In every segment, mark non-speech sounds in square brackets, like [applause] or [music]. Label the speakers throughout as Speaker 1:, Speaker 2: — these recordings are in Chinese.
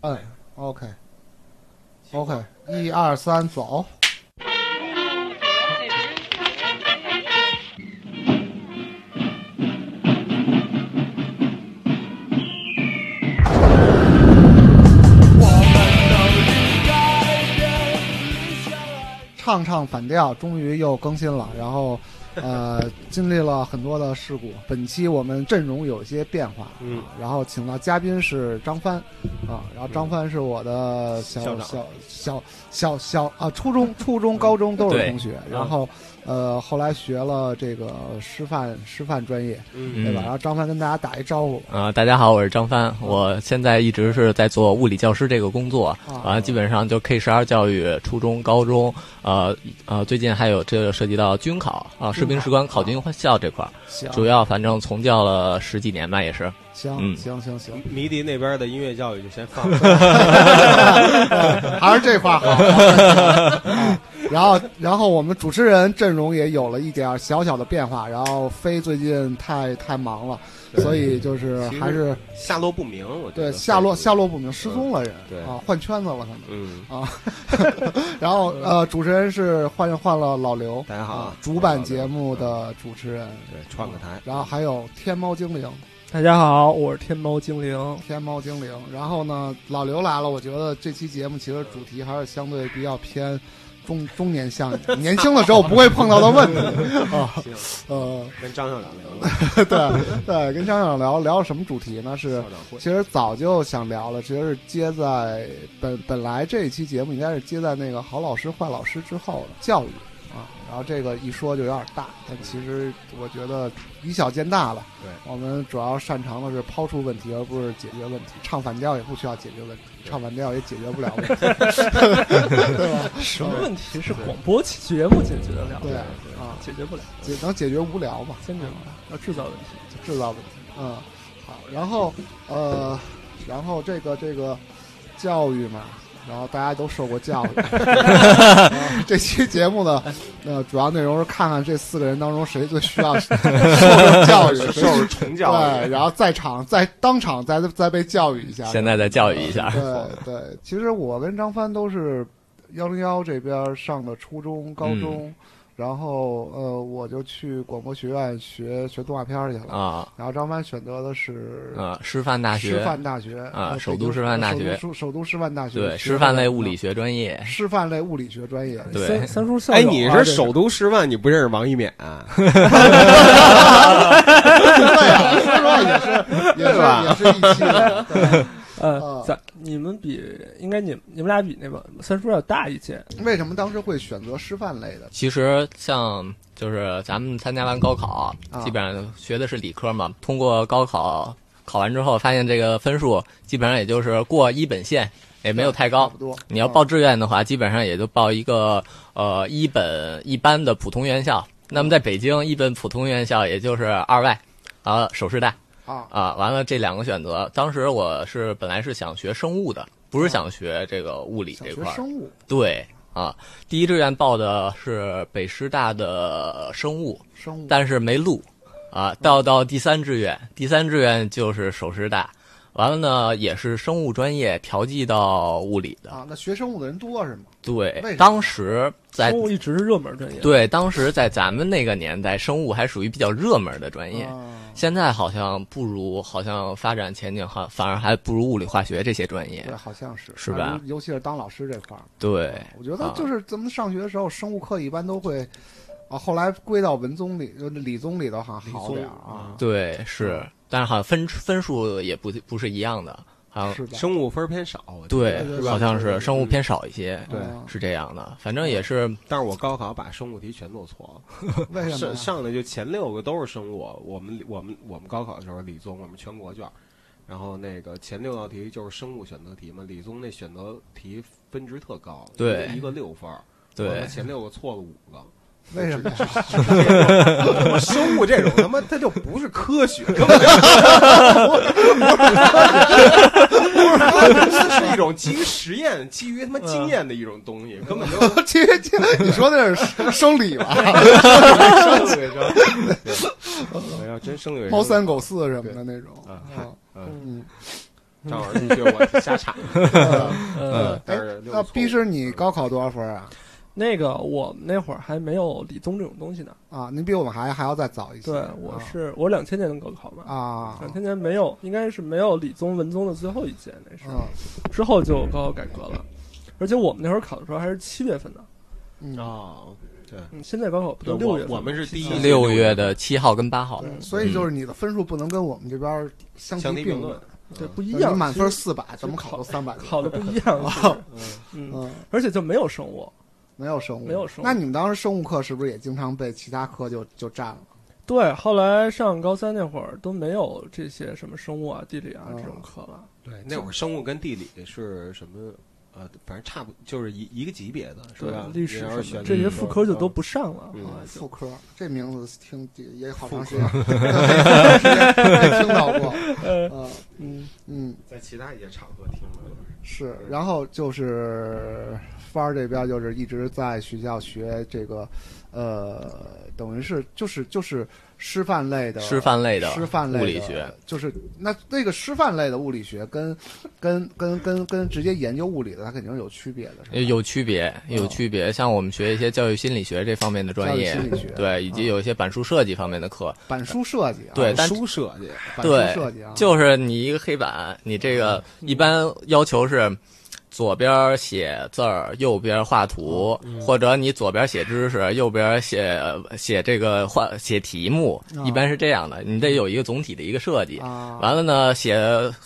Speaker 1: 嗯，OK OK，一二三，走。唱唱反调，终于又更新了，然后，呃，经历了很多的事故。本期我们阵容有一些变化，
Speaker 2: 嗯，
Speaker 1: 然后请到嘉宾是张帆，啊，然后张帆是我的小
Speaker 2: 校长
Speaker 1: 小小小小啊，初中、初中、高中都是
Speaker 3: 对
Speaker 1: 同学，然后，呃，后来学了这个师范师范专业，
Speaker 2: 嗯
Speaker 1: 对吧？
Speaker 3: 嗯
Speaker 1: 然后张帆跟大家打一招呼，
Speaker 3: 啊、大家好，我是张帆，我现在一直是在做物理教师这个工作
Speaker 1: 啊
Speaker 3: 啊，基本上就 K 十二教育、初中、高中，呃呃，最近还有这个涉及到军考啊，士兵士官考军校这块儿，
Speaker 1: 行
Speaker 3: 主要反正从教了十几年吧，也是。
Speaker 1: 行
Speaker 3: 嗯
Speaker 1: 行行行，
Speaker 2: 迷笛那边的音乐教育就先
Speaker 1: [laughs]
Speaker 2: 放了，
Speaker 1: 还是这
Speaker 2: [laughs]
Speaker 1: 话好。啊然后，然后我们主持人阵容也有了一点儿小小的变化。然后飞最近太太忙了，
Speaker 2: 对
Speaker 1: 所以就是
Speaker 2: 其实
Speaker 1: 还是
Speaker 2: 下落不明，我觉得
Speaker 1: 对下落下
Speaker 2: 落，
Speaker 1: 落不明，失踪了人
Speaker 2: 对
Speaker 1: 啊，换圈子了可能。啊
Speaker 2: 嗯，
Speaker 1: [laughs] 然后呃，主持人是换换了老刘，
Speaker 2: 大家好
Speaker 1: 啊主板节目的主持人。
Speaker 2: 对，串个台，
Speaker 1: 然后还有天猫精灵，
Speaker 4: 大家好，我是天猫精灵。
Speaker 1: 天猫精灵。然后呢，老刘来了，我觉得这期节目其实主题还是相对比较偏中中年向一点，年轻的时候不会碰到的问题啊。
Speaker 2: 行，
Speaker 1: 呃，
Speaker 2: 跟张校长聊聊，
Speaker 1: 对对，跟张长聊聊什么主题呢？是
Speaker 2: 校长会
Speaker 1: 其，实早就想聊了，其实是接在本本来这一期节目应该是接在那个好老师坏老师之后的教育啊，然后这个一说就有点大，但其实我觉得以小见大了。
Speaker 2: 对，
Speaker 1: 我们主要擅长的是抛出问题，而不是解决问题。唱反调也不需要解决问题，
Speaker 2: 对
Speaker 1: 唱反调也解决不了
Speaker 4: [laughs]
Speaker 1: 问题，对吧？
Speaker 4: 什么问题是广播节目解决得了？
Speaker 1: 对
Speaker 2: 对
Speaker 1: 啊，
Speaker 4: 解决不了，
Speaker 1: 解能解决无聊吧？
Speaker 4: 坚决不了，要制造问题。
Speaker 1: 制造问题。嗯，好，然后呃，然后这个这个教育嘛，然后大家都受过教
Speaker 2: [laughs]
Speaker 1: 育。啊这期节目呢，呃，主要内容是看看这四个人当中谁最需要
Speaker 2: [laughs]
Speaker 1: 受过 [laughs] 教育，谁
Speaker 2: 受重教育，
Speaker 1: 对，然后在场在当场再再被教育一下。
Speaker 3: 现在再教育一下，
Speaker 1: 对对，其实我跟张帆都是幺零幺这边上的初中、高
Speaker 2: 嗯
Speaker 1: 中，然后呃，我就去广播学院学学动画片儿去了。
Speaker 3: 啊
Speaker 1: 然后张帆选择的是
Speaker 3: 啊，师范大
Speaker 1: 师
Speaker 3: 学，
Speaker 1: 范大学
Speaker 3: 啊
Speaker 1: 呃
Speaker 3: 首
Speaker 1: 北
Speaker 3: 都
Speaker 1: 京
Speaker 3: 师范大
Speaker 1: 首都
Speaker 3: 学
Speaker 1: 首首都师范大学
Speaker 3: 对，
Speaker 1: 学
Speaker 3: 师范
Speaker 1: 的啊
Speaker 3: 类物理学专业，
Speaker 1: 师范类物理学专 [laughs] 业。
Speaker 3: 对
Speaker 4: 三三叔校
Speaker 2: 哎，
Speaker 4: 友啊
Speaker 2: 你是首都师范，你不认识王一勉啊？
Speaker 1: [laughs] 对呀，说实话啊
Speaker 3: [laughs]
Speaker 1: 也是也
Speaker 2: 对吧
Speaker 1: 是也是一期的，对
Speaker 4: 这呃
Speaker 1: 啊，
Speaker 4: 咱你们比应该你们你们俩比那个三叔要大一届，
Speaker 1: 为什么当时会选择师范类的？
Speaker 3: 其实像就是咱们参加完高考
Speaker 1: 啊，
Speaker 3: 基本上学的是理科嘛。通过高考考完之后，发现这个分数基本上也就是过一本线，也没有太
Speaker 1: 差
Speaker 3: 高
Speaker 1: 不。多。
Speaker 3: 你要报志愿的话，基本上也就报一个呃一本一般的普通院校。那么在北京，一本普通院校也就是二外，啊、首师大
Speaker 1: 啊
Speaker 3: 啊、完了这两个选择，当时我是本来是想学生物的，不是想学这个物理
Speaker 1: 啊想
Speaker 3: 这
Speaker 1: 学
Speaker 3: 块儿。
Speaker 1: 生物，
Speaker 3: 对啊，第一志愿报的是北师大的生物，
Speaker 1: 生物
Speaker 3: 但是没录啊。到到第三志愿，第三志愿就是首师大，完了呢也是生物专业调剂到物理的。
Speaker 1: 啊，那学生物的人多是吗？
Speaker 3: 对
Speaker 1: 为什么，
Speaker 3: 当时在
Speaker 4: 生物一直是热门专业。
Speaker 3: 对当时在咱们那个年代，生物还属于比较热门的专业。
Speaker 1: 啊
Speaker 3: 现在好像不如，好像发展前景好，反而还不如物理化学这些专业
Speaker 1: 对，。好像是啊
Speaker 3: 是
Speaker 1: 反
Speaker 3: 吧
Speaker 1: 正尤其是当老师这块儿，
Speaker 3: 对，
Speaker 1: 我觉得
Speaker 3: 啊
Speaker 1: 就是咱们上学的时候，生物课一般都会啊，后来归到文综里，就是理综里头好像
Speaker 2: 理
Speaker 1: 好
Speaker 2: 综
Speaker 1: 点儿啊。
Speaker 3: 对是，但是好像分分数也不不是一样的，好像
Speaker 1: 啊是吧？
Speaker 2: 生物分儿偏少，我觉得
Speaker 3: 对
Speaker 1: 对，嗯
Speaker 2: 是吧
Speaker 3: 好像是生物偏少一些，
Speaker 2: 对
Speaker 1: 啊
Speaker 3: 是这样的。反正也是，
Speaker 2: 但是我高考把生物题全做错
Speaker 1: 为
Speaker 2: 了，
Speaker 1: 什么
Speaker 2: 上
Speaker 1: 呀？
Speaker 2: 上来就前六个都是生物，我们我们我们高考的时候理综我们全国卷儿，然后那个前六道题就是生物选择题嘛，理综那选择题分值特高，
Speaker 3: 对
Speaker 2: 一个一个六分儿，我
Speaker 3: 对
Speaker 2: 们前六个错了五
Speaker 1: [laughs]
Speaker 2: 个。
Speaker 1: 为什么呀？
Speaker 2: 我生物这种他妈它就不是科学，根本就 [laughs] 不是科学，是一种基于实验、基于他妈
Speaker 4: 嗯
Speaker 2: 经验的一种东西，根本
Speaker 1: [laughs]
Speaker 2: 就
Speaker 1: [laughs] 其实其实你说那是生理吧？
Speaker 2: 生理
Speaker 1: [laughs]
Speaker 2: 卫生。哎呀，真生理卫生。
Speaker 1: 猫三狗四什么的那种
Speaker 2: 啊
Speaker 1: 啊。
Speaker 2: 嗯，
Speaker 1: 嗯，
Speaker 2: 张老师你对我瞎插。
Speaker 1: 嗯
Speaker 4: 呃，
Speaker 2: 但是
Speaker 1: 那
Speaker 2: 六嗯个错误
Speaker 1: 逼师，你高考多少分啊？
Speaker 4: 那个我那会儿还没有理综这种东西呢。
Speaker 1: 啊，您比我们还还要再早一些。
Speaker 4: 对，我是我两千年的高考嘛，
Speaker 1: 啊，
Speaker 4: 两千年没有，应该是没有理综文综的最后一届，那是
Speaker 1: 嗯
Speaker 4: 之后就有高考改革了。而且我们那会儿考的时候还是七月份呢，啊
Speaker 1: 嗯，
Speaker 2: 哦，
Speaker 4: 嗯，现在高考不
Speaker 2: 对，
Speaker 4: 都六
Speaker 2: 我
Speaker 4: 月份吗？
Speaker 2: 我们是第一
Speaker 4: 嗯
Speaker 3: 六月的嗯七号跟八号，
Speaker 4: 对
Speaker 1: 所以就是你的分数不能跟我们这边相
Speaker 2: 相提
Speaker 1: 并
Speaker 2: 并论，，
Speaker 4: 嗯对不一
Speaker 1: 就是
Speaker 4: 样，
Speaker 1: 你满分
Speaker 4: 其实
Speaker 1: 四百，怎么考都三百？
Speaker 4: [laughs]
Speaker 1: [laughs]
Speaker 4: 考的不一样，其实
Speaker 2: 嗯，
Speaker 4: 嗯，
Speaker 1: 嗯，
Speaker 4: 而且就没有生物。
Speaker 1: 没有生物，
Speaker 4: 没有生物
Speaker 1: 那你们当时生物课是不是也经常被其他科就就占了？
Speaker 4: 对，后来上高三那会儿都没有这些什么生物啊、地理啊
Speaker 1: 嗯
Speaker 4: 这种课了。
Speaker 2: 对，那会儿生物跟地理是什么？呃，反正差不就是一一个级别的，是
Speaker 4: 对
Speaker 2: 吧？，
Speaker 4: 历史
Speaker 2: 你
Speaker 4: 什
Speaker 2: 啊要
Speaker 4: 么
Speaker 2: 是选
Speaker 4: 这些副科就都
Speaker 2: 嗯
Speaker 4: 不上了，
Speaker 2: 嗯
Speaker 4: 后来呃就
Speaker 1: 副科这名字听也好长时间，没 [laughs] 听到过。嗯
Speaker 4: 嗯，
Speaker 1: 嗯，
Speaker 2: 在其他一些场合听过。
Speaker 1: 是。然后就是帆儿这边就是一直在学校学这个，呃，等于是就是就是师范类的
Speaker 3: 嗯师范类的
Speaker 1: 师范类
Speaker 3: 物
Speaker 1: 的
Speaker 3: 理学，
Speaker 1: 就是那那个师范类的物理学跟跟跟跟跟直接研究物理的，它肯定是有区别的，是吧？
Speaker 3: 呃有区别，有区别。像我们学一些教育心理学这方面的专业
Speaker 1: 教育心理学，嗯
Speaker 3: 对，以及有一些板书设计方面的课，
Speaker 1: 板书设计啊，
Speaker 3: 对但
Speaker 2: 书设计，
Speaker 1: 板书
Speaker 3: 对
Speaker 1: 设计啊，
Speaker 3: 就是你一个黑板，你这个
Speaker 1: 嗯
Speaker 3: 一般要求是左边写字儿，右边画图，
Speaker 1: 嗯
Speaker 3: 或者你左边写知识，右边写写这个画写题目，
Speaker 1: 啊
Speaker 3: 一般是这样的。你得有一个总体的一个设计。
Speaker 1: 啊，
Speaker 3: 完了呢，写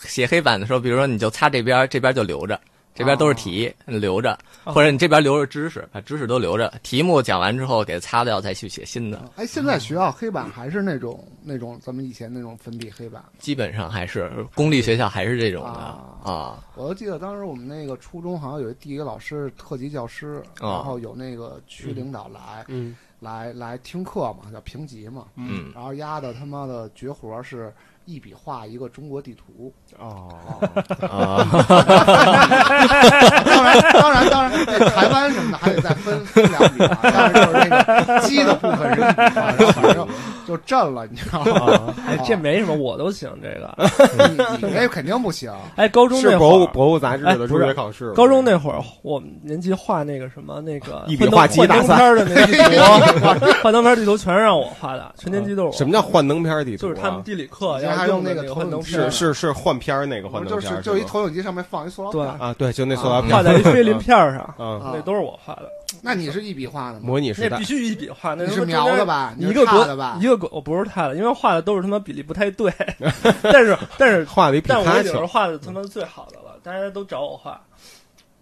Speaker 3: 写黑板的时候，比如说你就擦这边，这边就留着。这边都是题，
Speaker 1: 啊
Speaker 3: 留着，
Speaker 4: 哦
Speaker 3: 或者你这边留着知识，把啊知识都留着。题目讲完之后，给它擦掉，再去写新的。
Speaker 1: 哎，现在学校黑板还是那种那种咱们以前那种粉笔黑板。
Speaker 3: 基本上还是公立学校还是这种的
Speaker 1: 啊
Speaker 3: 啊。
Speaker 1: 我就记得当时我们那个初中好像有一地理老师是特级教师，
Speaker 3: 哦
Speaker 1: 然后有那个区领导来、
Speaker 2: 嗯
Speaker 1: 来来听课嘛，叫评级嘛。
Speaker 3: 嗯，
Speaker 1: 然后丫的他妈的绝活是一笔画一个中国地图。
Speaker 2: 哦，
Speaker 3: 啊，
Speaker 1: [laughs] 当然，当然，当然，那台湾什么的还得再分分两笔啊。但是就是那个鸡的部分是一笔画，然后反正就震了，你知道
Speaker 3: 哦
Speaker 1: 吗？
Speaker 2: 嗯
Speaker 4: 哎，这没什么，我都行这个。
Speaker 2: [laughs]
Speaker 1: 你你这肯定不
Speaker 3: [laughs]
Speaker 1: 行。
Speaker 4: 哎，高中
Speaker 2: 是
Speaker 4: 那
Speaker 2: 博
Speaker 4: 会
Speaker 2: 物
Speaker 4: 儿，
Speaker 2: 博物杂志
Speaker 4: 哎
Speaker 2: 的
Speaker 4: 不
Speaker 2: 入
Speaker 4: 是
Speaker 2: 学考试，
Speaker 4: 高中那会儿我们年级画那个什么那个
Speaker 2: 一笔画集
Speaker 4: 幻灯
Speaker 2: 大赛
Speaker 4: 片儿的那个地图， [laughs] 幻灯片儿地图全是让我画的，全年级都是我。
Speaker 2: 什么叫幻灯片地图
Speaker 4: 就
Speaker 2: 啊？
Speaker 4: 是他们地理课
Speaker 1: 以前
Speaker 4: 要
Speaker 1: 还用
Speaker 4: 的
Speaker 1: 那个
Speaker 4: 个
Speaker 1: 投
Speaker 4: 幻
Speaker 1: 影
Speaker 4: 灯
Speaker 1: 机
Speaker 4: 片儿
Speaker 2: 是，是是幻片儿那个幻灯
Speaker 1: 就
Speaker 2: 片
Speaker 1: 是
Speaker 3: 啊
Speaker 2: 儿，
Speaker 1: 就是一
Speaker 2: 吧
Speaker 1: 投影机上面放一塑料
Speaker 4: 对
Speaker 1: 片，
Speaker 2: 啊，对，就那塑料片儿
Speaker 4: 画在一
Speaker 2: [laughs]
Speaker 4: 菲林片儿上，
Speaker 2: 啊，
Speaker 1: 啊
Speaker 4: 那都是我画的。
Speaker 1: 那你是一笔画的吗？
Speaker 2: 模拟时
Speaker 4: 那
Speaker 2: 代
Speaker 4: 必，须一笔画，那
Speaker 1: 你
Speaker 4: 他
Speaker 1: 是
Speaker 4: 妈中
Speaker 1: 描
Speaker 4: 间
Speaker 1: 的吧？你
Speaker 4: 一
Speaker 1: 是
Speaker 4: 个
Speaker 1: 差
Speaker 4: 国
Speaker 1: 的吧
Speaker 4: 一？个国我不是太的，因为画的都是他妈比例不太对， [laughs] 但是但是
Speaker 2: 画了一皮
Speaker 4: 但我
Speaker 2: 卡
Speaker 4: 已经是
Speaker 2: 丘，
Speaker 4: 画的他妈最好的了，大家都找我画，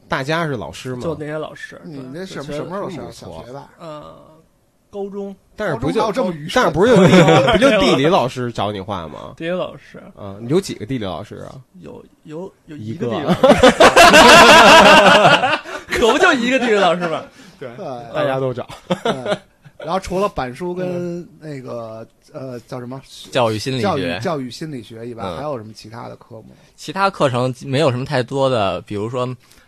Speaker 2: 大家是老师嘛
Speaker 4: 就，那些老师。
Speaker 1: 你
Speaker 4: 对
Speaker 1: 那什么
Speaker 4: 就觉
Speaker 1: 什
Speaker 4: 得
Speaker 1: 么时候
Speaker 2: 这么
Speaker 1: 上
Speaker 2: 不
Speaker 1: 小
Speaker 2: 错
Speaker 1: 学吧？
Speaker 4: 呃，高中
Speaker 2: 但是
Speaker 1: 高中
Speaker 2: 不
Speaker 1: 哪有
Speaker 2: 就
Speaker 1: 这么愚
Speaker 2: [laughs] 但是
Speaker 1: 蠢？
Speaker 2: 不是就地理不就地理老师找你画
Speaker 4: [laughs]
Speaker 2: 吗？
Speaker 4: 地理老师
Speaker 2: 啊，你有几个地理老师啊？
Speaker 4: 有有有
Speaker 2: 一
Speaker 4: 个
Speaker 2: 个啊
Speaker 4: 地理老师， [laughs] 可不就一个地理老
Speaker 2: [laughs]
Speaker 4: 师吗？
Speaker 2: 对
Speaker 1: [laughs] 对
Speaker 2: 大家都找。
Speaker 1: 对嗯然后除了板书
Speaker 2: 嗯
Speaker 1: 跟那个呃叫什么
Speaker 3: 教育心理
Speaker 1: 教育
Speaker 3: 学，
Speaker 1: 教育心理学以外，
Speaker 3: 嗯
Speaker 1: 还有什么其他的科目？
Speaker 3: 其他课程没有什么太多的，比如说，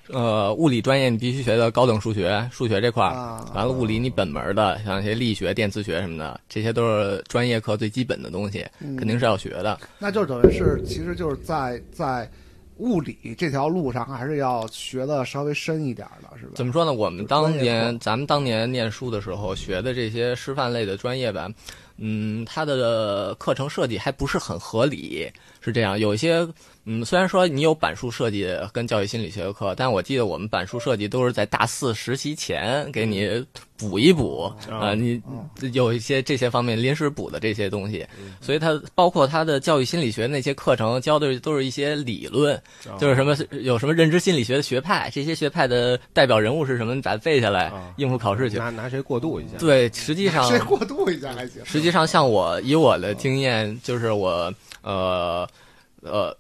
Speaker 3: 呃，物理专业你必须学的高等数学，数学这块儿，
Speaker 1: 啊
Speaker 3: 完了物理你本门的，像一些力学、电磁学什么的，这些都是专业课最基本的东西，
Speaker 1: 嗯
Speaker 3: 肯定是要学的。
Speaker 1: 那就等于是，其实就是在在物理这条路上，还是要学的稍微深一点的，是吧？
Speaker 3: 怎么说呢？我们当
Speaker 1: 专业
Speaker 3: 年，咱们当年念书的时候学的这些师范类的专业吧，嗯，它的课程设计还不是很合理，是这样。有一些，嗯，虽然说你有板书设计跟教育心理学的课，但我记得我们板书设计都是在大四实习前给
Speaker 1: 嗯
Speaker 3: 你补一补啊、
Speaker 4: 嗯
Speaker 3: 你有一些这些方面临时补的这些东西，
Speaker 1: 嗯
Speaker 3: 所以它包括它的教育心理学那些课程教的都是一些理论，就是什么有什么认知心理学的学派，这些学派的代表人物是什么，你把它背下来
Speaker 2: 啊，
Speaker 3: 应付考试去。
Speaker 2: 拿拿谁过渡一下？
Speaker 3: 对，实际
Speaker 1: [laughs]
Speaker 3: 上
Speaker 1: 谁过渡一下还行？
Speaker 3: [laughs] 实际上，像我以我的经验，就是我呃呃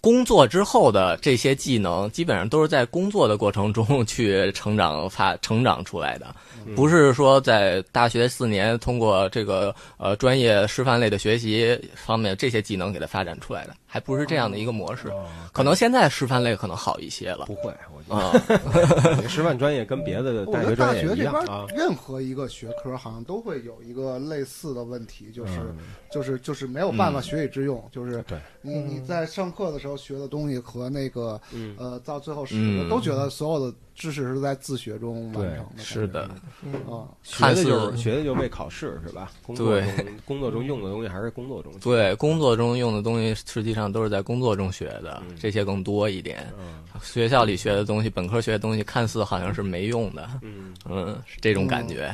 Speaker 3: 工作之后的这些技能，基本上都是在工作的过程中 [laughs] 去成长发成长出来的，不是说在大学四年通过这个呃专业师范类的学习方面这些技能给它发展出来的。还不是这样的一个模式。
Speaker 2: 哦
Speaker 3: 可能现在师范类可能好一些了
Speaker 2: 不会，我觉 [laughs]
Speaker 3: 啊、
Speaker 2: 得你师范专业跟别的
Speaker 1: 我
Speaker 2: 大
Speaker 1: 觉
Speaker 2: 学
Speaker 1: 得
Speaker 2: 专
Speaker 1: 大
Speaker 2: 业
Speaker 1: 学
Speaker 2: 一
Speaker 1: 这
Speaker 2: 样
Speaker 1: 边
Speaker 2: 啊，
Speaker 1: 任何一个学科好像都会有一个类似的问题，就是
Speaker 2: 嗯
Speaker 1: 就是就是没有
Speaker 3: 嗯
Speaker 1: 办法学以致用，就是
Speaker 2: 对
Speaker 1: 你你在上课的时候学的东西和那个
Speaker 2: 嗯
Speaker 1: 呃到最后使
Speaker 3: 嗯
Speaker 1: 的，都觉得所有的知识是在自学中完成的。
Speaker 3: 是的，
Speaker 2: 嗯
Speaker 1: 啊，
Speaker 2: 学的就
Speaker 3: 看
Speaker 2: 是
Speaker 3: 似嗯
Speaker 2: 学的就是为考试是吧？工作
Speaker 3: 对
Speaker 2: 中工作中用的东西还是工作中。
Speaker 3: 对，工作中用的东西实际上都是在工作中学的
Speaker 2: 嗯，
Speaker 3: 这些更多一点。
Speaker 2: 嗯
Speaker 3: 学校里学的东西，本科学的东西，看似好像是没用的，
Speaker 2: 嗯，
Speaker 3: 嗯，是这种感觉。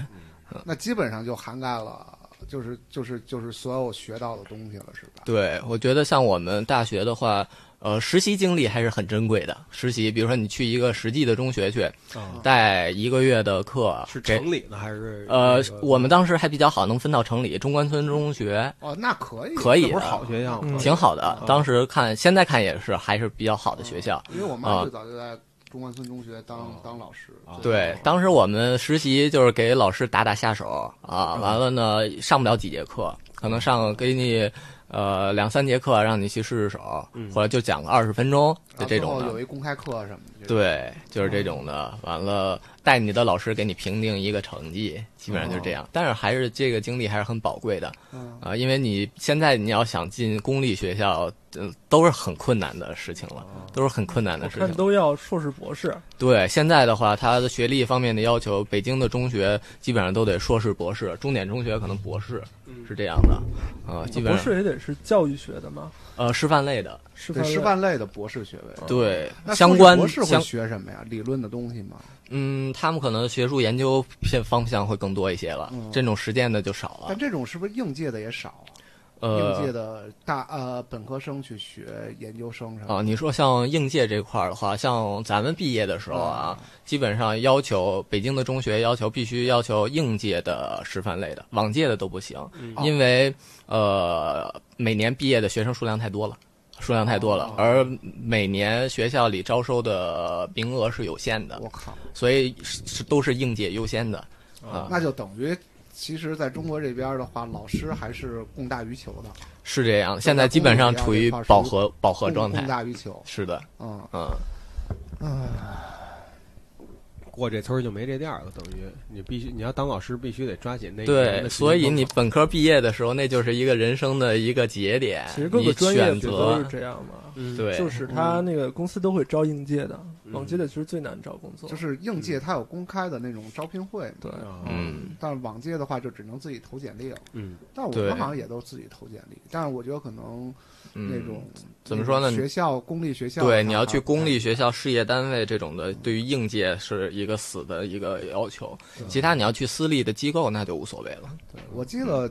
Speaker 3: 嗯
Speaker 1: 那基本上就涵盖了，就是就是就是所有学到的东西了，是吧？
Speaker 3: 对，我觉得像我们大学的话，呃，实习经历还是很珍贵的。实习，比如说你去一个实际的中学去，
Speaker 2: 啊
Speaker 3: 带一个月的课，
Speaker 2: 是
Speaker 3: 啊给
Speaker 2: 城里的还是
Speaker 3: 呃
Speaker 2: 那，个
Speaker 3: 我们当时还比较好，能分到城里中关村中学，
Speaker 1: 哦，那可以，
Speaker 3: 可以
Speaker 2: 那不是好
Speaker 3: 的，
Speaker 2: 学校吗？
Speaker 4: 嗯
Speaker 3: 挺好的。当时看，现在看也是还是比较好的学校。
Speaker 1: 嗯因为我
Speaker 3: 啊哦
Speaker 1: 妈最早就在中关村中学当当老师
Speaker 2: 啊，
Speaker 3: 对，
Speaker 1: 当
Speaker 3: 当时我们实习就是给老师打打下手啊，完了呢上不了几节课，可能上给你呃两三节课，让你去试试手，或者就讲个二十分钟就这种
Speaker 1: 有
Speaker 3: 的。
Speaker 1: 一公开课什么的，就是
Speaker 3: 对，就是这种的。完了，带你的老师给你评定一个成绩，基本上就这样。但是还是这个经历还是很宝贵的
Speaker 1: 嗯
Speaker 3: 啊、因为你现在你要想进公立学校，呃，都是很困难的事情了，都是很困难的
Speaker 4: 我
Speaker 3: 事情
Speaker 4: 看。都要硕士博士，
Speaker 3: 对，现在的话，他的学历方面的要求，北京的中学基本上都得硕士、博士，重点中学可能博士
Speaker 1: 嗯
Speaker 3: 是这样的，啊、基本
Speaker 4: 博
Speaker 3: 上
Speaker 4: 士也得是教育学的嘛，
Speaker 3: 呃师范类的，
Speaker 4: 师
Speaker 1: 对
Speaker 4: 范
Speaker 1: 师
Speaker 4: 类
Speaker 1: 范类的博士学位。
Speaker 3: 对
Speaker 1: 哦那硕
Speaker 3: 相
Speaker 1: 士
Speaker 3: 关
Speaker 1: 博士会
Speaker 3: 相
Speaker 1: 学什么呀？理论的东西吗？
Speaker 3: 嗯，他们可能学术研究偏方向会更多一些了，
Speaker 1: 嗯
Speaker 3: 这种实践的就少了
Speaker 1: 但。这种是不是应届的也少啊？应届
Speaker 3: 啊呃，
Speaker 1: 的大呃本科生去学研究生什么
Speaker 3: 啊，你说像应届这块儿的话，像咱们毕业的时候啊，
Speaker 1: 嗯
Speaker 3: 基本上要求北京的中学要求必须要求应届的师范类的，往届的都不行，
Speaker 1: 嗯
Speaker 3: 因为呃每年毕业的学生数量太多了。数量太多了，
Speaker 1: 哦
Speaker 3: 而每年学校里招收的名额是有限
Speaker 1: 的？
Speaker 3: 的
Speaker 1: 我，靠，
Speaker 3: 所以是是都是应届优先的啊。
Speaker 1: 那就等于。其实，在中国这边的话，老师还是供大于求的，
Speaker 3: 是这样，现在基本上处于饱和饱和
Speaker 1: 供
Speaker 3: 状态
Speaker 1: 供。大于求。
Speaker 3: 是的，
Speaker 1: 嗯，
Speaker 3: 嗯，
Speaker 2: 过这村儿就没这店儿了，等于你必须你要当老师必须得抓紧那一年
Speaker 3: 对，
Speaker 2: 的时间
Speaker 3: 所以你
Speaker 2: 段
Speaker 3: 本科毕业的时候，那就是一个人生的一个节点，
Speaker 4: 其实各
Speaker 3: 你
Speaker 4: 个专业
Speaker 3: 选
Speaker 4: 不都是
Speaker 3: 择
Speaker 4: 这样嘛，
Speaker 2: 嗯
Speaker 3: 对，
Speaker 4: 就是他那个公司都会招应届的，往届的其实最难找工作，
Speaker 1: 就是应届它有公开的那种招聘会，
Speaker 4: 对，
Speaker 2: 啊
Speaker 3: 嗯，
Speaker 1: 但是往届的话就只能自己投简历了。
Speaker 2: 嗯
Speaker 1: 但我
Speaker 3: 对
Speaker 1: 们好像也都自己投简历，但是我觉得可能那
Speaker 3: 嗯，
Speaker 1: 种
Speaker 3: 怎么说呢
Speaker 1: 那种学校公立学校的话，
Speaker 3: 对，你要去公立学校、事业单位这种的，对于应届是一个死的一个要求，其他你要去私立的机构那就无所谓了。
Speaker 1: 对。我记得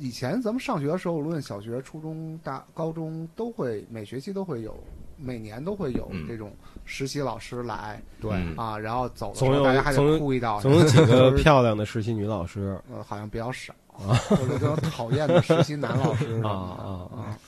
Speaker 1: 以前咱们上学的时候，无论小学、初中、大、高中，都会每学期都会有，每年都会有
Speaker 3: 嗯
Speaker 1: 这种实习老师来
Speaker 2: 对
Speaker 3: 嗯
Speaker 1: 啊，然后走的时
Speaker 2: 总有
Speaker 1: 候大家还
Speaker 2: 总有
Speaker 1: 得哭一道，
Speaker 2: 总有几个
Speaker 1: 就是
Speaker 2: 漂亮的实习女老师
Speaker 1: 呃，好像比较少，或者这种讨厌的实习男老
Speaker 2: [laughs]
Speaker 1: 师
Speaker 4: 嗯
Speaker 1: 什么的
Speaker 2: 啊啊啊
Speaker 1: 啊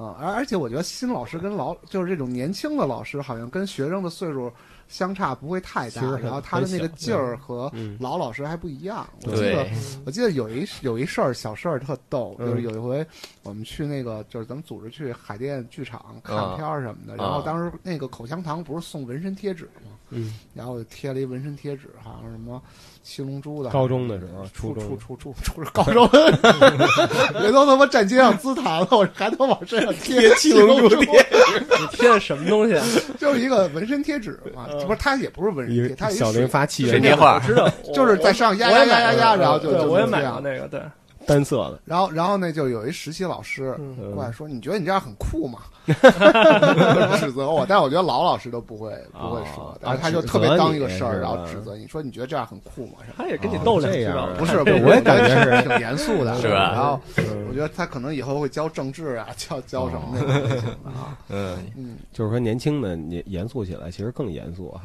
Speaker 1: 啊！而而且我觉得新老师跟老就是这种年轻的老师，好像跟学生的岁数相差不会太
Speaker 2: 其
Speaker 1: 大
Speaker 2: 实，很
Speaker 1: 然后他的那个
Speaker 2: 很小
Speaker 1: 劲儿和
Speaker 2: 嗯
Speaker 1: 老老师还不一样。我记得
Speaker 3: 对，
Speaker 1: 我记得有一有一事儿小事儿特逗，
Speaker 2: 嗯
Speaker 1: 就是有一回我们去那个就是咱们组织去海淀剧场看
Speaker 3: 啊
Speaker 1: 片儿什么的，然后当时那个口香糖不是送纹身贴纸吗？
Speaker 2: 嗯，
Speaker 1: 然后我就贴了一纹身贴纸，好像是什么七龙珠的。
Speaker 2: 高中的时候初中
Speaker 1: 初初初初高中， [laughs] 人都他妈站街上姿坛了，我还能往身上贴七龙珠贴，
Speaker 4: 你贴的什么东西啊？
Speaker 1: 就是一个纹身贴纸嘛，
Speaker 4: 嗯
Speaker 1: 不是它也不是纹身
Speaker 2: 一
Speaker 1: 贴，它
Speaker 2: 个
Speaker 1: 也
Speaker 2: 小
Speaker 1: 是
Speaker 2: 零发气
Speaker 3: 水
Speaker 2: 人
Speaker 3: 贴
Speaker 2: 家
Speaker 3: 画
Speaker 4: 我知道，我
Speaker 1: [laughs] 就是在上压
Speaker 4: 我
Speaker 1: 压
Speaker 4: 也买
Speaker 1: 压压
Speaker 4: 过
Speaker 1: 压，然后就
Speaker 4: 对
Speaker 1: 就
Speaker 4: 我也
Speaker 1: 就
Speaker 4: 买
Speaker 1: 这
Speaker 4: 过
Speaker 1: 样
Speaker 4: 那个，对，
Speaker 2: 单色的，
Speaker 1: 然后然后那就有一实习老师
Speaker 4: 嗯
Speaker 1: 过来说：“你觉得你这样很酷
Speaker 2: [laughs]
Speaker 1: 吗？”指责我，但是我觉得老老师都不会不会说
Speaker 2: 哦，
Speaker 1: 但是
Speaker 2: 啊
Speaker 1: 他就
Speaker 2: 指
Speaker 1: 特别
Speaker 2: 责
Speaker 1: 当
Speaker 2: 你
Speaker 1: 一个事
Speaker 2: 是
Speaker 1: 儿，然
Speaker 2: 吧
Speaker 1: 后指责你说：“你觉得这样很酷吗？”什么的
Speaker 4: 他也跟你
Speaker 2: 哦
Speaker 4: 斗两
Speaker 2: 这
Speaker 4: 句
Speaker 2: 样
Speaker 4: 吧，
Speaker 2: 啊
Speaker 1: 不是，不
Speaker 4: 这
Speaker 1: 是
Speaker 4: 个
Speaker 2: 我也感觉是
Speaker 1: 挺严肃的，
Speaker 3: 是吧
Speaker 1: 然后
Speaker 2: 嗯
Speaker 1: 我觉得他可能以后会教政治啊，教教什么那
Speaker 2: 哦
Speaker 1: 种类型的啊。
Speaker 3: 嗯，
Speaker 1: 嗯，
Speaker 2: 就是说年轻的你严肃起来其实更严肃哈，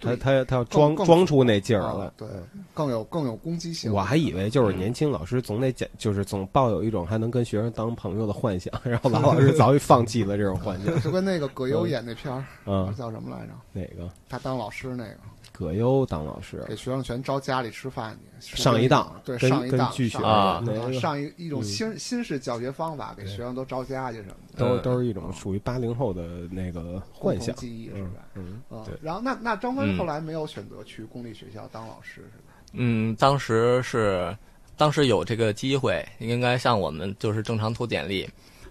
Speaker 2: 他
Speaker 1: 对
Speaker 2: 他他要装
Speaker 1: 更
Speaker 2: 装出那劲儿
Speaker 1: 啊
Speaker 2: 来。
Speaker 1: 对，更有更有攻击性。
Speaker 2: 我还以为就是年轻老师总得讲，就是总抱有一种还能跟学生当朋友的幻 [laughs] 想，然后老老师早已放弃了这种幻想。
Speaker 1: 就跟那个葛优演那片儿、
Speaker 2: 嗯，
Speaker 1: 叫什么来着？
Speaker 2: 哪个？
Speaker 1: 他当老师那个，
Speaker 2: 葛优当老师，
Speaker 1: 给学生全招家里吃饭去，
Speaker 2: 上一档
Speaker 1: 对，
Speaker 2: 跟
Speaker 1: 上一
Speaker 2: 跟
Speaker 1: 档
Speaker 2: 剧学
Speaker 1: 上一档
Speaker 3: 啊
Speaker 2: 那个
Speaker 1: 上一一种
Speaker 2: 嗯
Speaker 1: 新新式教学方法，给
Speaker 2: 对
Speaker 1: 学生都招家去什么的，
Speaker 2: 都
Speaker 3: 嗯
Speaker 2: 都是一种属于八零后的那个
Speaker 1: 共
Speaker 2: 幻
Speaker 1: 同
Speaker 2: 想。
Speaker 1: 记忆是
Speaker 2: 嗯
Speaker 1: 吧？
Speaker 2: 嗯，
Speaker 1: 啊
Speaker 2: 对，
Speaker 1: 然后那那张帆
Speaker 3: 嗯
Speaker 1: 后来没有选择去公立学校当老师，是吧？
Speaker 3: 嗯，当时是当时有这个机会，应该像我们就是正常投简历。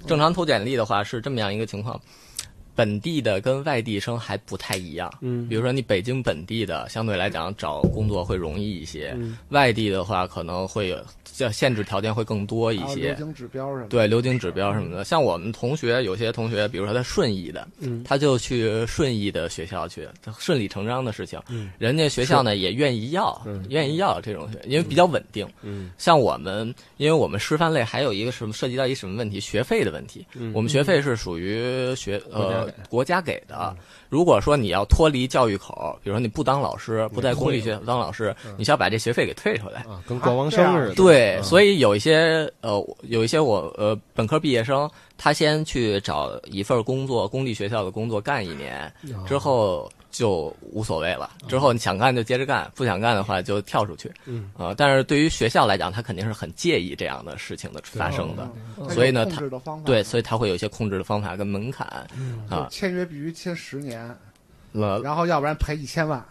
Speaker 3: 正常投简历的话是这么样一个情况，本地的跟外地生还不太一样。
Speaker 2: 嗯
Speaker 3: 比如说你北京本地的，相对来讲找工作会容易一些，
Speaker 2: 嗯
Speaker 3: 外地的话可能会有叫限制条件会更多一
Speaker 2: 啊
Speaker 1: 还有
Speaker 3: 些。
Speaker 1: 流行指标什么的，
Speaker 3: 对流经指标什么的，像我们同学有些同学，比如说他顺义的，
Speaker 2: 嗯
Speaker 3: 他就去顺义的学校去，他顺理成章的事情。
Speaker 2: 嗯
Speaker 3: 人家学校呢也愿意要
Speaker 2: 嗯，
Speaker 3: 愿意要这种学，因为比较稳定。
Speaker 2: 嗯
Speaker 3: 像我们，因为我们师范类还有一个什么涉及到一什么问题，学费的问题。
Speaker 2: 嗯
Speaker 3: 我们学费是属于学
Speaker 2: 国家
Speaker 3: 呃
Speaker 2: 给嗯
Speaker 3: 国家给的。如果说你要脱离教育口，比如说你不当老师，不在公立
Speaker 2: 退
Speaker 3: 学校当老师
Speaker 2: 嗯，
Speaker 3: 你需要把这学费给退出来。
Speaker 2: 啊，跟国王生似的。
Speaker 3: 对，
Speaker 2: 嗯
Speaker 3: 所以有一些呃，有一些我呃本科毕业生，他先去找一份工作，公立学校的工作干一年，
Speaker 1: 哦
Speaker 2: 啊
Speaker 3: 之后就无所谓了。之后你想干就接着干，不想干的话就跳出去。
Speaker 2: 嗯
Speaker 3: 啊、但是对于学校来讲，他肯定是很介意这样的事情的发生的，
Speaker 1: 嗯它有
Speaker 3: 所以呢
Speaker 1: 控
Speaker 3: 它
Speaker 1: 制的方法
Speaker 3: 对，所以他会有一些控制的方法跟门槛
Speaker 1: 就
Speaker 3: 啊，
Speaker 1: 签约必须签十年，
Speaker 3: 呃，
Speaker 1: 嗯然后要不然赔一千万。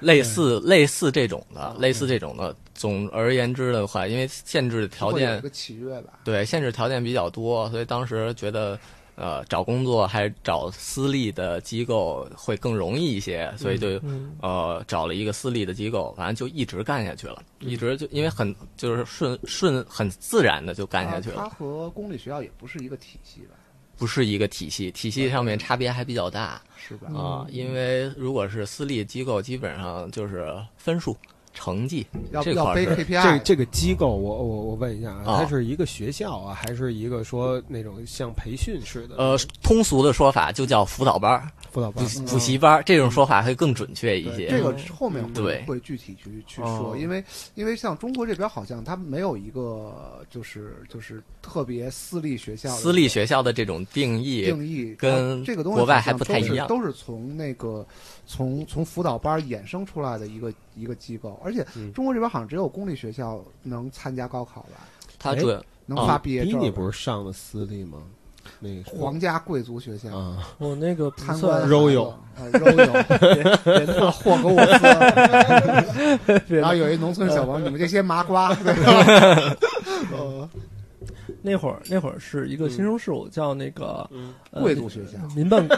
Speaker 3: 类似类似这种
Speaker 1: 哦
Speaker 3: 的，类似这种的。总而言之的话，因为限制条
Speaker 1: 会
Speaker 3: 件
Speaker 1: 有一个契约吧，
Speaker 3: 对，限制条件比较多，所以当时觉得，呃，找工作还是找私立的机构会更容易一些，所以就、
Speaker 4: 嗯
Speaker 3: 呃找了一个私立的机构，反正就一直干下去了，
Speaker 1: 嗯
Speaker 3: 一直就因为很就是顺顺很自然的就干下去了，
Speaker 1: 它啊和公立学校也不是一个体系吧，
Speaker 3: 不是一个体系，体系上面差别还比较大啊、
Speaker 1: 是吧？
Speaker 3: 因为如果是私立机构，基本上就是分数、成绩
Speaker 1: 要
Speaker 3: 这
Speaker 1: 要
Speaker 3: 块
Speaker 1: 背
Speaker 3: 是。
Speaker 1: KPI，
Speaker 2: 这这个机构，我我我问一啊下啊，
Speaker 3: 啊
Speaker 2: 它是一个学校啊，还是一个说那种像培训似的？
Speaker 3: 呃，通俗的说法就叫辅导班儿、
Speaker 2: 辅导
Speaker 3: 补
Speaker 2: 班
Speaker 1: 嗯
Speaker 3: 补习班儿，这种说法会更准确一
Speaker 1: 对
Speaker 3: 些。
Speaker 1: 这个后面会
Speaker 3: 对
Speaker 1: 会具体去去说，
Speaker 3: 哦
Speaker 1: 因为因为像中国这边好像它没有一个就是就是特别私立学校的
Speaker 3: 私立学校的这种定义，
Speaker 1: 定义
Speaker 3: 跟
Speaker 1: 它这个东西
Speaker 3: 国外
Speaker 1: 好像
Speaker 3: 还不太一样
Speaker 1: 都是都是从那个从从辅导班衍生出来的一个一个机构，而且
Speaker 2: 嗯
Speaker 1: 中国这边好像只有公立学校能参加高考吧，
Speaker 3: 它主要
Speaker 1: 能
Speaker 3: 啊
Speaker 1: 发毕业
Speaker 2: 逼
Speaker 1: 证
Speaker 2: 你
Speaker 1: 吧。
Speaker 2: 不是上的私立吗？那个
Speaker 1: 皇家贵族学校，
Speaker 2: 啊，
Speaker 4: 我那个不
Speaker 1: 贪
Speaker 4: 算
Speaker 1: 官
Speaker 2: 肉友
Speaker 1: 啊，肉友，别别乐霍格沃
Speaker 4: [laughs]
Speaker 1: 斯，然后有一农村小王，你们这些麻瓜，对吧？
Speaker 4: 嗯
Speaker 1: 呃，
Speaker 4: 那会儿那会儿是一个新生事务，叫那个呃
Speaker 1: 贵族学校，
Speaker 4: 民办，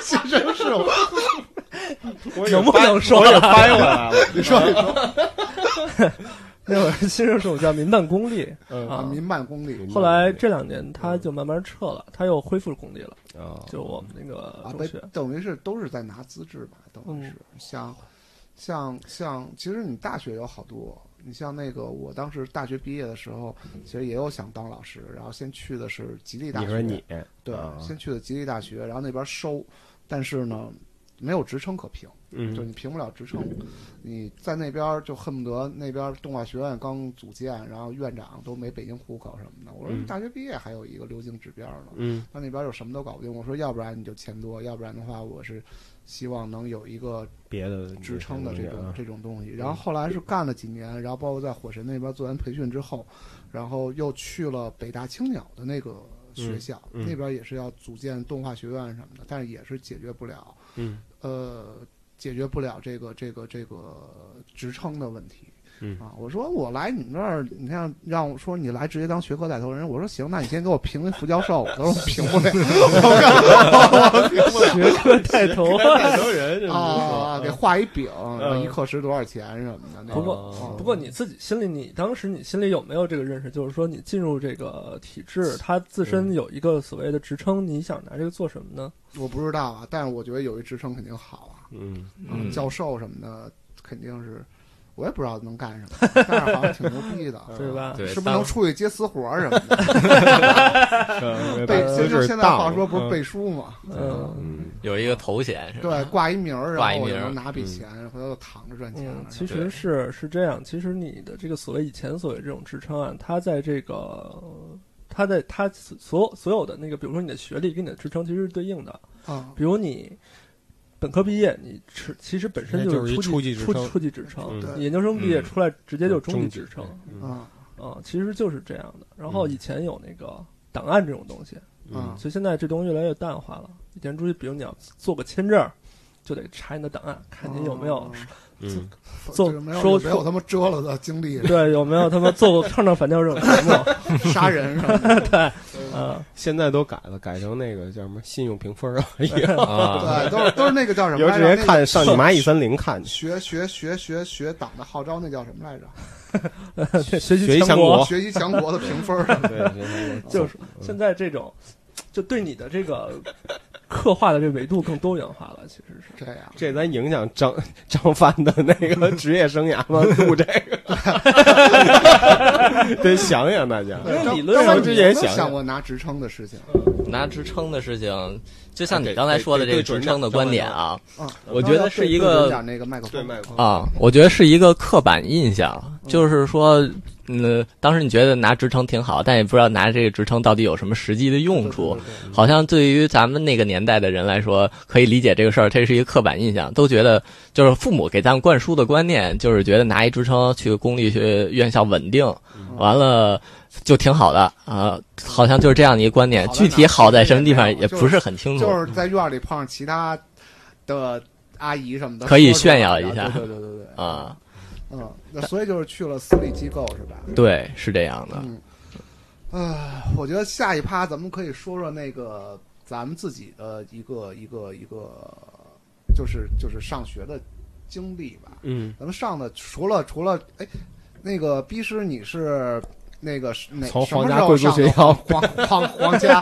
Speaker 1: 新生事务，
Speaker 4: 能不能说
Speaker 2: 我也掰回来了？
Speaker 1: 你说你说
Speaker 4: [laughs] 那会儿新生事务叫民办公立，
Speaker 1: [laughs] 啊，
Speaker 4: 啊
Speaker 1: 民办公立
Speaker 2: 嗯
Speaker 4: 后来这两年他就慢慢撤了，他又恢复公立了，
Speaker 2: 啊，
Speaker 4: 就我们那个
Speaker 1: 哦啊，
Speaker 4: 中
Speaker 1: 被
Speaker 4: 学。
Speaker 1: 等于是都是在拿资质吧，等于是
Speaker 4: 嗯
Speaker 1: 像像像，其实你大学有好多。你像那个，我当时大学毕业的时候，其实也有想当老师，然后先去的是吉利大学。
Speaker 2: 你说你
Speaker 1: 对，
Speaker 2: 啊
Speaker 1: 先去的吉利大学，然后那边收，但是呢，没有职称可评，就
Speaker 2: 嗯
Speaker 1: 你评不了职称，你在那边就恨不得那边动画学院刚组建，然后院长都没北京户口什么的。我说
Speaker 2: 嗯
Speaker 1: 大学毕业还有一个流行指标呢，
Speaker 2: 嗯
Speaker 1: 他那边又什么都搞不定。我说要不然你就钱多，要不然的话我是希望能有一个
Speaker 2: 别的
Speaker 1: 支撑的这种
Speaker 2: 啊
Speaker 1: 这种东西。然后后来是干了几年，然后包括在火神那边做完培训之后，然后又去了北大青鸟的那个学校，
Speaker 2: 嗯嗯
Speaker 1: 那边也是要组建动画学院什么的，但是也是解决不了，
Speaker 2: 嗯
Speaker 1: 呃，解决不了这个这个这个职称的问题。
Speaker 2: 嗯
Speaker 1: 啊，我说我来你们这儿，你看让我说你来直接当学科带头人，我说行，那你先给我评一副教授，他说我评不了，
Speaker 4: [laughs]
Speaker 1: 我评不了。
Speaker 4: 学科带头，啊
Speaker 2: 带
Speaker 1: [laughs]
Speaker 2: 头人这
Speaker 1: 啊，给画一饼，然后一课时多少钱什么的。那
Speaker 4: 不
Speaker 1: 种
Speaker 4: 过
Speaker 1: 哦
Speaker 4: 不过你自己心里，你当时你心里有没有这个认识？就是说，你进入这个体制，它自身有一个所谓的职称，你想拿这个做什么呢？
Speaker 1: 我不知道
Speaker 2: [laughs]
Speaker 1: 啊，但是我觉得有一职称肯定好啊，
Speaker 2: 嗯
Speaker 1: 啊
Speaker 3: 嗯
Speaker 1: 教授什么的肯定是我也不知道能干什么，但是好像挺牛逼的，
Speaker 4: [laughs]
Speaker 1: 啊
Speaker 4: 对吧？
Speaker 3: 对，
Speaker 1: 是不是
Speaker 3: 当
Speaker 1: 能出去接私活儿什么的？
Speaker 2: 嗯
Speaker 1: 背，
Speaker 2: 姿
Speaker 1: 就
Speaker 2: 势
Speaker 1: 是现在话
Speaker 2: 当
Speaker 1: 说不是
Speaker 4: 嗯
Speaker 1: 背书嘛？
Speaker 4: 嗯，
Speaker 2: 嗯，
Speaker 3: 有一个头衔是吧？
Speaker 1: 对，挂一名儿，然
Speaker 3: 挂一
Speaker 1: 后我就
Speaker 3: 名儿
Speaker 1: 能拿笔
Speaker 2: 嗯
Speaker 1: 钱，回头就躺着赚钱
Speaker 4: 嗯
Speaker 1: 了，。
Speaker 4: 其
Speaker 3: 对
Speaker 4: 实是是这样。其实你的这个所谓以前所谓这种职称啊，它在这个，它在它所所有所有的那个，比如说你的学历跟你的职称其实是对应的。
Speaker 1: 啊，
Speaker 4: 比如你本科毕业，你是其实本身
Speaker 5: 那就是是一
Speaker 4: 初
Speaker 5: 初级
Speaker 4: 级
Speaker 5: 职
Speaker 4: 初
Speaker 5: 称
Speaker 4: 初级职称，
Speaker 1: 对
Speaker 4: 你研究生毕业
Speaker 3: 嗯
Speaker 4: 出来直接就中级
Speaker 5: 中级
Speaker 4: 职称
Speaker 2: 嗯
Speaker 1: 啊
Speaker 4: 啊，其实就是这样的。然后
Speaker 2: 嗯
Speaker 4: 以前有那个档案这种东西，
Speaker 1: 啊
Speaker 2: 嗯，
Speaker 4: 所以现在这东西越来越淡化了。以前出去，比如你要做个签证，就得查你的档案，看你有没有、
Speaker 1: 哦
Speaker 5: 嗯，
Speaker 4: 做
Speaker 1: 这个没有
Speaker 4: 说
Speaker 1: 没有他妈折了的经历，
Speaker 4: [laughs] 对有没有他妈做过抗战反调这种节目
Speaker 1: 杀人什么的。
Speaker 4: 啊？ [laughs]
Speaker 2: 现在都改了，改成那个叫什么信用评
Speaker 1: [laughs]
Speaker 2: 分儿了，以后
Speaker 3: 啊，
Speaker 1: 对，都是都是那个叫什
Speaker 2: 以
Speaker 1: 么来
Speaker 2: 后直
Speaker 1: 着？
Speaker 2: 接
Speaker 1: 那个
Speaker 2: 看上你蚂蚁
Speaker 1: [laughs]
Speaker 2: 森林看去，
Speaker 1: 学学学学学党的号召，那叫什么来着？
Speaker 4: 对学习
Speaker 2: 学习
Speaker 4: 强
Speaker 2: 强国
Speaker 1: 学习强国的评分儿。
Speaker 2: 对，对对
Speaker 4: 就是现在这种，就对你的这个刻画的这维度更多元化了，其实是。
Speaker 1: 这样，
Speaker 2: 这咱影响张张帆的那个职业生涯吗？录这个， [laughs] 得想想大家。
Speaker 4: 因为
Speaker 1: 张
Speaker 4: 理论上
Speaker 1: 张文
Speaker 2: 之
Speaker 1: 你有没
Speaker 2: 前
Speaker 1: 有
Speaker 2: 想
Speaker 1: 想过拿职称的事情，
Speaker 3: 拿职称的事情，就像你刚才说的这个职称的观点啊，
Speaker 1: 嗯，
Speaker 3: 我觉得是一个
Speaker 1: 对对准点那个麦克
Speaker 2: 对
Speaker 1: 风，
Speaker 2: 麦克风
Speaker 3: 啊，我觉得是一个刻板印象，就是说，嗯，当时你觉得拿职称挺好，但也不知道拿这个职称到底有什么实际的用处
Speaker 1: 对。对对对
Speaker 3: 好像对于咱们那个年代的人来说，可以理解这个事儿，这是一个刻板印象，都觉得就是父母给咱们灌输的观念，就是觉得拿一职称去公立学院校稳定，完了就挺好的啊、好像就是这样的一个观点。
Speaker 1: 好在哪
Speaker 3: 具
Speaker 1: 儿
Speaker 3: 体好在什么地方也
Speaker 1: 就是
Speaker 3: 不是很清楚。
Speaker 1: 就是在院里碰上其他的阿姨什么的，
Speaker 3: 可
Speaker 1: 说
Speaker 3: 以
Speaker 1: 出来
Speaker 3: 炫耀一下
Speaker 1: 对对对对对，
Speaker 3: 啊、
Speaker 1: 嗯，那所以就是去了私立机构是吧？
Speaker 3: 对，是这样的。
Speaker 1: 嗯，啊，我觉得下一趴咱们可以说说那个咱们自己的一个一个一个，就是就是上学的经历吧。
Speaker 2: 嗯，
Speaker 1: 咱们上的除了除了哎，那个逼师你是那个是哪
Speaker 2: 从
Speaker 1: 哎什么
Speaker 2: 皇家
Speaker 1: 时候
Speaker 2: 贵族
Speaker 1: 上
Speaker 2: 学
Speaker 1: 的
Speaker 2: 校
Speaker 1: 皇皇皇家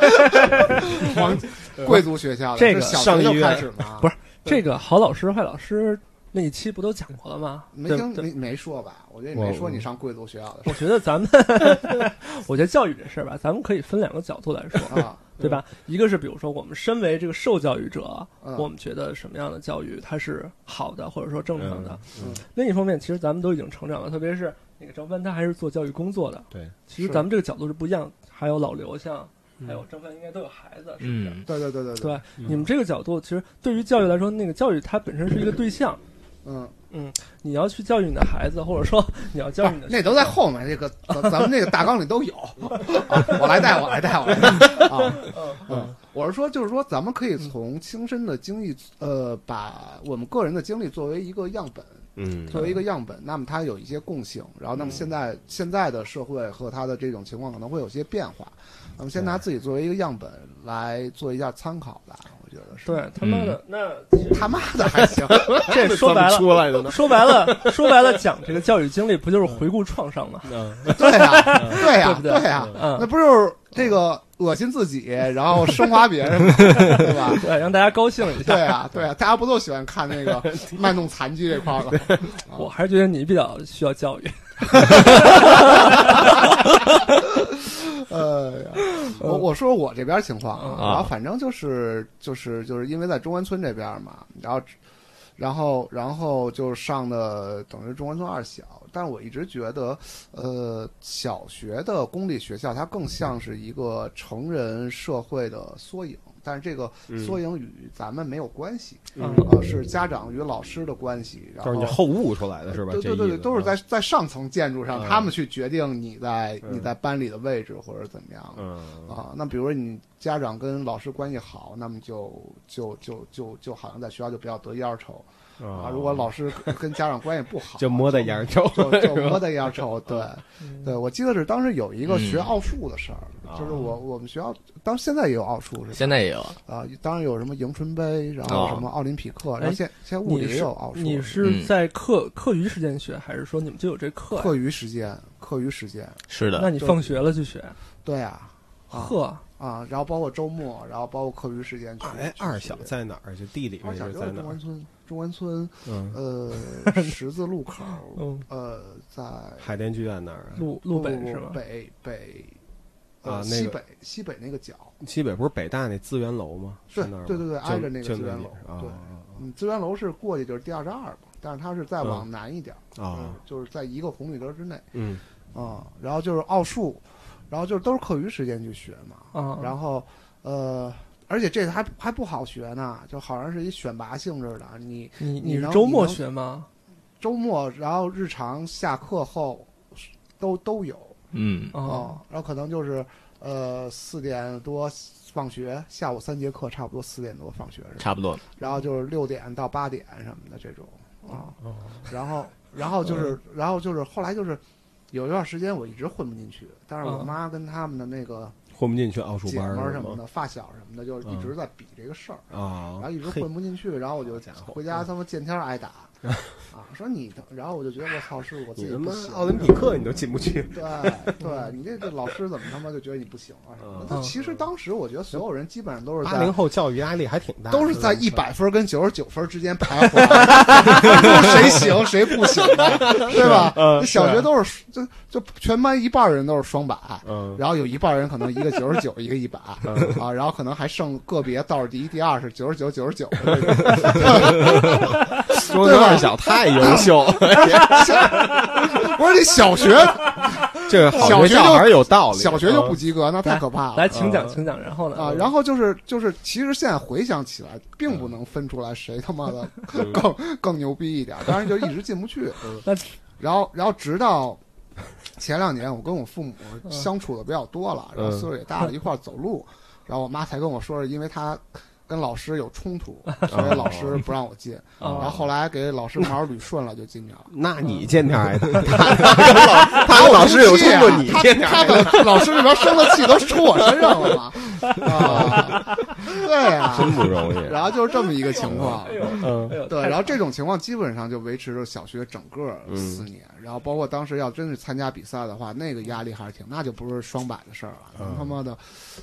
Speaker 1: 皇贵族学校的
Speaker 4: 这个
Speaker 1: 是小
Speaker 2: 上
Speaker 1: 学
Speaker 2: 医
Speaker 1: 就
Speaker 2: 院
Speaker 1: 开始吗？
Speaker 4: 不是这个好老师坏老师那一期不都讲过了吗？
Speaker 1: 没
Speaker 4: 对
Speaker 1: 听
Speaker 4: 对
Speaker 1: 没没说吧？我觉得你
Speaker 2: 我
Speaker 1: 没说你上贵族学校的
Speaker 4: 我觉得咱们， [laughs] 我觉得教育这事儿吧，咱们可以分两个角度来说，
Speaker 1: 事儿啊。
Speaker 4: 对吧？一个是比如说我们身为这个受教育者，
Speaker 1: 嗯
Speaker 4: 我们觉得什么样的教育它是好的，或者说正常的。
Speaker 1: 嗯嗯
Speaker 4: 另一方面，其实咱们都已经成长了，特别是那个张帆，他还是做教育工作的。
Speaker 2: 对，
Speaker 4: 其实
Speaker 1: 是嗯
Speaker 4: 咱们这个角度是不一样。还有老刘，像还有张帆，应该都有孩子，是不是？
Speaker 3: 嗯，
Speaker 1: 对对对对
Speaker 4: 对，你们这个角度，其实对于教育来说，那个教育它本身是一个对象，
Speaker 1: 嗯，
Speaker 4: 你要去教育你的孩子，或
Speaker 1: [laughs]
Speaker 4: 者说你要教育你的
Speaker 1: 啊那都在后面，这个咱咱们那个大纲里都
Speaker 4: [laughs]
Speaker 1: 有。啊我来带，我来带，我来带啊！嗯，我是说，就是说，咱们可以从亲身的经历，呃，把我们个人的经历作为一个样本，
Speaker 2: 嗯
Speaker 1: 作为一个样本，那么它有一些共性，然后那么现
Speaker 4: 嗯
Speaker 1: 在现在的社会和它的这种情况可能会有些变化，那么先拿自己作为一个样本来做一下参考吧，我觉得是。
Speaker 4: 对他妈的，那其
Speaker 1: [laughs]
Speaker 4: 实
Speaker 1: 他妈的还行，
Speaker 4: 这说白了，
Speaker 2: 出来的呢。
Speaker 4: 说白了，说白了，讲这个教育经历不就是回顾创伤吗？
Speaker 1: 对呀，
Speaker 4: [laughs]
Speaker 1: 对啊呀，
Speaker 4: 对不对
Speaker 1: 呀，那
Speaker 4: [laughs] 嗯，
Speaker 1: 不就是这个恶心自己，然后升华别人吗，对吧？
Speaker 4: 对，让大家高兴一下。
Speaker 1: 对啊，对啊，大家不都喜欢看那个卖弄残疾这块儿吗？
Speaker 4: 我还是觉得你比较需要教育。
Speaker 1: 呃，我我说我这边情况
Speaker 3: 啊
Speaker 1: 然后反正就是就是就是因为在中关村这边嘛，然后然后然后就上的等于中关村二小，但我一直觉得，呃，小学的公立学校它更像是一个成人社会的缩影，但是这个缩影与咱们没有关系，
Speaker 4: 嗯
Speaker 1: 啊，是家长与老师的关系，然
Speaker 2: 就是
Speaker 1: 后
Speaker 2: 你后悟出来的是吧？
Speaker 1: 对
Speaker 2: 这
Speaker 1: 对对
Speaker 2: 意
Speaker 1: 对，
Speaker 2: 思啊
Speaker 1: 都是在在上层建筑上，
Speaker 2: 嗯
Speaker 1: 他们去决定你在你
Speaker 2: 嗯
Speaker 1: 在班里的位置或者怎么样
Speaker 2: 嗯
Speaker 1: 啊。那比如说你家长跟老师关系好，那么就就就就就好像在学校就比较得一二丑啊。如果老师跟家长关系不好，
Speaker 2: [laughs] 就摸在眼
Speaker 1: [laughs]
Speaker 2: 儿中，
Speaker 1: 就就摸得一二丑。对对，我记得是当时有一个学奥数的事儿，
Speaker 2: 嗯
Speaker 1: 就是我我们学校当现在也有奥数是吧
Speaker 3: 现在也有
Speaker 1: 啊，当然有什么迎春杯，然后
Speaker 3: 哦
Speaker 2: 啊
Speaker 1: 什么奥林匹
Speaker 2: 哎
Speaker 1: 克，然后现现在物
Speaker 4: 你
Speaker 1: 理也
Speaker 4: 是
Speaker 1: 有奥数。
Speaker 4: 你是在课课余时间学，还是说你们就有这课呀？
Speaker 1: 课余时间，课余时间，
Speaker 3: 是的
Speaker 4: 那，你放学了去学？
Speaker 1: 对啊，啊
Speaker 4: 呵，
Speaker 1: 啊，然后包括周末，然后包括课余时间去。
Speaker 2: 哎，
Speaker 1: 去
Speaker 2: 二
Speaker 1: 学
Speaker 2: 小在哪儿？就地理
Speaker 1: 二
Speaker 2: 位
Speaker 1: 小
Speaker 2: 置
Speaker 1: 就
Speaker 2: 在
Speaker 1: 是
Speaker 2: 哪
Speaker 1: 中
Speaker 2: 儿
Speaker 1: 关？村，中关村
Speaker 2: 嗯， [laughs]
Speaker 1: 呃十字路口，
Speaker 4: 嗯，
Speaker 1: 呃，在
Speaker 2: 海淀剧院那儿啊，
Speaker 4: 路路北
Speaker 1: 不
Speaker 4: 是
Speaker 1: 不
Speaker 4: 吧？
Speaker 1: 北北呃、
Speaker 2: 啊那
Speaker 1: 西
Speaker 2: 个
Speaker 1: 北西北那个角，
Speaker 2: 西北不是北大那资源楼吗？
Speaker 1: 对
Speaker 2: 是那儿吗
Speaker 1: 对对对
Speaker 2: 就
Speaker 1: 挨着那个
Speaker 2: 就
Speaker 1: 资源
Speaker 2: 里
Speaker 1: 楼
Speaker 2: 啊
Speaker 1: 对嗯，资源楼是过去就是第二十二嘛，但是它是再往南一点，
Speaker 2: 嗯啊
Speaker 1: 嗯
Speaker 2: 啊，
Speaker 1: 就是在一个红绿灯之内
Speaker 2: 嗯，
Speaker 1: 啊、然后就是奥数，然后就是都是课余时间去学嘛，
Speaker 3: 嗯
Speaker 4: 啊，
Speaker 1: 然后呃，而且这还还不好学呢，就好像是一选拔性质的，你
Speaker 4: 你
Speaker 1: 你
Speaker 4: 你是
Speaker 1: 能
Speaker 4: 周
Speaker 1: 你
Speaker 4: 末
Speaker 1: 能
Speaker 4: 学吗？
Speaker 1: 周末然后日常下课后都都有
Speaker 3: 嗯
Speaker 1: 啊、
Speaker 4: 哦，
Speaker 1: 然后可能就是呃四点多放学，下午三节课差不多四点多放学是吧？
Speaker 3: 差不多。
Speaker 1: 然后就是六点到八点什么的这种
Speaker 4: 嗯
Speaker 1: 啊，
Speaker 2: 嗯
Speaker 1: 然后然后
Speaker 3: 嗯
Speaker 1: 就是然后就是后来就是有一段时间我一直混不进去，但是我
Speaker 4: 嗯
Speaker 1: 妈跟他们的那个
Speaker 2: 混不进去奥数
Speaker 1: 姐
Speaker 2: 班
Speaker 1: 们儿
Speaker 2: 儿
Speaker 1: 什么
Speaker 2: 吗？
Speaker 1: 的、发小什么的，就一直在比这个事儿，
Speaker 2: 啊，
Speaker 1: 然后一直
Speaker 2: 嘿
Speaker 1: 混不进去，然后我就
Speaker 2: 家伙嗯
Speaker 1: 回家他妈见天儿挨
Speaker 2: [laughs]
Speaker 1: 打啊，说你的，然后我就觉得我操，是我自
Speaker 2: 你
Speaker 1: 己
Speaker 2: 他
Speaker 1: 不
Speaker 2: 妈
Speaker 1: 行，
Speaker 2: 奥林匹克你都进不去，
Speaker 1: 对对，你这个老师怎么他妈就觉得你不行啊什么的？
Speaker 2: 嗯
Speaker 1: 但其实当时我觉得所有人基本上都是
Speaker 2: 八
Speaker 1: 在
Speaker 2: 零后教育压力还挺大，
Speaker 1: 都是在
Speaker 2: 吧
Speaker 1: 一百分跟九十九分之间徘徊， [laughs] 谁行谁不行
Speaker 2: [laughs]
Speaker 1: 的，对吧？
Speaker 2: 嗯
Speaker 1: 这小学都是就就全班一半人都是双百， [laughs]
Speaker 2: 嗯
Speaker 1: 然后有一半人可能一个九十九，一个一百
Speaker 2: 嗯
Speaker 1: 啊，然后可能还剩个别倒数第一、第二是九十九、九十九，
Speaker 2: 中关村二小太优秀，
Speaker 1: 不是你小学 [laughs]
Speaker 2: 这个好学校还是有道理，
Speaker 1: 小学
Speaker 4: 嗯
Speaker 1: 就不及格，那太可怕了。
Speaker 4: 来，请讲，
Speaker 2: 嗯
Speaker 4: 请讲，然后呢？
Speaker 1: 啊，然后就是就是，其实现在回想起来，并
Speaker 2: 嗯
Speaker 1: 不能分出来谁他妈的更更牛逼一点，当然就一直进不去
Speaker 2: 嗯。
Speaker 4: 那
Speaker 1: 然后然后直到前两年，我跟我父母
Speaker 4: 嗯
Speaker 1: 相处的比较多了，然后
Speaker 2: 嗯
Speaker 1: 岁数也大了，一块儿走路，然后我妈才跟我说，是因为她。跟老师有冲突，所
Speaker 2: 嗯
Speaker 1: 以老师不让我进。
Speaker 3: 啊
Speaker 4: 哦
Speaker 1: 然后后来给老师毛捋顺了，就进去了。
Speaker 2: 那你见面挨打，
Speaker 4: [laughs]
Speaker 2: 他他跟老他跟老师有冲过你
Speaker 1: 他
Speaker 2: 见面
Speaker 1: 他
Speaker 2: 挨打，
Speaker 1: 把老师这边生的气都出我身上了嘛？啊，对啊，
Speaker 2: 真不容易。
Speaker 1: 然后就是这么一个情况。
Speaker 2: 嗯
Speaker 4: 哎呦，
Speaker 1: 对，
Speaker 4: 太
Speaker 1: 然后这种情况基本上就维持着小学整个
Speaker 2: 嗯
Speaker 1: 四年，然后包括当时要真是参加比赛的话，那个压力还是挺，那就不是双百的事儿了，
Speaker 2: 嗯
Speaker 1: 他妈的，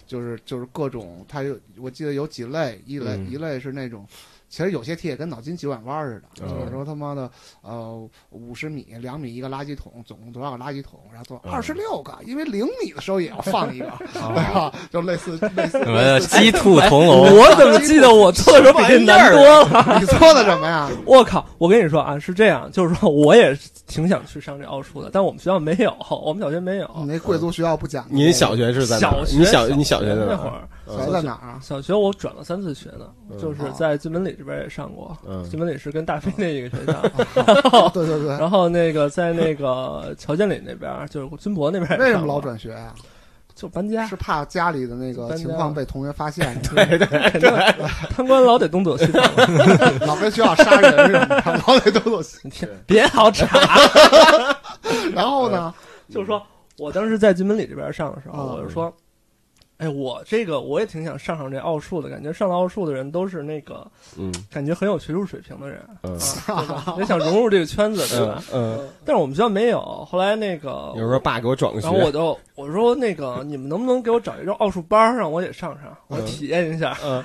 Speaker 1: 就是就是各种，他有我记得有几类，一类、
Speaker 2: 嗯
Speaker 1: 一类是那种，其实有些题也跟脑筋急转弯似的，
Speaker 2: 嗯
Speaker 1: 就是说他妈的，呃，五十米两米一个垃圾桶，总共多少个垃圾桶，然后多
Speaker 2: 嗯哦
Speaker 1: 二十六个，因为零米的时候也要放一个，对吧？就类似类似
Speaker 3: 什么鸡兔同笼？
Speaker 4: [laughs] 我怎么记得我做的时候比这难多了？
Speaker 1: 你做的什么
Speaker 2: [laughs]
Speaker 1: 呀？
Speaker 4: 我靠！我跟你说啊，是这样，就是说我也挺想去上这奥数的，但我们学校没有，我们小学没
Speaker 1: 你
Speaker 4: 有。
Speaker 1: 那贵族学校不讲究
Speaker 2: 您小学是在哪儿
Speaker 4: 小学
Speaker 2: 你小你小学在哪
Speaker 4: 那
Speaker 2: 儿
Speaker 4: 会儿，
Speaker 1: 小学在哪儿啊？
Speaker 4: 小学我转了三次学呢，
Speaker 2: 嗯
Speaker 4: 就是在金门里这边也上过，
Speaker 1: 哦
Speaker 2: 嗯
Speaker 4: 金门里是跟大飞那一个学 [laughs] 校，
Speaker 1: 对对对，
Speaker 4: 然后那个在那个乔建里那边，就是军博那边
Speaker 1: 为
Speaker 4: 也上过，
Speaker 1: 什么老转学啊？
Speaker 4: 就搬家？
Speaker 1: 是 [laughs] 怕家里的那个情况被同学发
Speaker 4: [laughs]
Speaker 1: 现，
Speaker 4: 肯定贪官老得东躲西藏，
Speaker 1: 老跟学校杀人什么的，老得都 [laughs] 有。
Speaker 4: 你听别好啊查。
Speaker 1: 然后呢，
Speaker 4: 就是说我当时在金门里这边上的时候，
Speaker 2: 啊
Speaker 1: 嗯
Speaker 4: 我就说，哎，我这个我也挺想上上这奥数的，感觉上了奥数的人都是那个
Speaker 2: 嗯
Speaker 4: 感觉很有学术水平的人，
Speaker 2: 嗯
Speaker 4: 啊对吧也想融入这个圈子，对吧
Speaker 2: 嗯？嗯，
Speaker 4: 但是我们学校没有。后来那个
Speaker 2: 有时候爸给我转个学
Speaker 4: 然后，我就我说那个你们能不能给我找一个奥数班儿让我也上上，我体验一下。
Speaker 2: [laughs] 嗯，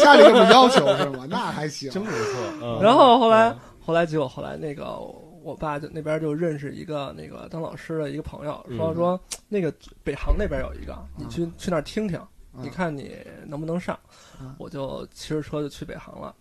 Speaker 1: 家里这么要求是
Speaker 4: [laughs]
Speaker 1: 吗？那还行，
Speaker 2: 不错
Speaker 1: 嗯
Speaker 4: 然后后来后来结果后来那个我爸就那边就认识一个那个当老师的一个朋友，说
Speaker 2: 嗯
Speaker 4: 说那个北航那边有一个，你去去那儿听听，
Speaker 1: 嗯
Speaker 4: 你看你能不能上
Speaker 1: 嗯。
Speaker 4: 我就骑着车就去北航了，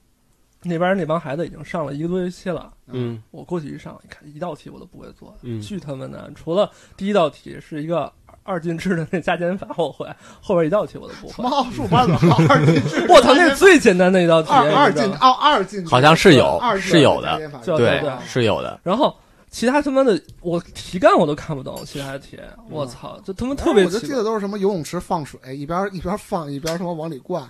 Speaker 4: 那边那帮孩子已经上了一个多学期了。
Speaker 2: 嗯
Speaker 4: 我过去一上，一看一道题我都不会做，
Speaker 2: 嗯
Speaker 4: 巨他妈难！除了第一道题是一个二进制的那加减法我会，后边一道题我都不
Speaker 1: 什
Speaker 4: 会
Speaker 1: 么。奥数班怎么二进制？
Speaker 4: 我操，那是最简单的一道题，
Speaker 1: 二二
Speaker 4: 你知道
Speaker 1: 进
Speaker 4: 吗
Speaker 1: 奥二进，
Speaker 3: 好像是有
Speaker 1: 二，进
Speaker 3: 是有的，，
Speaker 4: 对
Speaker 3: 对
Speaker 4: 对，
Speaker 3: 是有的。
Speaker 4: 然后其他他妈的，我题干我都看不懂，其他题，我操，就他妈特
Speaker 1: 嗯
Speaker 4: 别
Speaker 1: 哎我就
Speaker 4: 奇
Speaker 1: 记
Speaker 4: 怪。
Speaker 1: 得都是什么游泳池放水，一边一边放一边什么往里灌，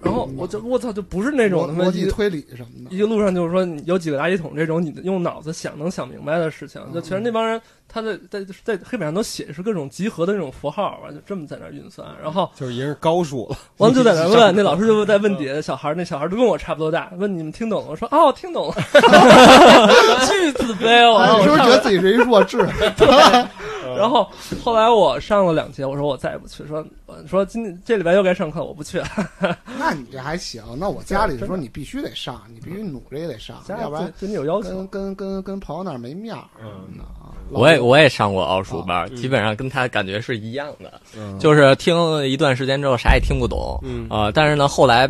Speaker 4: 然后我就我操，就不是那种他妈
Speaker 1: 逻
Speaker 4: 一
Speaker 1: 辑
Speaker 4: 个
Speaker 1: 推理什么
Speaker 4: 一
Speaker 1: 的。
Speaker 4: 个路上就是说你有几个垃圾桶这种，你用脑子想能想明白的事情，
Speaker 1: 嗯
Speaker 4: 就全是那帮人他在在在黑板上都写是各种集合的那种符号啊，就这么在那儿运算。然
Speaker 1: 嗯
Speaker 4: 后
Speaker 2: 就是已经是高数了，
Speaker 4: 完了就在那儿问，那老师就在问底下的小孩儿，那小孩儿都
Speaker 1: 嗯
Speaker 4: 跟我差不多大，问你们听懂了？我说哦，听
Speaker 1: [laughs]
Speaker 4: 懂了， [laughs] 巨自卑，我
Speaker 1: 哎，
Speaker 4: 操
Speaker 1: 你是不是
Speaker 4: 我上
Speaker 1: 觉
Speaker 4: 来
Speaker 1: 得自己是一弱智？
Speaker 4: 然后后来我上了两节，我说我再也不去，说呃说今这礼拜又该上课，我不 [laughs] 去了。
Speaker 1: 那你这还行。那我家里就说你必须得上，你必须努着也得上，
Speaker 4: 家里
Speaker 1: 要不然
Speaker 4: 对对你有要求
Speaker 1: 跟，跟跟跟朋友那儿没面儿。
Speaker 2: 嗯
Speaker 1: 啊，
Speaker 3: 我也我也上过奥数班，
Speaker 2: 嗯
Speaker 3: 基本上跟他感觉是一样的，
Speaker 2: [laughs] 嗯
Speaker 3: 就是听一段时间之后啥也听不懂，
Speaker 2: 嗯
Speaker 3: 啊、但是呢，后来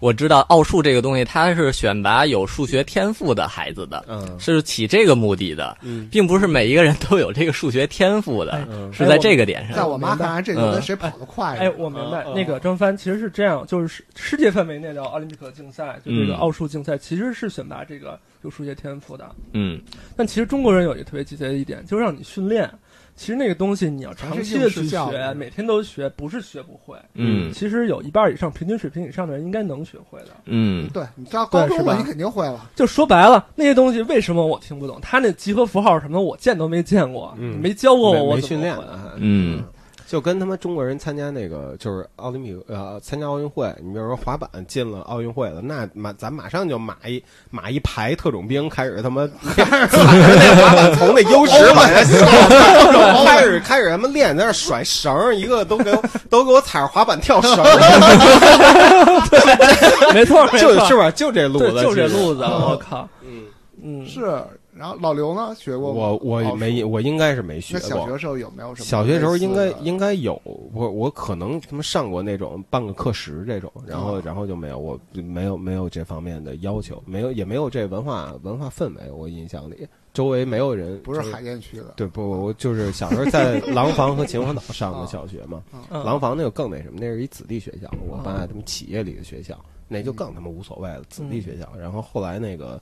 Speaker 3: 我知道奥数这个东西，它是选拔有数学天赋的孩子的，
Speaker 2: 嗯
Speaker 3: 是起这个目的的，
Speaker 2: 嗯
Speaker 3: 并不是每一个人都有这个数学天赋的，
Speaker 2: 嗯
Speaker 3: 是在这个点
Speaker 1: 在
Speaker 3: 上。
Speaker 1: 我妈看来，这就跟谁跑得快似的。
Speaker 4: 哎，我明白
Speaker 2: 嗯，嗯
Speaker 4: 那个张帆其实是这样，就是世世界范围内的奥林匹克竞赛，就这个
Speaker 3: 嗯
Speaker 4: 奥数竞赛，其实是选拔这个有数学天赋的。
Speaker 3: 嗯，
Speaker 4: 但其实中国人有一个特别鸡贼的一点，就是让你训练。其实那个东西你要长期的
Speaker 1: 还是应
Speaker 4: 去
Speaker 1: 试教
Speaker 4: 学，
Speaker 1: 育
Speaker 4: 每天都学，不是学不会。
Speaker 3: 嗯
Speaker 4: 其实有一半以上平均水平以上的人应该能学会的。
Speaker 3: 嗯，
Speaker 1: 对你到高中
Speaker 4: 对是吧嗯
Speaker 1: 了，你肯定会了。
Speaker 4: 就说白了，那些东西为什么我听不懂？他那集合符号什么的，我见都没见过，
Speaker 2: 嗯
Speaker 4: 你没教过我，
Speaker 2: 没
Speaker 4: 我
Speaker 2: 没
Speaker 4: 怎
Speaker 2: 训
Speaker 4: 么
Speaker 2: 练
Speaker 4: 会
Speaker 2: 啊，
Speaker 3: 嗯，
Speaker 2: 就跟他妈中国人参加那个就是奥林匹克呃参加奥运会，你比如说滑板进了奥运会了，那马咱马上就马一马一排特种兵开始他妈滑板从那 U 十往下下，开始开始他妈练，在那甩绳儿，一个都给我都给我踩着滑板跳绳儿，
Speaker 4: [laughs] 没错，没
Speaker 2: 就
Speaker 4: 错，
Speaker 2: 是吧？就这路
Speaker 4: 对，
Speaker 2: 子，
Speaker 4: 就这
Speaker 2: 其实
Speaker 4: 路子，我靠，
Speaker 2: 嗯，
Speaker 4: 嗯，
Speaker 1: 是，然后老刘呢，学过吗？
Speaker 2: 我我
Speaker 1: 奥数
Speaker 2: 没我应该是没学
Speaker 1: 那
Speaker 2: 过，
Speaker 1: 小学时候有没有什么类似的？
Speaker 2: 小学时候应该应该有，我我可能他们上过那种半个课时这种，然后
Speaker 1: 哦
Speaker 2: 然后就没有，我没有没有这方面的要求，没有也没有这文化文化氛围，我印象里周围没有人
Speaker 1: 不是
Speaker 2: 就是
Speaker 1: 海淀区的，
Speaker 2: 对不，我就是小时候在廊坊和秦皇岛
Speaker 1: [laughs]
Speaker 2: 上的
Speaker 1: 啊
Speaker 2: 小学嘛，
Speaker 4: 嗯
Speaker 2: 廊坊那就更那什么，那是一子弟学
Speaker 3: 嗯
Speaker 2: 校，我爸
Speaker 4: 啊
Speaker 2: 他们企业里的学校，那就更他妈无所谓了，子弟
Speaker 4: 嗯
Speaker 2: 学校。然后后来那个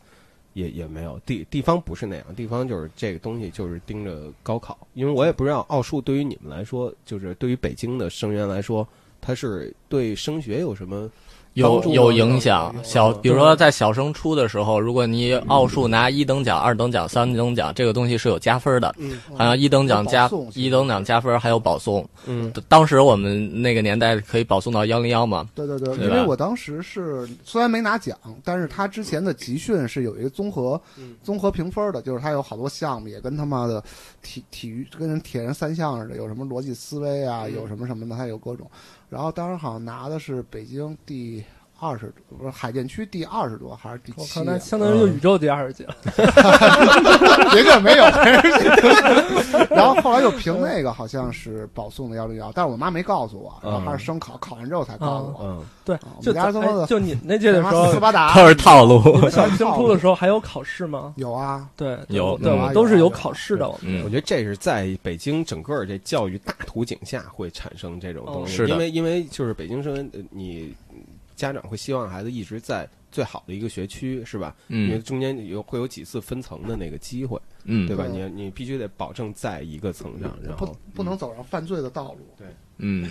Speaker 2: 也也没有地地方不是那样，地方就是这个东西就是盯着高考，因为我也不知道奥数对于你们来说，就是对于北京的生源来说，它是对升学有什么
Speaker 3: 有
Speaker 2: 帮助吗
Speaker 3: 有影响。小，
Speaker 2: 嗯
Speaker 3: 比如说在小升初的时候，如果你奥数拿一等奖、二等奖、三等奖，这个东西是有加分的。
Speaker 2: 嗯
Speaker 3: 好像一等奖加
Speaker 1: 有保送
Speaker 3: 一等奖加分，还有保送。
Speaker 2: 嗯
Speaker 3: 当时我们那个年代可以保送到幺零幺嘛。
Speaker 1: 对对对，
Speaker 3: 对
Speaker 1: 因为
Speaker 3: 吧
Speaker 1: 我当时是虽然没拿奖，但是他之前的集训是有一个综合、
Speaker 2: 嗯
Speaker 1: 综合评分的，就是他有好多项目也跟他妈的体体育跟人铁人三项似的，有什么逻辑思维啊，
Speaker 2: 嗯
Speaker 1: 有什么什么的，他有各种。然后当时好像拿的是北京第二十，不是海淀区第二十多还是第
Speaker 4: 我
Speaker 1: 七
Speaker 4: 靠，
Speaker 1: 啊？ [laughs]
Speaker 4: 那相当于就宇宙第二级了。
Speaker 1: 别个没有。 [laughs] 然后后来又评那个好像是保送的幺零幺，但是我妈没告诉我，然后还是升考，考完之后才告诉我。
Speaker 2: 嗯
Speaker 4: 对
Speaker 1: 我，们
Speaker 4: 就
Speaker 1: 家他妈的
Speaker 4: 哎就你们那届的时
Speaker 1: 斯
Speaker 4: 候，
Speaker 1: 巴达
Speaker 3: 都是套路
Speaker 4: 你。们小升初的时候还有考试吗？
Speaker 1: 有啊，
Speaker 4: 对，
Speaker 3: 有
Speaker 4: 对，
Speaker 3: 有
Speaker 4: 我
Speaker 1: 啊
Speaker 4: 都是
Speaker 1: 有
Speaker 4: 有
Speaker 1: 啊
Speaker 4: 考试的。
Speaker 2: 我
Speaker 3: [laughs] 嗯，
Speaker 2: 觉得这是在北京整个这教育大图景下会产生这种东西，
Speaker 3: 哦是的
Speaker 2: 因为因为就是北京生源，呃你家长会希望孩子一直在最好的一个学区，是吧？因为
Speaker 3: 嗯
Speaker 2: 中间有会有几次分层的那个机会，
Speaker 3: 嗯
Speaker 2: 对吧？你
Speaker 1: 对
Speaker 2: 你必须得保证在一个层上，然
Speaker 1: 不
Speaker 2: 后
Speaker 1: 不能走上犯罪的道路。
Speaker 3: 嗯，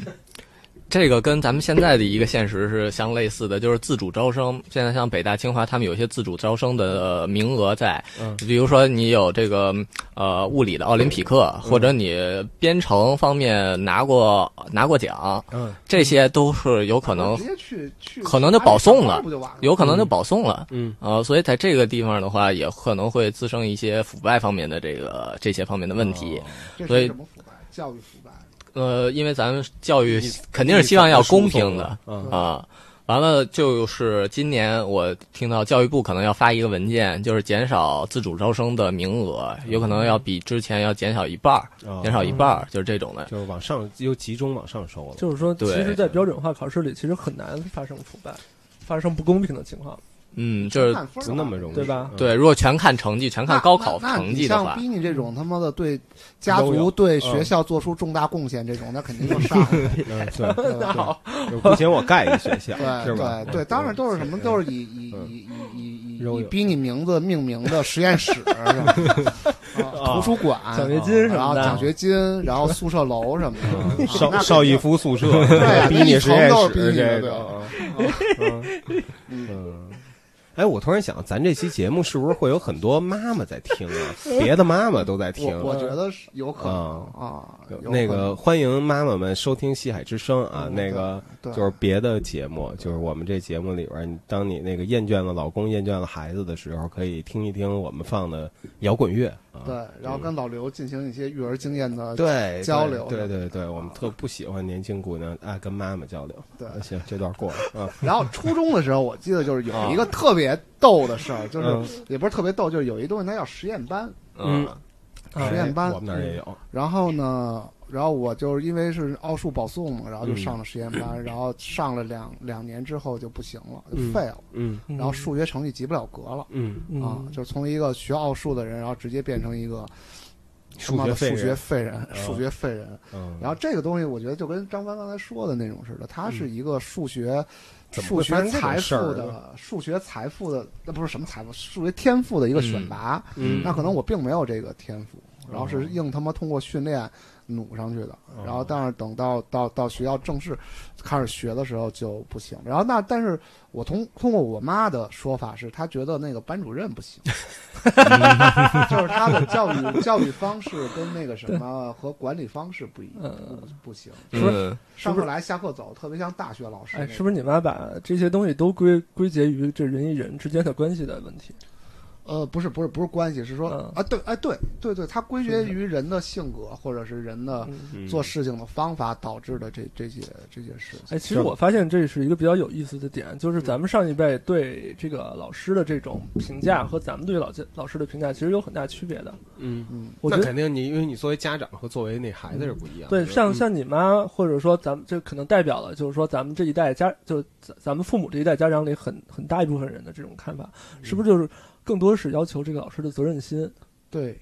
Speaker 3: 这个跟咱们现在的一个现实是相类似的，就是自主招生。现在像北大、清华，他们有一些自主招生的呃名额在，
Speaker 2: 嗯
Speaker 3: 比如说你有这个呃物理的奥林匹克，
Speaker 2: 嗯
Speaker 3: 或者你编程方面拿过拿过奖，
Speaker 2: 嗯
Speaker 3: 这些都是有可能
Speaker 1: 直，接去去，
Speaker 3: 可能就保送了
Speaker 1: 不就完了？
Speaker 3: 有可能就保送了。
Speaker 2: 嗯
Speaker 3: 啊、所以在这个地方的话，也可能会滋生一些腐败方面的这个这些方面的问题。
Speaker 1: 这
Speaker 3: 所
Speaker 1: 是
Speaker 3: 以
Speaker 1: 什么腐败？教育腐败。
Speaker 3: 呃，因为咱们教育
Speaker 2: 你
Speaker 3: 肯定是希望要公平的
Speaker 2: 的，嗯
Speaker 3: 啊。完了，就是今年我听到教育部可能要发一个文件，就是减少自主招生的名额，有可能要比之前要减少一半儿，
Speaker 2: 啊
Speaker 3: 嗯减少一半儿，就是这种的。
Speaker 2: 就是往上又集中往上收了，
Speaker 4: 就是说，其
Speaker 3: 对
Speaker 4: 实，在标准化考试里，其实很难发生腐败、发生不公平的情况。
Speaker 3: 嗯，就是
Speaker 1: 看分儿
Speaker 2: 不那么容易，
Speaker 4: 对吧
Speaker 2: 嗯
Speaker 3: 对，，如果全看成绩，全
Speaker 1: 那
Speaker 3: 看高考
Speaker 1: 那那
Speaker 3: 成
Speaker 1: 你
Speaker 3: 绩的
Speaker 1: 像
Speaker 3: 话，
Speaker 1: 逼你这种他妈的对家
Speaker 2: 都
Speaker 1: 族、
Speaker 2: 有
Speaker 1: 对
Speaker 2: 嗯
Speaker 1: 学校做出重大贡献这种，那肯定就上了。
Speaker 2: 嗯
Speaker 1: 对
Speaker 2: 对
Speaker 1: 对对
Speaker 2: 就是不行我盖一学校，是
Speaker 1: 对
Speaker 2: 吧？
Speaker 1: 对对，当然都是什么，都是以以
Speaker 2: 嗯
Speaker 1: 以以以
Speaker 2: 肉
Speaker 1: 以以
Speaker 2: 有
Speaker 1: 逼你名字命名的实验室，是吧？啊图书馆、
Speaker 4: 奖学金什
Speaker 1: 然后
Speaker 4: 么的，
Speaker 1: 奖学金，然后宿舍楼什么
Speaker 2: [laughs]
Speaker 1: 的，啊
Speaker 2: 嗯少
Speaker 1: 那
Speaker 2: 少
Speaker 1: 肯定
Speaker 2: 一夫宿舍
Speaker 1: 对，啊
Speaker 2: 逼你实
Speaker 1: [laughs]
Speaker 2: 验
Speaker 1: 一层都
Speaker 2: 室
Speaker 1: 是逼你
Speaker 2: 这
Speaker 1: 的
Speaker 2: 啊种，嗯嗯。哎，我突然想，咱这期节目是不是会有很多妈妈在听
Speaker 1: [laughs]
Speaker 2: 啊？别的妈妈都在听啊
Speaker 1: 我。我觉得是有可能啊，有
Speaker 2: 嗯那
Speaker 1: 可能
Speaker 2: 个欢迎妈妈们收听《西海之声》啊，
Speaker 1: 嗯
Speaker 2: 那个
Speaker 1: 对
Speaker 2: 就是别的节目，就是我们这节目里边儿，你当你那个厌倦了老公、厌倦了孩子的时候，可以听一听我们放的摇滚乐啊。
Speaker 1: 对，然后跟老刘进行一些育儿经验的
Speaker 2: 对
Speaker 1: 交流
Speaker 2: 对对对对，我们特不喜欢年轻姑娘啊爱跟妈妈交流。
Speaker 1: 对
Speaker 2: 啊行，这段过了啊。
Speaker 1: 然后初中的时候，我记得就是有一个特别逗的事儿，就
Speaker 2: 嗯
Speaker 1: 是也不是特别逗，就是有一东西它叫实验班，
Speaker 3: 嗯，
Speaker 4: 啊
Speaker 1: 实验班
Speaker 2: 哎我们那儿也有。
Speaker 1: 然后呢，然后我就是因为是奥数保送嘛，然后就上了实验班，然后上了两两年之后就不行了，就
Speaker 2: 嗯
Speaker 1: 废了，
Speaker 2: 嗯
Speaker 1: 然后数学成绩及不了格了。
Speaker 2: 嗯，
Speaker 4: 嗯
Speaker 1: 啊，就是从一个学奥数的人，然后直接变成一个他
Speaker 2: 数
Speaker 1: 妈
Speaker 2: 学
Speaker 1: 的
Speaker 2: 废
Speaker 1: 数
Speaker 2: 人
Speaker 1: 学废人，
Speaker 2: 嗯
Speaker 1: 数学废人。
Speaker 2: 嗯，
Speaker 1: 然后这个东西，我觉得就跟张帆刚才说的那种似的，它是一个数学、
Speaker 2: 嗯怎么
Speaker 1: 数
Speaker 2: 会发
Speaker 1: 学
Speaker 2: 生这种
Speaker 1: 财富
Speaker 2: 事儿啊呢
Speaker 1: 的、数学财富的，那不是什么财富，数学天赋的一个选拔。
Speaker 2: 嗯
Speaker 1: 那可能我并没有这个天赋，
Speaker 4: 嗯
Speaker 1: 然后是硬他妈通过训练努上去的。然后，但是等到到到学校正式开始学的时候就不行。然后那，但是我通通过我妈的说法是，她觉得那个班主任不
Speaker 4: [laughs]
Speaker 1: 行，就是她的教育教育方式跟那个什么和管理方式不一
Speaker 4: 嗯
Speaker 1: 不不行，
Speaker 4: 是不是
Speaker 3: 嗯
Speaker 1: 上课来下课走，特别像大学老师那
Speaker 4: 哎，
Speaker 1: 种。
Speaker 4: 是不是你妈把这些东西都归归结于这人与人之间的关系的问题？
Speaker 1: 呃，不是，不是，不是关系，是说、
Speaker 4: 嗯
Speaker 1: 啊，对，哎，对，对，对，它归结
Speaker 4: 是
Speaker 1: 于人的性格或者是人的
Speaker 4: 嗯
Speaker 2: 嗯
Speaker 1: 做事情的方法导致的这这些这些事情。
Speaker 4: 哎，其实我发现这是一个比较有意思的点，就是
Speaker 2: 嗯
Speaker 4: 咱们上一辈对这个老师的这种评价和咱们对老师老师的评价其实有很大区别的。
Speaker 2: 嗯，
Speaker 1: 嗯，
Speaker 4: 我觉
Speaker 2: 那
Speaker 4: 得
Speaker 2: 肯定你，因为你作为家长和作为那孩子是不一样的。
Speaker 4: 对，像
Speaker 2: 嗯
Speaker 4: 像你妈，或者说咱们这可能代表了，就是说咱们这一代家，就是咱咱们父母这一代家长里很很大一部分人的这种看法，
Speaker 2: 嗯
Speaker 4: 是不是就是更多是要求这个老师的责任心？
Speaker 1: 对，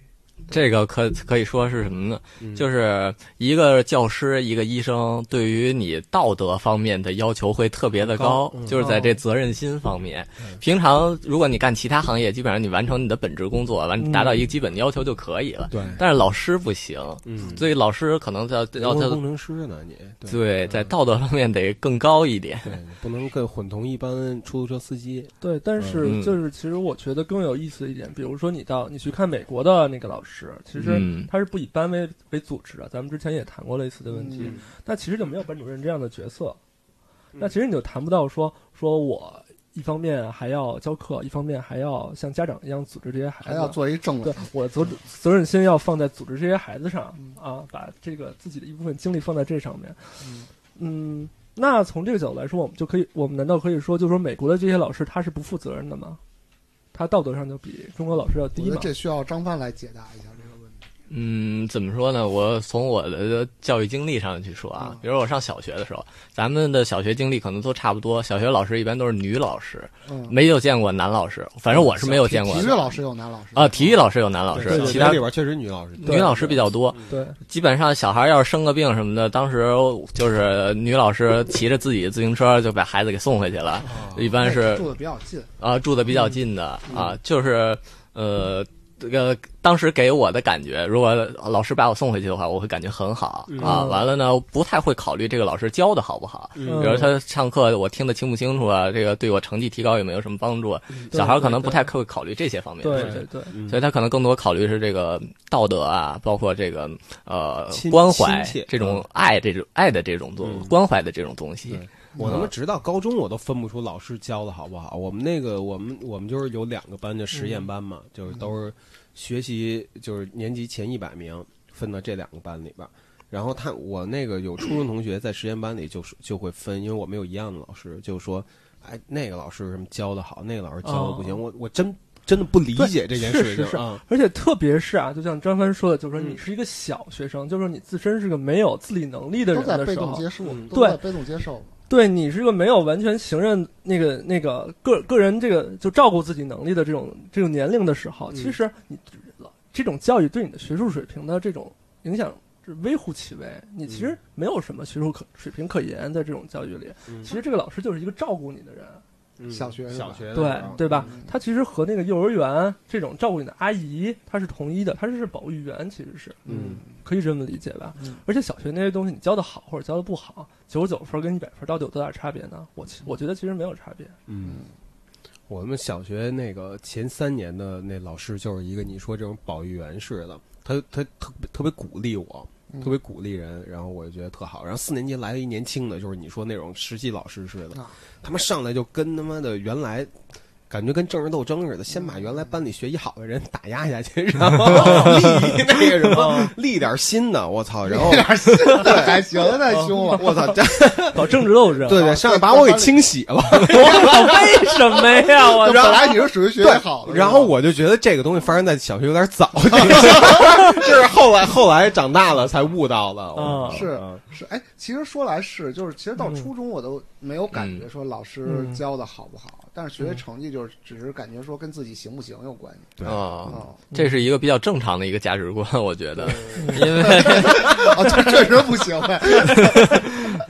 Speaker 3: 这个可可以说是什么呢？
Speaker 2: 嗯
Speaker 3: 就是一个教师，一个医生，对于你道德方面的要求会特别的高，
Speaker 2: 高嗯
Speaker 3: 就是在这责任心方面。
Speaker 2: 嗯
Speaker 3: 平常如果你干其他行业，基本上你完成你的本职工作，完
Speaker 4: 嗯
Speaker 3: 达到一个基本的要求就可以了。
Speaker 2: 对，
Speaker 3: 但是老师不行，
Speaker 2: 嗯，
Speaker 3: 所以老师可能在要
Speaker 2: 工
Speaker 3: 哦他
Speaker 2: 工程师呢，你
Speaker 3: 对在
Speaker 2: 嗯
Speaker 3: 道德方面得更高一点。
Speaker 2: 对，不能跟混同一般出租车司机。
Speaker 4: 对，但
Speaker 3: 嗯
Speaker 4: 是就是其实我觉得更有意思的一点，比如说你到你去看美国的那个老师，其实
Speaker 3: 嗯
Speaker 4: 他是不以班为为组织啊的，咱们之前也谈过类似的问
Speaker 1: 嗯
Speaker 4: 题，那其实就没有班主任这样的角色，那其实你就谈不到说说我。一方面还要教课，一方面还要像家长一样组织这些孩子，
Speaker 1: 还要做一嗯正
Speaker 4: 对
Speaker 1: 人。
Speaker 4: 我责责任心要放在组织这些孩子上
Speaker 1: 嗯
Speaker 4: 啊，把这个自己的一部分精力放在这上面。嗯，那从这个角度来说，我们就可以，我们难道可以说，就说美国的这些老师他是不负责任的吗？他道德上就比中国老师要
Speaker 1: 我
Speaker 4: 低
Speaker 1: 觉得
Speaker 4: 吗？
Speaker 1: 这需要张帆来解答一下这个问题。
Speaker 3: 嗯，怎么说呢？我从我的教育经历上去说啊
Speaker 1: 嗯，
Speaker 3: 比如我上小学的时候，咱们的小学经历可能都差不多。小学老师一般都是女老师，
Speaker 1: 嗯，
Speaker 3: 没有见过男老师，反正我是没有见过
Speaker 1: 体育老师有男老师
Speaker 3: 啊。体育老师有男老
Speaker 2: 对
Speaker 3: 师，
Speaker 2: 对
Speaker 3: 其
Speaker 2: 小
Speaker 3: 他
Speaker 2: 学里边确实女老师多
Speaker 3: 女老师比较多。
Speaker 4: 对，
Speaker 3: 基本上小孩要是生个病什么的，当时就是女老师骑着自己的自行车就把孩子给送回去了，一般是
Speaker 1: 住的比较近，
Speaker 3: 啊住的比较近的啊，就是呃。这个当时给我的感觉，如果老师把我送回去的话，我会感觉很好啊。
Speaker 4: 嗯
Speaker 3: 完了呢，不太会考虑这个老师教的好不好，
Speaker 2: 嗯
Speaker 3: 比如他上课我听得清不清楚啊，这个对我成绩提高有没有什么帮助啊？
Speaker 4: 对
Speaker 3: 小孩可能不太会考虑这些方面。
Speaker 4: 对
Speaker 2: 对
Speaker 4: 对对，
Speaker 2: 嗯
Speaker 3: 所以他可能更多考虑是这个道德啊，包括这个呃
Speaker 2: 亲
Speaker 3: 关怀
Speaker 4: 嗯
Speaker 2: 亲切
Speaker 3: 这种爱这种爱的这种东
Speaker 2: 嗯
Speaker 3: 关怀的这种东西
Speaker 2: 对。我他妈直到高中我都分不出老师教的好不好。我们那个我们我们就是有两个班叫实验班嘛，就是都是学习就是年级前一百名分到这两个班里边儿。然后他我那个有初中同学在实验班里就是就会分，因为我们有一样的老师，就说哎那个老师什么教的好，那个老师教的不行，
Speaker 4: 哦
Speaker 2: 我我真真的不理
Speaker 4: 对
Speaker 2: 解这件
Speaker 4: 是
Speaker 2: 事
Speaker 4: 是
Speaker 2: 情
Speaker 4: 是
Speaker 2: 啊。
Speaker 4: 而且特别是啊，就像张帆说的，就是说
Speaker 2: 嗯
Speaker 4: 你是一个小学生，就是说你自身是个没有自理能力的
Speaker 1: 都
Speaker 4: 人
Speaker 1: 在
Speaker 4: 的
Speaker 1: 被
Speaker 4: 时
Speaker 1: 动
Speaker 4: 候，
Speaker 1: 接受
Speaker 2: 嗯，
Speaker 1: 都在被动接受。
Speaker 4: 对你是一个没有完全承认那个那个个个人这个就照顾自己能力的这种这种年龄的时候，
Speaker 2: 嗯
Speaker 4: 其实你这种教育对你的学术水平的这种影响是微乎其微。你其实没有什么学术可水平可言，在这种教育里，
Speaker 2: 嗯
Speaker 4: 其实这个老师就是一个照顾你的人，
Speaker 2: 嗯
Speaker 1: 小学是吧
Speaker 2: 小学的
Speaker 4: 对
Speaker 2: 时候
Speaker 4: 对吧
Speaker 1: 嗯？
Speaker 4: 他其实和那个幼儿园这种照顾你的阿姨，他是同一的，他是保育员，其实是
Speaker 1: [laughs]
Speaker 2: 嗯
Speaker 4: 可以这么理解吧？
Speaker 1: 嗯
Speaker 4: 而且小学那些东西，你教的好或者教的不好，九十九分跟一百分到底有多大差别呢？我其我觉得其实没有差别。
Speaker 2: 嗯，我们小学那个前三年的那老师就是一个你说这种保育员似的，他他特别特别鼓励我，
Speaker 1: 嗯
Speaker 2: 特别鼓励人，然后我就觉得特好。然后四年级来了一年轻的，就是你说那种实习老师似的
Speaker 1: 啊，
Speaker 2: 他们上来就跟他妈的原来。感觉跟政治斗争似的，先
Speaker 1: 嗯
Speaker 2: 把原来班里学习好的人打压下去， [laughs] 然后立那个什
Speaker 1: 哦
Speaker 2: 么，立点新的，我
Speaker 1: [laughs]
Speaker 2: 操！然后
Speaker 1: 有点心的还行，太凶了。
Speaker 2: 我操，这
Speaker 4: 搞政治斗争，
Speaker 2: 对对，上来把我给清洗了。
Speaker 4: 为什么呀？我
Speaker 1: 就本来你是属于学习好的，
Speaker 2: 然后我就觉得这个东西发生在小学有点
Speaker 1: [laughs]
Speaker 2: 早，就是 [laughs] 后来后来长大了才悟到的。
Speaker 4: 嗯
Speaker 2: 嗯
Speaker 1: 是
Speaker 2: 嗯
Speaker 1: 是哎，其实说来是，就是其实到初中我都没有感觉说老师
Speaker 4: 嗯
Speaker 1: 教的好不好，但是学习成绩就是只是感觉说跟自己行不行有关系。
Speaker 2: 对
Speaker 4: 嗯
Speaker 3: 啊，
Speaker 1: 哦，
Speaker 3: 这是一个比较正常的一个价值观，我觉得，因为
Speaker 4: [laughs]
Speaker 1: [laughs] 啊，这确实不行哎呗。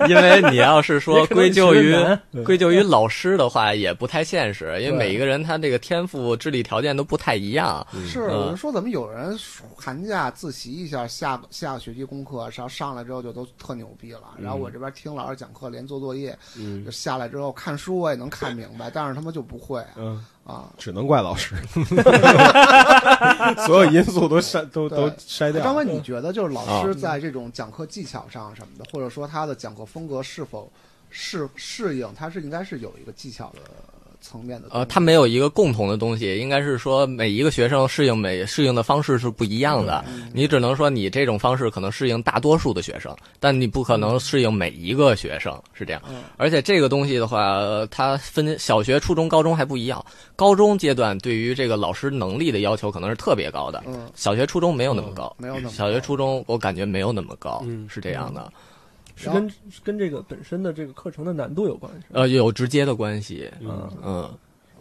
Speaker 3: 因为你要是说
Speaker 4: 也可能
Speaker 3: 归咎于
Speaker 4: 学得难对
Speaker 3: 归咎于老师的话，也不太现实，因为
Speaker 1: 对
Speaker 3: 每一个人他这个天赋、智力条件都不太一样。
Speaker 1: [laughs] 是，
Speaker 3: 嗯
Speaker 1: 我就说怎么有人寒假自习一下，下个下个学期功课，然后上来之后就都特牛逼了。然后
Speaker 3: 嗯
Speaker 1: 我这边听老师讲课，连做作业，
Speaker 2: 嗯
Speaker 1: 就下来之后看书我也能看明白，但是他妈就不会
Speaker 2: 嗯，
Speaker 1: 啊。
Speaker 2: 只能怪
Speaker 1: [laughs]
Speaker 2: 老师，所有因素都筛都
Speaker 1: 对
Speaker 2: 都筛掉了。
Speaker 1: 张文，你觉得就是老师
Speaker 3: 嗯啊
Speaker 1: 在这种讲课技巧上什么的，或者说他的讲课风格是否适适应，他是应该是有一个技巧的层面的东
Speaker 3: 呃，
Speaker 1: 西。
Speaker 3: 他没有一个共同的东西，应该是说每一个学生适应每适应的方式是不一样的。
Speaker 1: 嗯
Speaker 3: 你只能说你这种方式可能适应大多数的学生，但你不可能适应每一个学生，是这样
Speaker 1: 嗯。
Speaker 3: 而且这个东西的话，呃它分小学、初中、高中还不一样。高中阶段对于这个老师能力的要求可能是特别高的，
Speaker 1: 嗯，
Speaker 3: 小学、初中没有那么高。
Speaker 1: 没有那么
Speaker 3: 小学、初中我感觉没有那么高，
Speaker 2: 嗯
Speaker 3: 是这样的。
Speaker 4: 是跟是跟这个本身的这个课程的难度有关系。啊
Speaker 3: 呃，有直接的关系。
Speaker 2: 嗯，
Speaker 3: 嗯，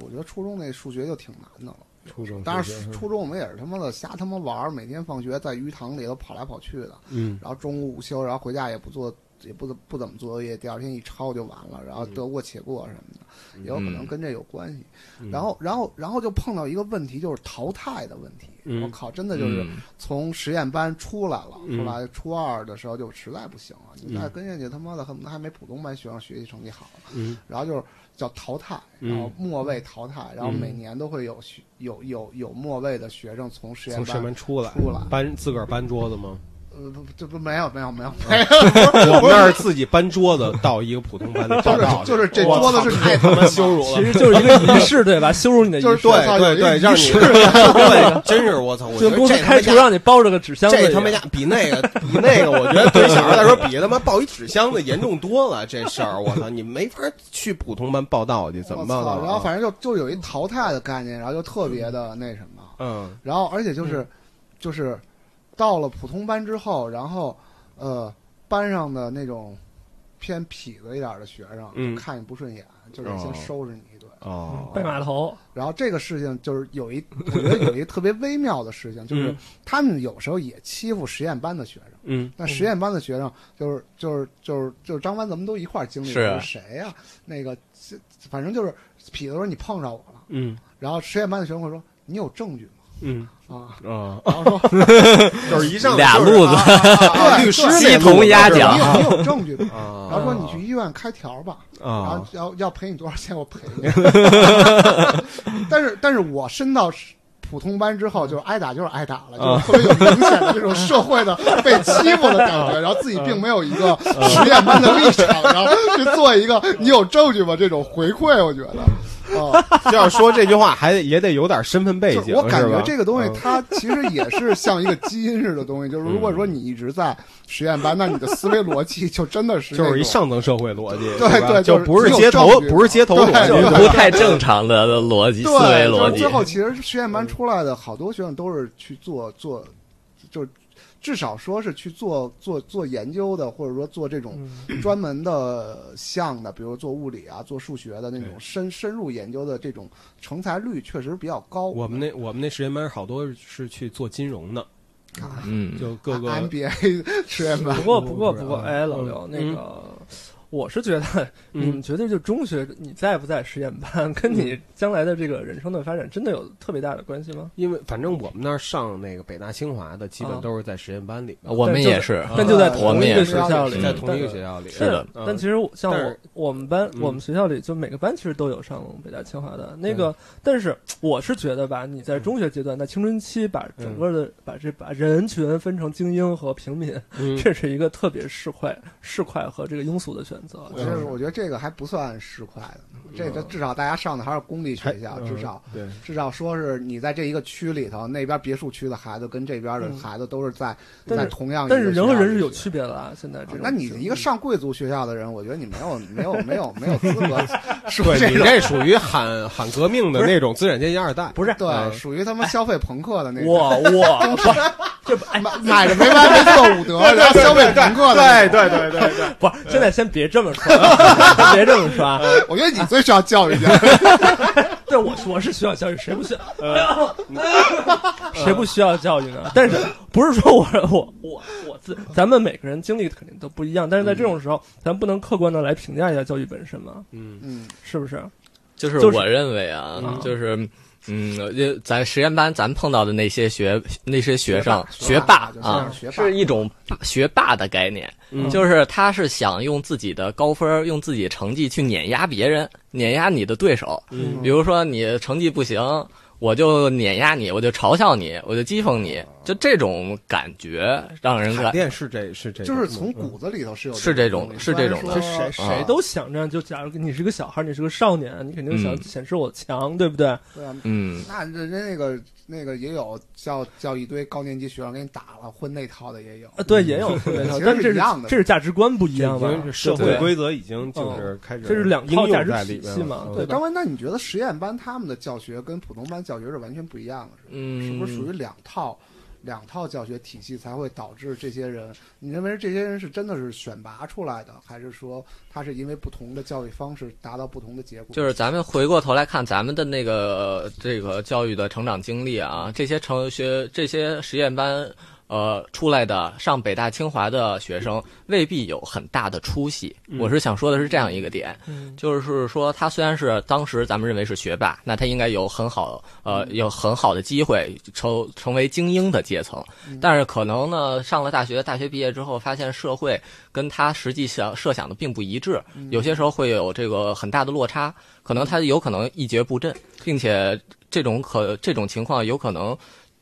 Speaker 1: 我觉得初中那数学就挺难的了。
Speaker 2: 初中
Speaker 1: 当时初中我们也是他妈的瞎他妈玩儿，每天放学在鱼塘里头跑来跑去的，
Speaker 2: 嗯
Speaker 1: 然后中午午休，然后回家也不做，也不怎不怎么做作业，第二天一抄就完了，然后得过且过什么的，也有可能跟这有关系。然后，然后，然后就碰到一个问题，就是淘汰的问题。
Speaker 2: 嗯
Speaker 1: 我靠，真的就是
Speaker 3: 嗯
Speaker 1: 从实验班出来了，
Speaker 2: 嗯
Speaker 1: 后来初二的时候就实在不行了，你再
Speaker 2: 嗯
Speaker 1: 跟人家他妈的恨不得还没普通班学生学习成绩好呢。
Speaker 2: 嗯
Speaker 1: 然后就是叫淘汰，
Speaker 2: 嗯
Speaker 1: 然后末位淘汰，然后
Speaker 2: 嗯
Speaker 1: 每年都会有学有有有末位的学生从实验
Speaker 2: 从上
Speaker 1: 班
Speaker 2: 面出来
Speaker 1: 出来
Speaker 2: 搬自个儿搬桌
Speaker 1: [laughs]
Speaker 2: 子吗？
Speaker 1: 呃不不这不没有没有没
Speaker 2: 啊
Speaker 1: 有，
Speaker 2: 我们那儿自己搬桌子到一个普通班里报
Speaker 1: 就是
Speaker 2: 道去，
Speaker 1: 就是这
Speaker 2: 我
Speaker 1: 桌
Speaker 2: 操
Speaker 1: 子是太
Speaker 2: 太他妈羞辱
Speaker 4: 其
Speaker 2: 了。
Speaker 4: 实就是一个仪式，对吧？羞辱你的仪
Speaker 1: 就是
Speaker 4: 式，
Speaker 1: 我操
Speaker 2: 对对
Speaker 1: 有一个
Speaker 2: 对，让你
Speaker 1: 仪式
Speaker 2: 对，真是我操！我觉
Speaker 4: 就
Speaker 2: 得
Speaker 4: 公司
Speaker 2: 这他妈
Speaker 4: 开除
Speaker 2: 压
Speaker 4: 让你包着个纸箱子一样。
Speaker 2: 这他妈呀，比那个比那个，我觉得对小孩来说比他妈抱一纸箱子严重多了。这事儿，我操，你没法去普通班报道去，怎么
Speaker 1: 我
Speaker 2: 报道
Speaker 1: 操！
Speaker 2: 啊？
Speaker 1: 然后反正就就有一淘汰的概念，然后就特别的那什么，
Speaker 2: 嗯
Speaker 1: 然后而且就是就是到了普通班之后，然后呃班上的那种偏痞子一点的学生，
Speaker 2: 嗯
Speaker 1: 就看你不顺眼，就得
Speaker 2: 哦
Speaker 1: 先收拾你一顿。
Speaker 2: 哦
Speaker 4: 拜码头，
Speaker 1: 然后这个事情就是有一， [laughs] 我觉得有一特别微妙的事情，就是
Speaker 2: 嗯
Speaker 1: 他们有时候也欺负实验班的学生。
Speaker 2: 嗯
Speaker 1: 那实验班的学生就是就是就是就是张班，咱们都一块儿经历
Speaker 3: 是
Speaker 2: 啊
Speaker 1: 过，是谁呀、那个这反正就是痞子说你碰上我了，
Speaker 2: 嗯
Speaker 1: 然后实验班的学生会说你有证据吗？
Speaker 2: 嗯
Speaker 1: 啊，
Speaker 2: 啊，
Speaker 1: 然后说
Speaker 2: 就是一上
Speaker 3: 俩路子，
Speaker 1: 对
Speaker 2: 啊律师
Speaker 1: 对
Speaker 3: 鸡同鸭
Speaker 1: 你
Speaker 3: 讲
Speaker 1: 有你有证
Speaker 2: [laughs]
Speaker 1: 据吗？
Speaker 2: 啊，
Speaker 1: 然后说你去医院开条吧，然后
Speaker 2: [laughs] 啊，
Speaker 1: 要要赔你多少钱，我赔你。 [laughs] 但是，但是我升到普通班之后，就是挨打就是挨打了，就
Speaker 2: 啊
Speaker 1: 是特别有明显的这种社会的被欺负的感觉，然后自己并没有一个实验班的立场，然后去做一个你有证据吗这种回馈，我觉得啊，
Speaker 2: 就要说这句话，还得也得有点身份背
Speaker 1: 就是
Speaker 2: 景。
Speaker 1: 我感觉这
Speaker 2: 个
Speaker 1: 个东西它其实也是像一个基因似的东西，就是如果说你一直在实验班，那你的思维逻辑就真的是
Speaker 2: 就是
Speaker 1: 那
Speaker 2: 一
Speaker 1: 种
Speaker 2: 上层社会逻辑，
Speaker 1: 对
Speaker 2: 是吧
Speaker 1: 对就
Speaker 2: 就
Speaker 1: 是
Speaker 2: 不是
Speaker 1: 只有
Speaker 2: 街头，
Speaker 1: 证据
Speaker 2: 不是街头
Speaker 1: 对
Speaker 2: 逻
Speaker 1: 对
Speaker 2: 辑，
Speaker 1: 对
Speaker 3: 不太正常的逻辑思
Speaker 1: 对，
Speaker 3: 维
Speaker 1: 就
Speaker 3: 逻
Speaker 1: 是
Speaker 3: 辑
Speaker 1: 最。后其实实验班出来的好多学生都是去做做，就是至少说是去做做做研究的，或者说做这种
Speaker 4: 嗯
Speaker 1: 专门的项的，比如做物理啊、做数学的那种
Speaker 2: 对
Speaker 1: 深深入研究的这种成才率确实比较高。
Speaker 2: 我们那我们那实验班好多是去做金融的，
Speaker 3: 嗯，
Speaker 2: 就各个
Speaker 1: 啊 MBA 实验班
Speaker 4: 不过不过
Speaker 2: 不是
Speaker 4: 不过，
Speaker 2: 啊
Speaker 4: 哎，老
Speaker 2: 嗯
Speaker 4: 刘那个。我是觉得你们
Speaker 2: 嗯
Speaker 4: 觉得就中学你在不在实验班，跟你将来的这个人生的发展真的有特别大的关系吗？
Speaker 2: 因为反正我们那儿上那个北大清华的，基本都是在实验班里边，
Speaker 3: 我们也是，
Speaker 4: 但就在
Speaker 3: 啊
Speaker 1: 呃
Speaker 3: 我
Speaker 4: 同
Speaker 3: 们
Speaker 4: 一
Speaker 3: 也
Speaker 4: 个
Speaker 3: 是
Speaker 4: 学校里，
Speaker 3: 嗯
Speaker 2: 在同一个学
Speaker 4: 校。
Speaker 2: 校里。
Speaker 3: 是的
Speaker 2: 嗯
Speaker 4: 啊但其实我像
Speaker 2: 但
Speaker 4: 我
Speaker 2: 是
Speaker 4: 我们班
Speaker 2: 嗯
Speaker 4: 我们学校里就每个班其实都有上北大清华的那
Speaker 2: 嗯
Speaker 4: 个，但是我是觉得吧，你在中学阶段，在青春期把
Speaker 2: 嗯
Speaker 4: 整个的把这把人群分成精英和平民，
Speaker 2: 嗯
Speaker 4: 这是一个特别市侩、市侩和这个庸俗的选择。
Speaker 1: 其实我觉得这个还不算市侩的，这
Speaker 4: 嗯
Speaker 1: 个至少大家上的还是公立学校，
Speaker 4: 哎
Speaker 2: 嗯
Speaker 1: 啊至少
Speaker 2: 对，
Speaker 1: 至少说是你在这一个区里头，那边别墅区的孩子跟这边的孩子都是在
Speaker 4: 嗯但
Speaker 1: 在
Speaker 4: 是
Speaker 1: 同样一个
Speaker 4: 但是人和人是有
Speaker 1: 学校
Speaker 4: 区别的啊，现在
Speaker 1: 里
Speaker 4: 这种
Speaker 1: 头。那你一个上贵族学校的人，我觉得你没有没有没有没有
Speaker 4: [laughs]
Speaker 1: 资格说
Speaker 2: 对
Speaker 1: 这
Speaker 2: 你
Speaker 1: 种，
Speaker 2: 这属于喊喊革命的那种资产阶级二代，
Speaker 4: 不是嗯
Speaker 1: 对，属于他妈消费朋克的那种，
Speaker 4: 我我不
Speaker 1: 买买哎着没完没了
Speaker 2: [laughs]
Speaker 1: 五德，然后消费朋克的。
Speaker 2: 对对对对，
Speaker 4: 不是，现在先别这么说，先 [laughs] 别这么说啊。 [laughs]
Speaker 1: 我觉得你最需要教育一下，
Speaker 4: 对，我我是需要教育，谁不需要？
Speaker 2: 呃嗯
Speaker 4: [laughs] 谁不需要教育呢？但是不是说我我我我自咱们每个人经历肯定都不一样，但是在这种时候，咱不能客观的来评价一下教育本身嘛，
Speaker 2: 嗯
Speaker 1: 嗯，
Speaker 4: 是不是？
Speaker 3: 就是
Speaker 4: 就是
Speaker 3: 我认为啊
Speaker 4: 嗯，
Speaker 3: 就是。嗯，呃咱实验班咱碰到的那些学那些学生
Speaker 1: 学
Speaker 3: 学
Speaker 1: 霸 [laughs]
Speaker 3: 霸
Speaker 1: 就是
Speaker 3: 啊，
Speaker 1: 学霸
Speaker 3: 是一种学霸的概念，
Speaker 4: 啊
Speaker 2: 嗯
Speaker 3: 就是他是想用自己的高分儿、用自己成绩去碾压别人，碾压你的对手。
Speaker 2: 嗯
Speaker 3: 比如说你成绩不行，我就碾压你，我就嘲笑你，我就讥讽
Speaker 1: 哦
Speaker 3: 你，就这种感觉让人
Speaker 2: 海
Speaker 3: 感
Speaker 2: 淀是这是这
Speaker 1: 就
Speaker 2: 种，嗯
Speaker 1: 是从骨子里头是有
Speaker 3: 是这种
Speaker 1: 东西
Speaker 3: 是这种
Speaker 1: 虽然
Speaker 3: 的
Speaker 4: 就谁
Speaker 1: 说啊
Speaker 4: 谁都想着，就假如你是个小孩，你是个少年，你肯定想
Speaker 3: 嗯
Speaker 4: 显示我强，对不对？
Speaker 1: 对啊，
Speaker 3: 嗯，
Speaker 1: 那人家那个那个也有叫叫一堆高年级学生给你打了混那套的也有，
Speaker 4: 呃，对，也有没
Speaker 1: 嗯其
Speaker 4: 错
Speaker 1: 实，
Speaker 4: 但
Speaker 1: 是
Speaker 4: 这
Speaker 1: 一样的
Speaker 4: 这是价值观不一
Speaker 2: 这
Speaker 4: 样
Speaker 2: 已
Speaker 4: 嘛
Speaker 2: 经是，社
Speaker 4: 对
Speaker 2: 会
Speaker 4: 哦
Speaker 2: 规则已经就是开始，
Speaker 4: 这是两套价值体系嘛
Speaker 3: 哦
Speaker 2: 嘛，
Speaker 4: 对吧
Speaker 1: 张文，那你觉得实验班他们的教学跟普通班教学是完全不一样的，是吧
Speaker 3: 嗯
Speaker 1: 是不是属于两套两套教学体系才会导致这些人？你认为这些人是真的是选拔出来的，还是说他是因为不同的教育方式达到不同的结果？
Speaker 3: 就是咱们回过头来看咱们的那个呃这个教育的成长经历啊，这些成学这些实验班呃出来的上北大清华的学生未必有很大的出息。我是想说的是这样一个点，
Speaker 4: 嗯
Speaker 3: 就是说他虽然是当时咱们认为是学霸，那他应该有很好呃有很好的机会成成为精英的阶层，但是可能呢上了大学，大学毕业之后发现社会跟他实际想设想的并不一致，
Speaker 1: 嗯
Speaker 3: 有些时候会有这个很大的落差，可能他有可能一蹶不振，并且这种可这种情况有可能。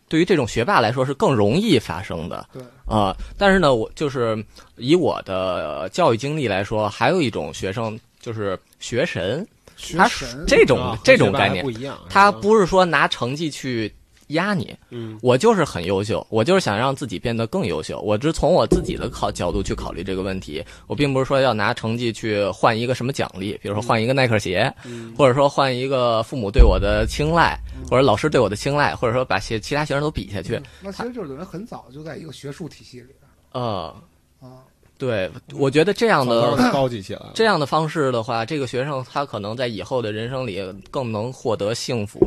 Speaker 3: 对于这种学霸来说是更容易发生的，
Speaker 1: 对
Speaker 3: 啊、但是呢，我就是以我的教育经历来说，还有一种学生就是学神，
Speaker 1: 学
Speaker 3: 他
Speaker 1: 神
Speaker 3: 这种、
Speaker 2: 啊
Speaker 3: 这种
Speaker 2: 和学霸
Speaker 3: 概
Speaker 2: 还
Speaker 3: 念
Speaker 2: 不，一样，
Speaker 3: 他
Speaker 2: 是吧
Speaker 3: 不是说拿成绩去压你，
Speaker 2: 嗯
Speaker 3: 我就是很优秀，我就是想让自己变得更优秀。我只从我自己的考角度去考虑这个问题，我并不是说要拿成绩去换一个什么奖励，比如说换一个耐克鞋，或者说换一个父母对我的青睐，或者老师对我的青睐，或者说把其其他学生都比下去。
Speaker 1: 嗯那其实就是等于很早就在一个学术体系里边
Speaker 3: 呃，
Speaker 1: 啊，
Speaker 3: 对，我觉得这样
Speaker 2: 早
Speaker 3: 的
Speaker 2: 早地高级起来了，
Speaker 3: 这样的方式的话，这个学生他可能在以后的人生里更能获得幸福，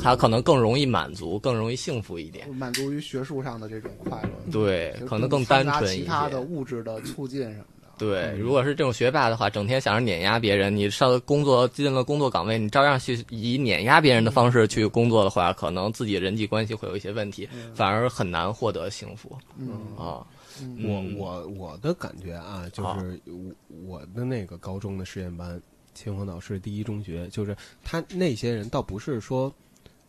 Speaker 3: 他可能更容易满足，更容易幸福一点。
Speaker 1: 满足于学术上的这种快乐，
Speaker 3: 对
Speaker 1: 其实，
Speaker 3: 可能更
Speaker 1: 不
Speaker 3: 单
Speaker 1: 掺杂
Speaker 3: 纯一
Speaker 1: 其
Speaker 3: 些。
Speaker 1: 他的物质的促进什么的。
Speaker 4: 嗯
Speaker 3: 对，如果是这种学霸的话，整天想着碾压别人，你上了工作进了工作岗位，你照样去以碾压别人的方式去工作的话，可能自己人际关系会有一些问题，嗯
Speaker 4: 嗯
Speaker 3: 反而很难获得幸福
Speaker 1: 嗯
Speaker 3: 啊。
Speaker 2: 我
Speaker 3: 嗯
Speaker 2: 我我的感觉啊，就
Speaker 3: 好
Speaker 2: 是我我的那个高中的实验班，秦皇岛市第一中学，就是他那些人倒不是说，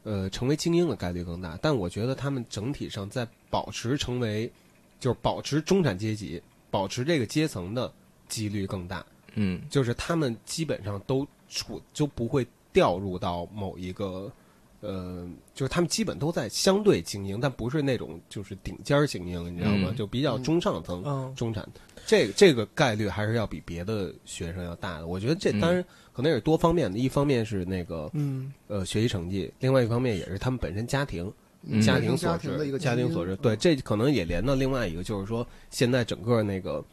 Speaker 2: 呃，成为精英的概率更大，但我觉得他们整体上在保持成为，就是保持中产阶级，保持这个阶层的几率更大，
Speaker 3: 嗯
Speaker 2: 就是他们基本上都处就不会掉入到某一个。呃，就是他们基本都在相对精英，但不是那种就是顶尖儿精英，你知道吗？
Speaker 3: 嗯
Speaker 2: 就比较中上层，
Speaker 4: 嗯，
Speaker 2: 中产，这这个概率还是要比别的学生要大的。我觉得这
Speaker 3: 嗯
Speaker 2: 当然可能也是多方面的，一方面是那个
Speaker 4: 嗯，
Speaker 2: 呃学习成绩，另外一方面也是他们本身家庭
Speaker 3: 嗯
Speaker 2: 家
Speaker 1: 庭
Speaker 2: 庭
Speaker 1: 家
Speaker 2: 所
Speaker 1: 庭的一
Speaker 2: 致，
Speaker 1: 个嗯
Speaker 2: 家庭所致。对，这可能也连到另外一个，就是说现在整个那个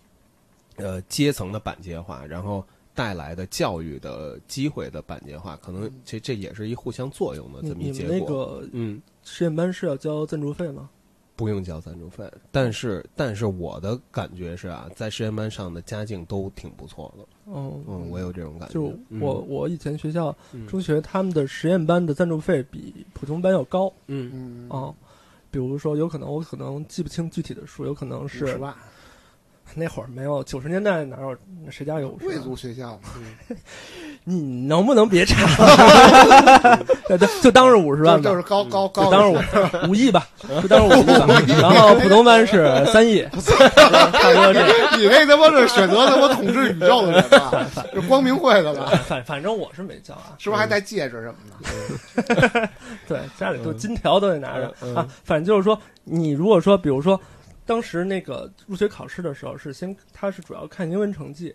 Speaker 2: 呃阶层的板结化，然后。带来的教育的机会的板结化，可能这这也是一互相作用的
Speaker 4: 你
Speaker 2: 这么一
Speaker 4: 你
Speaker 2: 结
Speaker 4: 们那
Speaker 2: 果。
Speaker 4: 个
Speaker 2: 嗯，
Speaker 4: 实验班是要交赞助费吗？
Speaker 2: 不用交赞助费，但是但是我的感觉是啊，在实验班上的家境都挺不错的，
Speaker 4: 嗯，
Speaker 2: 嗯，我有这种感觉。
Speaker 4: 就
Speaker 2: 嗯
Speaker 4: 我我以前学校
Speaker 2: 嗯
Speaker 4: 中学他们的实验班的赞助费比普通班要高
Speaker 2: 嗯
Speaker 1: 嗯，
Speaker 4: 啊。比如说，有可能我可能记不清具体的数，有可能
Speaker 1: 五十
Speaker 4: 是啊
Speaker 1: 万
Speaker 4: 那会儿没有九十年代哪有谁家有五十
Speaker 1: 贵
Speaker 4: 万
Speaker 1: 族学校嘛，
Speaker 4: 你能不能别查？对对，就当是五十
Speaker 1: 就
Speaker 4: 万
Speaker 1: 就
Speaker 4: 吧，
Speaker 1: 是高高
Speaker 4: 就
Speaker 1: 高，
Speaker 4: 当是五五亿吧，就嗯当是五亿吧。然后普通班是三亿，差不
Speaker 1: [laughs]
Speaker 4: 多这样。
Speaker 1: 你那他妈是选择他妈统治宇宙的人吧？是光明会的吧？
Speaker 4: 反反正我是没交啊，
Speaker 1: 是不是还戴戒指什么的？
Speaker 4: 对，家里都金条都得拿着、
Speaker 2: 嗯嗯嗯
Speaker 4: 啊。反正就是说，你如果说，比如说，当时那个入学考试的时候是先，他是主要看英文成绩，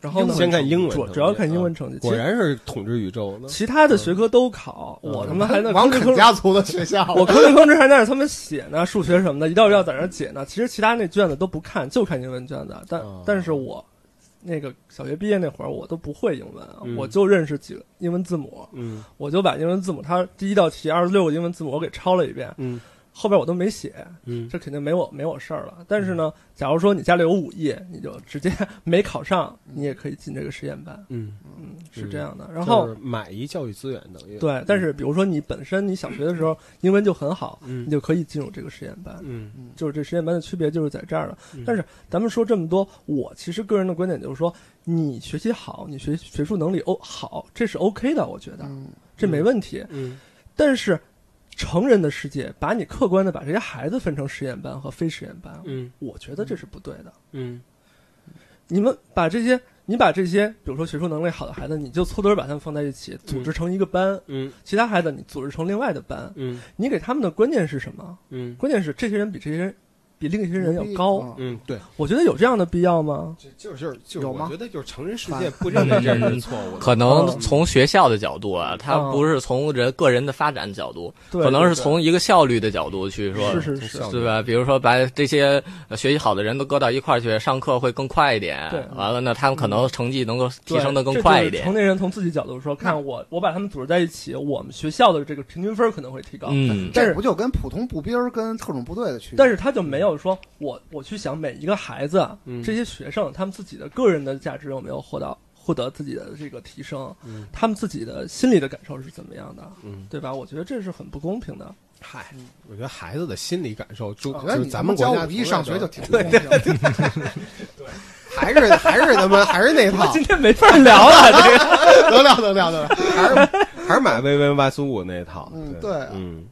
Speaker 4: 然后呢
Speaker 2: 先看英文成
Speaker 4: 主
Speaker 2: 绩啊
Speaker 4: 主要看英文成绩，
Speaker 2: [laughs] 果然嗯是统治宇宙呢
Speaker 4: 其。其他的学科都考，我
Speaker 2: 嗯
Speaker 4: 他
Speaker 2: [laughs]
Speaker 4: 妈还在
Speaker 1: 王
Speaker 4: 吭哧
Speaker 1: 肯
Speaker 4: 吭哧
Speaker 1: 家族的学校，
Speaker 4: 我吭哧吭哧还在那儿他们写呢，数学什么的，一道一道在那儿解呢。其实其他那卷子都不看，就看英文卷子。但、
Speaker 2: 哦
Speaker 4: 但是我那个小学毕业那会儿，我都不会英文啊，
Speaker 2: 嗯
Speaker 4: 我就认识几个英文字母，
Speaker 2: 嗯
Speaker 4: 我就把英文字母它第一道题二十六个英文字母我给抄了一遍，
Speaker 2: 嗯
Speaker 4: 后边我都没写，
Speaker 2: 嗯
Speaker 4: 这肯定没我没我事儿了。但是呢，假如说你家里有五亿，你就直接没考上，你也可以进这个实验班，
Speaker 2: 嗯，
Speaker 4: 嗯，是这样的。然
Speaker 2: 然
Speaker 4: 后、
Speaker 2: 后买一教育资源等于
Speaker 4: 对，但是比如说你本身你小学的时候英文就很好，
Speaker 2: 嗯
Speaker 4: 你就可以进入这个实验班。
Speaker 2: 嗯
Speaker 4: 就是这实验班的区别就是在这儿了
Speaker 2: 嗯。
Speaker 4: 但是咱们说这么多，我其实个人的观点就是说，你学习好，你学学术能力哦好，这是 OK 的，我觉得
Speaker 1: 嗯
Speaker 4: 这没问题。
Speaker 2: 嗯
Speaker 4: 但是成人的世界，把你客观的把这些孩子分成实验班和非实验班，
Speaker 2: 嗯
Speaker 4: 我觉得这是不对的。
Speaker 2: 嗯
Speaker 4: 你们把这些，你把这些，比如说学术能力好的孩子，你就凑堆儿把他们放在一起，组织成一个班；
Speaker 2: 嗯
Speaker 4: 其他孩子你组织成另外的班。
Speaker 2: 嗯
Speaker 4: 你给他们的观念是什么？
Speaker 2: 嗯
Speaker 4: 关键是这些人比这些人比另一些人要高。
Speaker 3: 啊
Speaker 1: 嗯
Speaker 2: 嗯，对，
Speaker 4: 我觉得有这样的必要吗？
Speaker 2: 就就是就是，
Speaker 1: 有吗
Speaker 2: 我觉得就是成人世界不认为这是错误的，
Speaker 3: 可能
Speaker 4: 嗯
Speaker 3: 从学校的角度啊，他
Speaker 4: 嗯
Speaker 3: 不是从人个人的发展角度，
Speaker 4: 对，
Speaker 3: 可能是
Speaker 4: 对
Speaker 3: 从一个效率的角度去说，
Speaker 4: 是是是
Speaker 2: 效率
Speaker 3: 对吧？比如说把这些呃学习好的人都搁到一块儿去，上课会更快一点。
Speaker 4: 对嗯
Speaker 3: 完了呢，他们可能成绩能够
Speaker 4: 对
Speaker 3: 提升的更
Speaker 4: 这就是
Speaker 3: 快一点嗯
Speaker 4: 成。年人从自己角度说，看我我把他们组织在一起，我们学校的这个平均分儿可能会提高，
Speaker 3: 嗯，
Speaker 4: 但
Speaker 1: 这
Speaker 4: 是
Speaker 1: 不就跟普通步兵儿跟特种部队的区别？
Speaker 4: 但是他就没有说我我去想每一个孩子，啊
Speaker 2: 嗯
Speaker 4: 这些学生他们自己的个人的价值有没有获到获得自己的这个提升，
Speaker 2: 嗯
Speaker 4: 他们自己的心理的感受是怎么样的，
Speaker 2: 嗯，
Speaker 4: 对吧？我觉得这是很不公平的。 [laughs]
Speaker 2: 嗨，我觉得孩子的心理感受，就
Speaker 1: 我觉
Speaker 2: 就
Speaker 1: 得
Speaker 2: 是
Speaker 1: 你
Speaker 2: 咱嗯哦们国
Speaker 1: 教
Speaker 2: 家
Speaker 1: 五一上学就挺
Speaker 2: 对对，
Speaker 1: 对，
Speaker 2: 还是还是他妈还是那套，
Speaker 4: 今天没法聊了，这个
Speaker 1: 得了得了得了，
Speaker 2: 还是还是买薇薇哇苏五那套，
Speaker 1: 嗯
Speaker 2: 对
Speaker 1: 对啊
Speaker 2: 嗯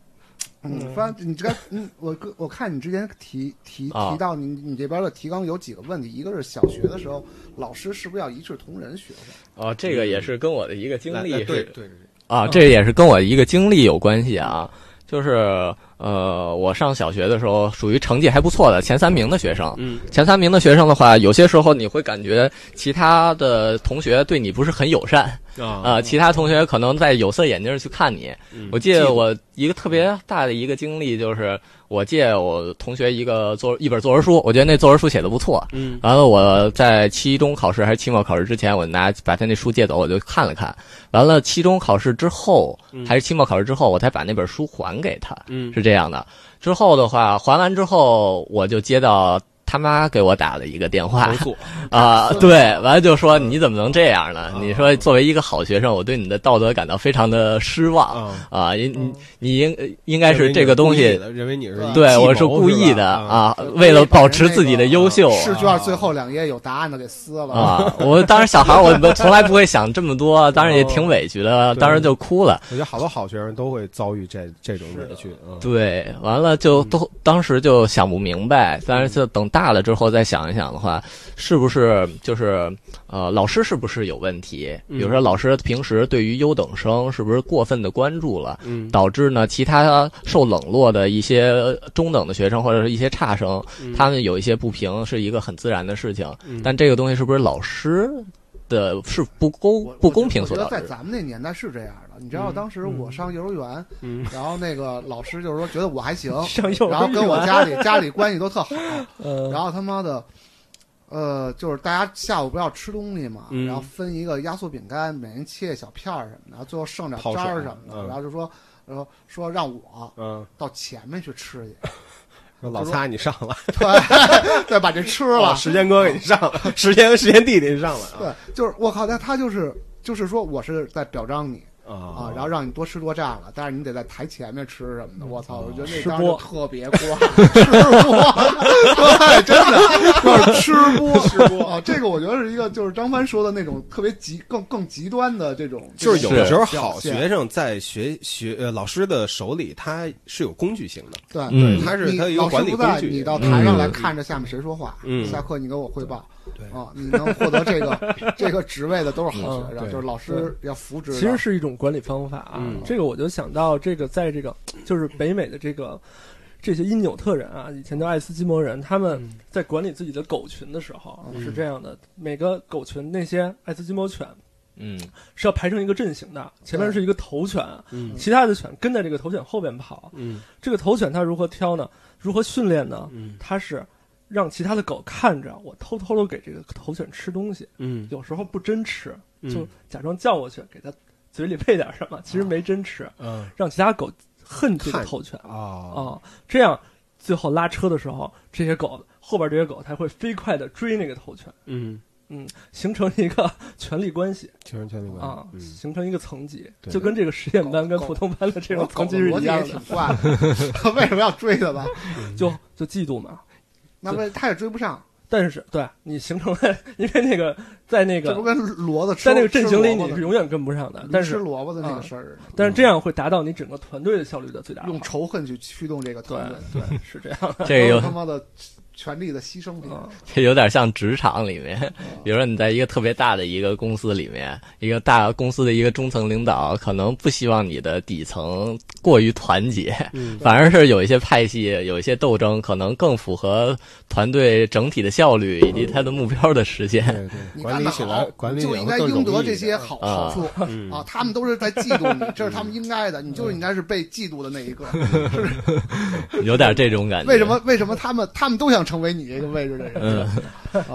Speaker 1: 嗯，反正你这个，嗯，我跟我看你之前提提
Speaker 3: 啊
Speaker 1: 提到你你这边的提纲有几个问题，一个是小学的时候老师是不是要一视同仁学生？
Speaker 3: 哦，这个也是跟我的一个经
Speaker 2: 来
Speaker 3: 历
Speaker 2: 来
Speaker 3: 是
Speaker 2: 嗯对对对，
Speaker 3: 啊，这也是跟我一个经历有关系啊。就是呃，我上小学的时候属于成绩还不错的前三名的学生。
Speaker 2: 嗯
Speaker 3: 前三名的学生的话，有些时候你会感觉其他的同学对你不是很友善
Speaker 2: 啊
Speaker 3: 啊、其他同学可能在有色眼镜去看你。我记得我一个特别大的一个经历，就是我借我同学一个作一本作文书，我觉得那作文书写的不错。
Speaker 2: 嗯
Speaker 3: 完了，我在期中考试还是期末考试之前，我拿把他那书借走，我就看了看。完了，期中考试之后
Speaker 2: 嗯
Speaker 3: 还是期末考试之后，我才把那本书还给他。
Speaker 2: 嗯
Speaker 3: 是这样的，之后的话，还完之后，我就接到他妈给我打了一个电话
Speaker 2: 投诉
Speaker 3: 啊、对，完了就说你怎么能这样呢
Speaker 2: 啊？
Speaker 3: 你说作为一个好学生，我对你的道德感到非常的失望
Speaker 2: 啊，
Speaker 3: 啊，因你
Speaker 4: 嗯
Speaker 3: 你应应该是这个东西，
Speaker 2: 认为你是故意的认为你是
Speaker 3: 对我
Speaker 2: 是
Speaker 3: 是故意的
Speaker 2: 啊，
Speaker 3: 啊，为了保持啊自己的优秀
Speaker 1: 试卷最后两页有答案的给撕了，
Speaker 3: 哦啊，我当时小孩儿我们从来不会想这么多，当然也挺委屈的，当时就哭了。
Speaker 2: 我觉得好多好学生都会遭遇这这种委屈，嗯
Speaker 3: 对，完了就都当时就想不明白，但是就等大了之后再想一想的话，
Speaker 2: 嗯
Speaker 3: 是不是就是呃，老师是不是有问题？
Speaker 2: 嗯
Speaker 3: 比如说老师平时对于优等生是不是过分的关注了，
Speaker 2: 嗯
Speaker 3: 导致呢其他受冷落的一些中等的学生或者是一些差生，
Speaker 2: 嗯
Speaker 3: 他们有一些不平是一个很自然的事情，
Speaker 2: 嗯
Speaker 3: 但这个东西是不是老师的是不公
Speaker 1: 我
Speaker 3: 不公平
Speaker 1: 我觉
Speaker 3: 所
Speaker 1: 得
Speaker 3: 导
Speaker 1: 在
Speaker 3: 致的？
Speaker 1: 咱们那年代是这样的，你知道
Speaker 2: 嗯
Speaker 1: 当时我上幼儿园，
Speaker 2: 嗯
Speaker 1: 然后那个老师就是说觉得我还
Speaker 3: [laughs]
Speaker 1: 行，
Speaker 4: 上幼
Speaker 1: [laughs]
Speaker 4: 儿园，
Speaker 1: 然后跟我家里家里关系都特好，
Speaker 4: 啊 [laughs]
Speaker 2: 嗯
Speaker 4: 呃，
Speaker 1: 然后他妈的，呃，就是大家下午不要吃东西嘛，
Speaker 2: 嗯
Speaker 1: 然后分一个压缩饼干，每人切小片儿什么的，然后最后剩点
Speaker 2: 泡
Speaker 1: 汁
Speaker 2: 水
Speaker 1: 儿什么的，
Speaker 2: 嗯
Speaker 1: 然后就说，然后说让我
Speaker 2: 嗯
Speaker 1: 到前面去吃去。 [laughs]
Speaker 2: 说老擦你上来，
Speaker 1: 对对，把这吃了
Speaker 2: 哦，时间哥给你上来，时间时间弟弟上来啊
Speaker 1: 对，就是我靠，那他就是就是说我是在表彰你啊
Speaker 2: 啊，
Speaker 1: 然后让你多吃多占了，但是你得在台前面吃什么的。我操，我觉得那
Speaker 4: 吃
Speaker 1: 当时就
Speaker 4: 播
Speaker 1: 特别瓜， [laughs] 吃播， [laughs] 对，真的就是吃播， [laughs] 吃播啊，这个我觉得是一个就是张帆说的那种特别极更更极端的这种，
Speaker 2: 就是有的时候好
Speaker 1: 是
Speaker 2: 学生在学学呃老师的手里，他是有工具性的，
Speaker 1: 对，
Speaker 5: 嗯
Speaker 2: 对，他是
Speaker 1: 你
Speaker 2: 他有一个
Speaker 1: 老师
Speaker 2: 管理
Speaker 1: 不
Speaker 2: 工
Speaker 1: 在，
Speaker 2: 具。
Speaker 1: 你到台上来
Speaker 2: 嗯
Speaker 1: 看着下面谁说话，
Speaker 2: 嗯
Speaker 1: 下课你给我汇报，
Speaker 2: 对
Speaker 1: 啊，你能获得这个这个职位的都是好学
Speaker 2: 嗯
Speaker 1: 生，
Speaker 2: 对
Speaker 1: 就是老师要扶植的。
Speaker 4: 其实是一种管理方法啊。
Speaker 2: 嗯
Speaker 4: 这个我就想到这个，在这个就是北美的这个这些因纽特人啊，以前叫爱斯基摩人，他们在管理自己的狗群的时候、啊
Speaker 1: 嗯
Speaker 4: 是这样的：每个狗群那些爱斯基摩犬
Speaker 2: [laughs]
Speaker 3: 嗯
Speaker 4: 是要排成一个阵型的，前面
Speaker 1: 对
Speaker 4: 是一个头犬，
Speaker 2: 嗯
Speaker 4: 其他的犬跟在这个头犬后边跑。
Speaker 2: 嗯
Speaker 4: 这个头犬它如何挑呢？如何训练呢？
Speaker 2: 嗯
Speaker 4: 它是让其他的狗看着我，偷偷的给这个头犬吃东西，
Speaker 2: 嗯
Speaker 4: 有时候不真吃，
Speaker 2: 嗯
Speaker 4: 就假装叫过去，给它嘴里喂点什么，其实没真吃，
Speaker 2: 嗯
Speaker 4: 让其他狗恨这个
Speaker 2: 看
Speaker 4: 头犬啊、
Speaker 2: 哦
Speaker 4: 这样最后拉车的时候，这些狗后边这些狗才会飞快的追那个头犬，
Speaker 2: 嗯，
Speaker 4: 嗯，形成一个 [laughs] 权力关系
Speaker 2: 全是权力
Speaker 4: 啊
Speaker 3: 哦
Speaker 2: 关，系。
Speaker 4: 形成一个层级，
Speaker 2: 对
Speaker 4: 就跟这个实验班跟
Speaker 1: 狗
Speaker 4: 普通班的这
Speaker 1: 我
Speaker 4: 种
Speaker 1: 搞
Speaker 4: 层级
Speaker 1: 的
Speaker 4: 是
Speaker 1: 逻
Speaker 4: 一
Speaker 1: 辑也
Speaker 4: 样
Speaker 1: 挺
Speaker 4: 的，
Speaker 1: 怪的， [laughs] 为什么要追他吧？
Speaker 4: 就就嫉妒嘛。
Speaker 1: 那不他也追不上，
Speaker 4: 但是对你形成了， [laughs] 因为那个在那
Speaker 1: 这不
Speaker 4: 个
Speaker 1: 跟骡子吃
Speaker 4: 在那个阵型里
Speaker 1: 吃萝
Speaker 4: 你
Speaker 1: 卜
Speaker 4: 是
Speaker 1: 的
Speaker 4: 永远跟不上的，但
Speaker 1: 吃
Speaker 4: 是啊
Speaker 1: 萝卜的那个事儿，
Speaker 4: 但是这样会达到你整个团队的效率的最大化。
Speaker 1: 用仇恨去驱动这个
Speaker 4: 对
Speaker 1: 团队，
Speaker 4: 对是这样的。
Speaker 1: 都
Speaker 3: 这
Speaker 1: 是
Speaker 3: 有
Speaker 1: 他妈的权力的牺牲品。
Speaker 4: 嗯
Speaker 3: 这有点像职场里面，比如说你在一个特别大的一个公司里面，一个大公司的一个中层领导，可能不希望你的底层过于团结，
Speaker 2: 嗯
Speaker 3: [laughs] 反而是有一些派系、有一些斗争，可能更符合团队整体的效率以及它的目标的实现。
Speaker 2: 对对，
Speaker 1: 你
Speaker 2: 管
Speaker 1: 干
Speaker 2: 理
Speaker 1: 得
Speaker 2: 起
Speaker 1: 好
Speaker 2: 来，管理
Speaker 1: 就应该应得这些好好处
Speaker 2: 嗯
Speaker 3: 嗯
Speaker 1: 啊！他们都是在嫉妒你，这是他们应该的，你就是应该是被嫉妒的那一个。
Speaker 2: 嗯
Speaker 3: 有点这种感觉。
Speaker 1: 为什？么？为什么他们他们都想成为你这个位置的人？ [laughs]
Speaker 3: 嗯，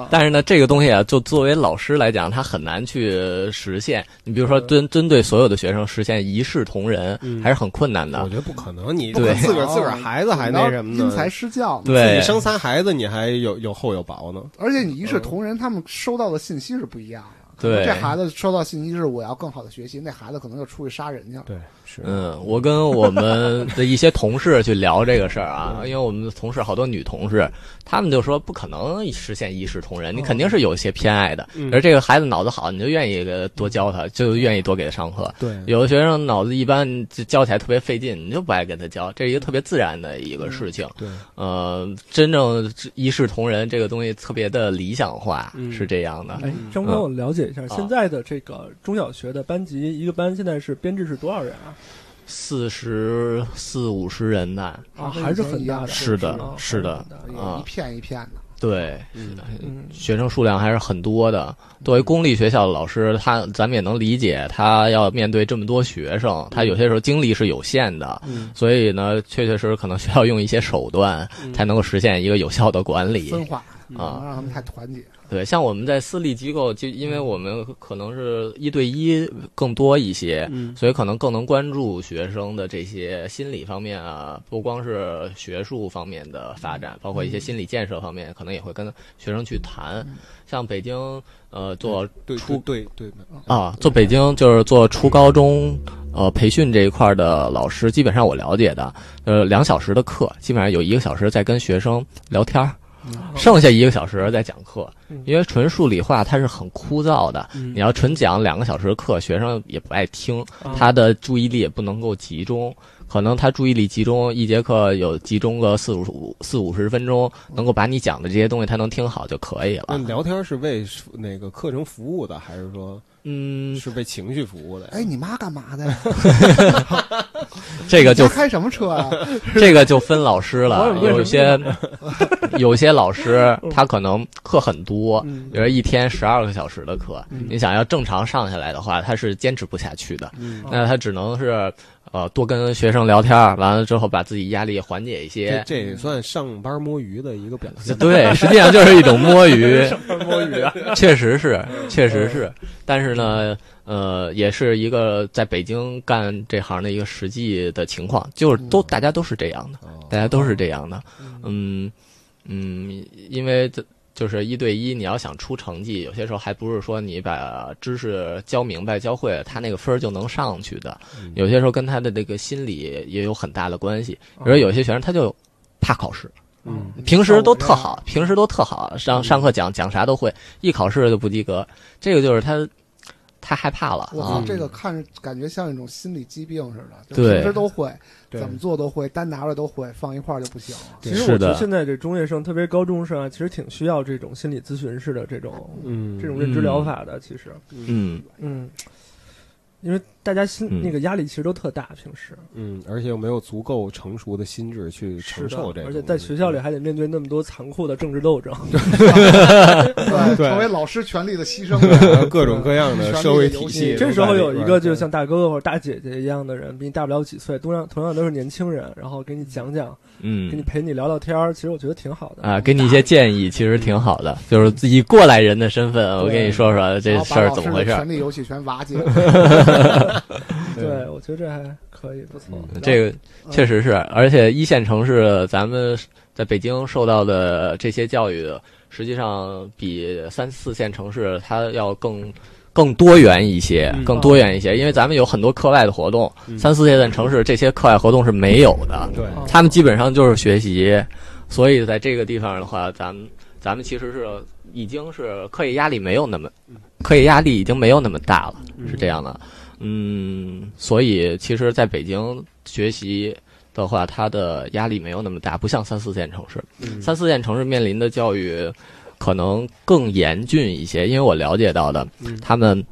Speaker 3: 但是呢，这个东西啊，就作为老师来讲，他很难去实现。你比
Speaker 1: 嗯
Speaker 3: 如说，针针对所有的学生实现一视同仁，
Speaker 2: 嗯
Speaker 3: 还是很困难
Speaker 2: 我
Speaker 3: 的。
Speaker 2: 觉得不可能，你
Speaker 3: 对
Speaker 2: 自个儿自个儿孩子还那什么
Speaker 1: 你要
Speaker 2: 呢
Speaker 1: 哦因？材施教嘛。
Speaker 3: 对
Speaker 2: 你，生仨孩子，你还有有厚有薄呢。
Speaker 1: 而且你一
Speaker 2: 嗯
Speaker 1: 视同仁，他们收到的信息是不一样的。可能
Speaker 3: 对
Speaker 1: 这孩子收到信息是我要更好的学习，那孩子可能就出去杀人去了。
Speaker 2: 对，是
Speaker 3: 嗯，我跟我们的一些同事去聊这个事儿
Speaker 2: [laughs]
Speaker 3: 啊，
Speaker 2: 嗯
Speaker 3: 因为我们的同事好多女同事，她们就说不可能实现一视同仁，你肯定是有一些偏爱的
Speaker 2: 哦嗯。
Speaker 3: 而这个孩子脑子好，你就愿意给他多教他，就愿意多给他上课。
Speaker 2: 对，
Speaker 3: 有的学生脑子一般，就教起来特别费劲，你就不爱给他教，这是一个特别自然的一个事情。
Speaker 2: 对，
Speaker 3: 呃，真正一视同仁这个东西特别的理想化，
Speaker 2: 嗯
Speaker 3: 是这样的。
Speaker 4: 哎，张
Speaker 3: 嗯
Speaker 4: 哥，我了解一下，
Speaker 3: 啊
Speaker 4: 现在的这个中小学的班级，一个班现在是编制是多少人啊？
Speaker 3: 四十四五十人呢，
Speaker 4: 啊，还是很大的，
Speaker 3: 是的
Speaker 2: 哦
Speaker 4: 啊
Speaker 3: 是的
Speaker 4: 还很大
Speaker 3: 啊
Speaker 1: 一片一片的。
Speaker 3: 对，
Speaker 2: 嗯
Speaker 4: 嗯，
Speaker 3: 学生数量还是很多的。作为公立学校的老师，他咱们也能理解，他要面对这么多学生，他有些时候精力是有限的，
Speaker 2: 嗯
Speaker 3: 所以呢，确确实实可能需要用一些手段
Speaker 2: 嗯
Speaker 3: 才能够实现一个有效的管理。
Speaker 1: 分化
Speaker 3: 啊
Speaker 1: 能让他们太团结。
Speaker 3: 对，像我们在私立机构，就因为我们可能是一对一更多一些，
Speaker 2: 嗯
Speaker 3: 所以可能更能关注学生的这些心理方面啊，不光是学术方面的发展，包括一些心理建设方面，可能也会跟学生去谈。像北京，呃，做
Speaker 2: 对
Speaker 3: 出
Speaker 2: 对对对
Speaker 3: 啊，做北京就是做初高中呃培训这一块的老师，基本上我了解的，呃，两小时的课，基本上有一个小时在跟学生聊天儿，剩下一个小时在讲课
Speaker 4: 嗯，
Speaker 3: 因为纯数理化它是很枯燥的，
Speaker 2: 嗯
Speaker 3: 你要纯讲两个小时的课，学生也不爱听，
Speaker 4: 啊
Speaker 3: 他的注意力也不能够集中，可能他注意力集中一节课有集中个四五四五十分钟，能够把你讲的这些东西他能听好就可以
Speaker 2: 那
Speaker 4: 嗯
Speaker 3: 了。
Speaker 2: 聊天是为那个课程服务的，还是说
Speaker 3: 嗯，
Speaker 2: 是为情绪服务的？
Speaker 1: 哎，，你妈干嘛的呀？
Speaker 3: [laughs] 这个就
Speaker 1: 你家开什么车啊？
Speaker 3: 这个就分老师了
Speaker 4: 我，也
Speaker 3: 有
Speaker 4: 为
Speaker 3: 一
Speaker 4: 什么
Speaker 3: 些有些老师他可能课很多，
Speaker 1: 嗯
Speaker 3: 比如说一天十二个小时的课，
Speaker 4: 嗯
Speaker 3: 你想要正常上下来的话，他是坚持不下去
Speaker 4: 哦
Speaker 3: 的，
Speaker 2: 嗯，
Speaker 3: 那他只能是呃多跟学生聊天儿，完了之后把自己压力缓解一
Speaker 2: 这
Speaker 3: 些。
Speaker 2: 这也算上班摸鱼的一个表
Speaker 4: [laughs]
Speaker 2: 现。
Speaker 3: 对，实际上就是一种摸鱼，
Speaker 4: 摸鱼啊，
Speaker 3: [laughs] 确实是，确实是，但是呢，呃，也是一个在北京干这行的一个实际的情况，就是都大家都是这样的，
Speaker 2: 哦
Speaker 3: 大大家都是这样的。
Speaker 4: 嗯
Speaker 3: 嗯嗯，因为这就是一对一，你要想出成绩，有些时候还不是说你把知识教明白、教会了，他那个分儿就能上去
Speaker 4: 哦
Speaker 3: 的。
Speaker 2: 嗯
Speaker 3: 有些时候跟他的这个心理也有很大的关系。
Speaker 4: 哦
Speaker 3: 比如说有些学生他就怕考试，
Speaker 2: 嗯
Speaker 3: [laughs] 平时都特好，平时都特好，
Speaker 1: 嗯
Speaker 3: 上上课讲讲啥都会，一考试就不及格，这个就是他他害怕了
Speaker 1: 我
Speaker 3: 啊
Speaker 1: 操，。这个看着感觉像一种心理疾病似的，就
Speaker 3: 对
Speaker 1: 平时都会，
Speaker 2: 对
Speaker 1: 怎么做都会，单拿出来都会，放一块儿就不行了。
Speaker 4: 其实我
Speaker 3: 是
Speaker 4: 觉
Speaker 3: 的
Speaker 4: 得现在这中学生，特别是高中生啊，其实挺需要这种心理咨询式的这种
Speaker 2: 嗯
Speaker 4: 这种认知疗法的。其实，
Speaker 3: 嗯，
Speaker 4: 嗯，因为大家心
Speaker 3: 嗯
Speaker 4: 那个压力其实都特大，平时
Speaker 2: 嗯，而且又没有足够成熟的心智去承
Speaker 4: 是的
Speaker 2: 受这个，嗯
Speaker 4: 而且在学校里还得面对那么多残酷的政治斗争，
Speaker 1: 对，
Speaker 2: 对
Speaker 1: 成为老师权力的牺牲
Speaker 3: [laughs]
Speaker 2: 还有
Speaker 1: 者，
Speaker 2: 嗯各种各样
Speaker 4: [laughs]
Speaker 2: 的社会体系。
Speaker 4: 这时候有一个就是像
Speaker 2: 像
Speaker 4: 大哥哥或者大姐姐一样的人，比你大不了几岁，同样同样都是年轻人，然后给你讲讲，
Speaker 3: 嗯，
Speaker 4: 给你陪你聊聊天儿，其实我觉得挺好的
Speaker 3: 啊，给你一些建议，其实挺好的。就是以过来人的身份，我跟你说说这
Speaker 1: 然后
Speaker 3: 事
Speaker 1: 把
Speaker 3: 儿
Speaker 1: 老
Speaker 3: 怎
Speaker 1: 师
Speaker 3: 么回
Speaker 1: 的
Speaker 3: 事儿
Speaker 1: 权。力游戏全瓦
Speaker 3: [laughs]
Speaker 1: 解。
Speaker 4: 对，我觉得这还可以，不错。
Speaker 2: 嗯
Speaker 3: 这个确实是，而且一线城市咱们在北京受到的这些教育，实际上比三四线城市它要更。更多元一些
Speaker 2: 嗯，
Speaker 3: 更多元一些，因为咱们有很多课外的活动，
Speaker 2: 嗯
Speaker 3: 三四线城市这些课外活动是没有的。
Speaker 2: 对
Speaker 4: 啊
Speaker 3: 他们基本上就是学习，所以在这个地方的话，咱们咱们其实是已经是课业压力没有那么，课业压力已经没有那么大了，
Speaker 2: 嗯
Speaker 3: 是这样的。嗯，所以其实在北京学习的话，它的压力没有那么大，不像三四线城市。
Speaker 2: 嗯
Speaker 3: 三四线城市面临的教育可能更严峻一些，因为我了解到的，
Speaker 2: 嗯
Speaker 3: 他们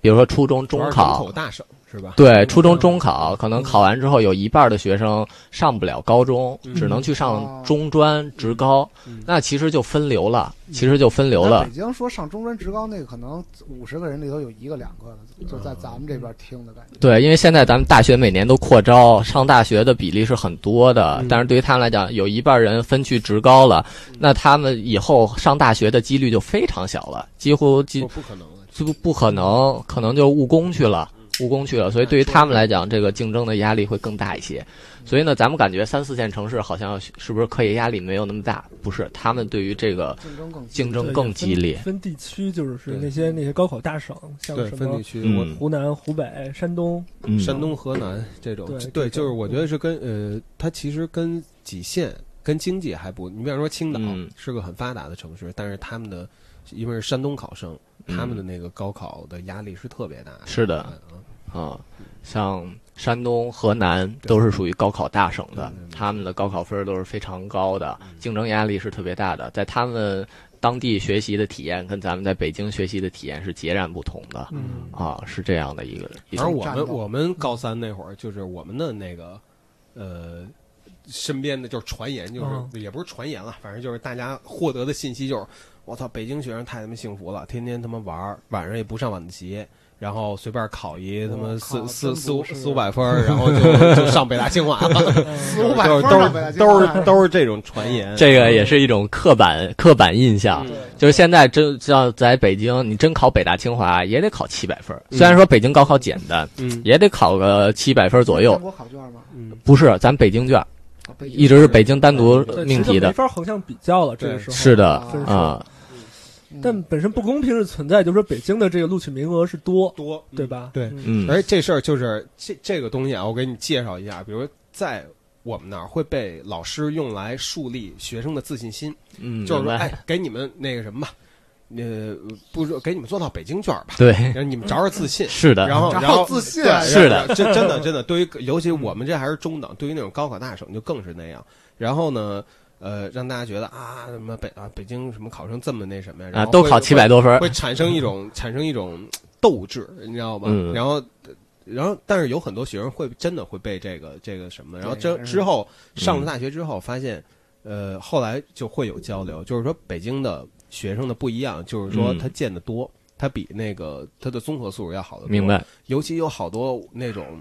Speaker 3: 比如说初中、中考
Speaker 2: 口，大省是吧？
Speaker 3: 对，初中中考可能考完之后，有一半的学生上不了高中，
Speaker 2: 嗯
Speaker 3: 只能去
Speaker 1: 哦
Speaker 3: 上中专、职高
Speaker 2: 嗯，
Speaker 3: 那其实就分流了，其实就分流
Speaker 1: 在
Speaker 3: 了
Speaker 1: 北。京说上中专职高那个，可能五十个人里头有一个两个的，就在咱们这边听的感觉。
Speaker 3: 对，因为现在咱们大学每年都扩招，上大学的比例是很多的
Speaker 2: 嗯，
Speaker 3: 但是对于他们来讲，有一半人分去职高了，那他们以后上大学的几率就非常小了，几乎几
Speaker 2: 不不可能了。
Speaker 3: 这不不可能，可能就务工去了，
Speaker 2: 嗯
Speaker 3: 务工去了。所以对于他们来讲，这个竞争的压力会更大一些。
Speaker 2: 嗯
Speaker 3: 所以呢，咱们感觉三四线城市好像是不是课业压力没有那么大？不是，他们对于这个
Speaker 1: 竞争更激烈
Speaker 3: 竞争
Speaker 4: 对
Speaker 3: 更激烈
Speaker 4: 分。分地区就是是
Speaker 2: 对
Speaker 4: 那些那些高考大省，像
Speaker 2: 对，
Speaker 4: 什
Speaker 2: 分
Speaker 4: 么
Speaker 2: 地区，
Speaker 3: 嗯
Speaker 2: 我
Speaker 4: 湖南、湖北、山东，
Speaker 3: 嗯，
Speaker 2: 山东、河南这种
Speaker 4: 对，这
Speaker 2: 对，
Speaker 4: 种嗯
Speaker 2: 就是我觉得是跟呃，它其实跟几县、跟经济还不，你比方说青岛
Speaker 3: 嗯
Speaker 2: 是个很发达的城市，但是他们的因为是山东考生，
Speaker 3: 嗯
Speaker 2: 他们的那个高考的压力是特别大的。
Speaker 3: 是的
Speaker 2: 啊，
Speaker 3: 啊，像山东、河南都是属于高考大省的
Speaker 2: 对对，对
Speaker 3: 他们的高考分儿都是非常高的，竞争压力是特别大的，在他们当地学习的体验跟咱们在北京学习的体验是截然不同的
Speaker 4: 嗯，
Speaker 3: 啊，是这样的一个。一
Speaker 2: 而
Speaker 3: 种
Speaker 2: 我
Speaker 1: 战斗
Speaker 2: 们我们高三那会儿，就是我们的那个呃。身边的就是传言，就是、
Speaker 4: 嗯
Speaker 2: 也不是传言了，反正就是大家获得的信息就是，我操，北京学生太他妈幸福了，天天他妈玩儿，晚上也不上晚自习，然后随便考一他妈
Speaker 1: 我靠
Speaker 2: 四四
Speaker 1: 真
Speaker 2: 四
Speaker 1: 不
Speaker 2: 五
Speaker 1: 是
Speaker 2: 四五百
Speaker 1: [laughs]
Speaker 2: 分儿，然后就就上北大清华
Speaker 3: 嗯
Speaker 2: 了，
Speaker 3: [laughs]
Speaker 4: 嗯
Speaker 1: 四五百
Speaker 2: 就
Speaker 1: 分
Speaker 2: 是
Speaker 1: 儿呢，北大
Speaker 2: 都是
Speaker 1: 清
Speaker 2: 都
Speaker 1: 华
Speaker 2: 是都是这种传言。
Speaker 3: 这个也是一种刻板刻板印象，
Speaker 2: 嗯
Speaker 3: 就是现在真要在北京，你真考北大清华也得考七百分儿。虽然说北京高考简单，
Speaker 2: 嗯
Speaker 3: 也得考个七百分儿左右
Speaker 1: 全。国考卷吗？
Speaker 2: 嗯，
Speaker 3: 不是，咱北京卷儿
Speaker 1: 啊北京
Speaker 3: 一直是北京单独
Speaker 4: 对
Speaker 3: 呃命
Speaker 4: 其实
Speaker 3: 题
Speaker 4: 就没
Speaker 3: 的，
Speaker 4: 法横向比较了。这个
Speaker 2: 对
Speaker 4: 时候
Speaker 3: 是的
Speaker 4: 分数，
Speaker 3: 啊，
Speaker 1: 嗯
Speaker 4: 但本身不公平是存在，就是说北京的这个录取名额是多，
Speaker 2: 多
Speaker 4: 对？吧？
Speaker 2: 对
Speaker 4: 嗯
Speaker 3: 嗯
Speaker 2: 而哎这事儿就是这这个东西啊，我给你介绍一下，比如在我们那儿会被老师用来树立学生的自信心，
Speaker 3: 嗯，
Speaker 2: 就是
Speaker 3: 明
Speaker 2: 说，
Speaker 3: 白
Speaker 2: 哎，给你们那个什么吧，呃，不是给你们做到北京卷儿吧，
Speaker 3: 对，
Speaker 2: 让你们找找自信。
Speaker 3: 是的，
Speaker 2: 然后，
Speaker 1: 找
Speaker 2: 然后
Speaker 1: 自信
Speaker 2: 对
Speaker 3: 嗯是的，嗯
Speaker 2: 真真的真的，对于尤其我们这还是中等，对于那种高考大省就更是那样。然后呢，呃，让大家觉得啊，什么北啊北京什么考生这么那什么呀，然
Speaker 3: 啊，
Speaker 2: 后
Speaker 3: 都
Speaker 2: 会
Speaker 3: 考七百，多分
Speaker 2: 会
Speaker 3: 儿
Speaker 2: 会，产生一
Speaker 3: [laughs]
Speaker 2: 种产生一种斗志，你知道吧？
Speaker 3: 嗯
Speaker 2: 然后。然后，但是有很多学生会真的会被这个这个什么，然后
Speaker 1: 对
Speaker 2: 之
Speaker 1: 嗯
Speaker 2: 之后上了
Speaker 3: 嗯
Speaker 2: 大学之后，发现，呃，后来就会有交流，就是说北京的学生的不一样，就是说
Speaker 3: 嗯
Speaker 2: 他见得多，他比那个他的综合素质要好得多。
Speaker 3: 明白？
Speaker 2: 尤其有好多那种，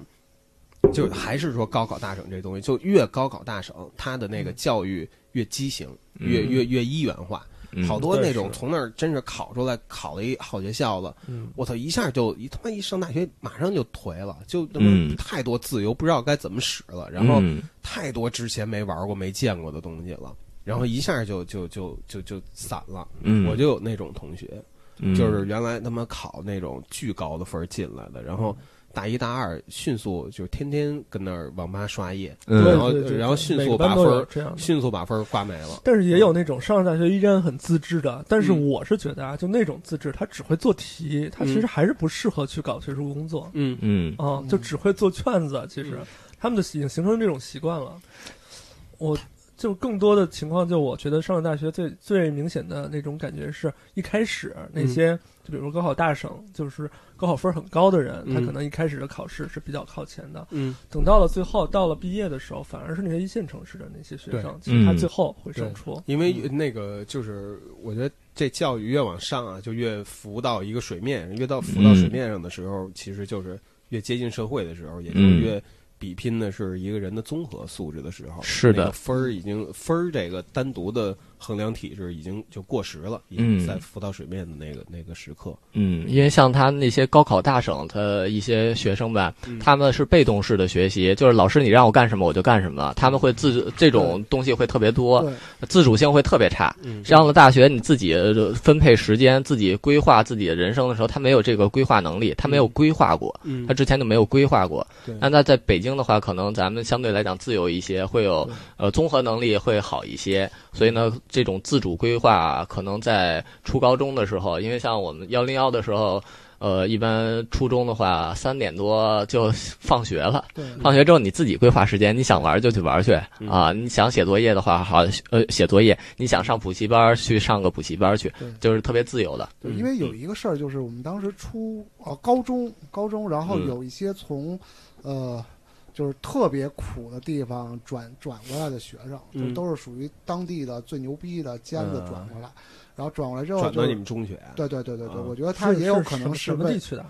Speaker 2: 就还是说高考大省这东西，就越高考大省，它的那个教育越畸形，
Speaker 3: 嗯
Speaker 2: 越越越一元化。
Speaker 3: 嗯
Speaker 2: 好多那
Speaker 4: 对
Speaker 2: 种
Speaker 4: 是
Speaker 2: 从那儿真是考出来考了一好学校了，
Speaker 4: 嗯，
Speaker 2: 我操，一下就一他妈一上大学马上就颓了，就他
Speaker 3: 嗯
Speaker 2: 妈太多自由不知道该怎么使了，然后
Speaker 3: 嗯
Speaker 2: 太多之前没玩过没见过的东西了。然后一下就就就就就散了，
Speaker 3: 嗯
Speaker 2: 我就有那种同学，
Speaker 3: 嗯
Speaker 2: 就是原来他妈考那种巨高的分儿进来的，然后大一大二迅速就天天跟那儿网吧刷夜，
Speaker 3: 嗯
Speaker 2: 然后
Speaker 4: 对对对
Speaker 2: 然后迅
Speaker 4: 每
Speaker 2: 速
Speaker 4: 个班
Speaker 2: 把
Speaker 4: 都
Speaker 2: 分
Speaker 4: 有
Speaker 2: 儿
Speaker 4: 这样的
Speaker 2: 迅速把分儿挂没了。
Speaker 4: 但是也有那种上了大学依然很自制的，但是
Speaker 2: 嗯
Speaker 4: 我是觉得啊，就那种自制，他只会做题，他其实还是不适合去搞学术工作
Speaker 2: 嗯，
Speaker 3: 嗯
Speaker 4: 啊、就只会做卷子。其实、
Speaker 2: 嗯
Speaker 4: 他们就已经形成这种习惯了。我就更多的情况，就我觉得上了大学最最明显的那种感觉是，一开始
Speaker 2: 嗯
Speaker 4: 那些、就比如说高考大省，就是高考分儿很高的人，他
Speaker 2: 嗯
Speaker 4: 可能一开始的考试是比较靠前的，
Speaker 2: 嗯，
Speaker 4: 等到了最后，到了毕业的时候，反而是那些一线城市的那些学生，
Speaker 2: 嗯
Speaker 4: 其实他最后会胜出。
Speaker 2: 因为
Speaker 1: 嗯
Speaker 2: 那个就是我觉得这教育越往上啊，就越浮到一个水面，越到浮到水面上的时候，其实就是越接近社会的时候，也就是
Speaker 3: 嗯
Speaker 2: 越比拼的是一个人的综合素质的时候。
Speaker 1: 嗯
Speaker 3: 是的
Speaker 2: 那个分儿已经分儿这个单独的衡量体制已经就过时了，已经在浮到水面的那个那个时刻。
Speaker 3: 嗯，因为像他那些高考大省的一些学生吧，
Speaker 2: 嗯
Speaker 3: 他们是被动式的学习，就是老师你让我干什么我就干什么，他们会自这种东西会特别多，
Speaker 1: 对，
Speaker 3: 自主性会特别差。
Speaker 2: 嗯
Speaker 3: 上了大学，你自己呃分配时间、自己规划自己的人生的时候，他没有这个规划能力，他没有规划过，
Speaker 2: 嗯
Speaker 3: 他之前就没有规划过
Speaker 2: 对。
Speaker 3: 那那在北京的话，可能咱们相对来讲自由一些，会有
Speaker 1: 对
Speaker 3: 呃综合能力会好一些。所以呢，这种自主规划可能在初高中的时候，因为像我们幺零幺的时候。呃，一般初中的话，三点多就放学了。
Speaker 1: 对
Speaker 3: 放学之后你自己规划时间，你想玩就去玩去
Speaker 2: 嗯
Speaker 3: 啊！你想写作业的话，好呃写作业；你想上补习班儿去上个补习班儿去
Speaker 1: 对，
Speaker 3: 就是特别自由的。
Speaker 1: 对，
Speaker 2: 嗯
Speaker 1: 因为有一个事儿，就是我们当时初啊高中，高中，然后有一些从，呃，就是特别苦的地方转转过来的学生，
Speaker 2: 嗯
Speaker 1: 就都是属于当地的最牛逼的尖子
Speaker 2: 嗯
Speaker 1: 转过来，然后转过来之后
Speaker 2: 转
Speaker 1: 就
Speaker 2: 到你
Speaker 1: 是，
Speaker 2: 们中学，
Speaker 1: 对对对对对，
Speaker 2: 嗯
Speaker 1: 我觉得他也有可能
Speaker 4: 是
Speaker 1: 是
Speaker 4: 什么地
Speaker 1: 为
Speaker 4: 区的？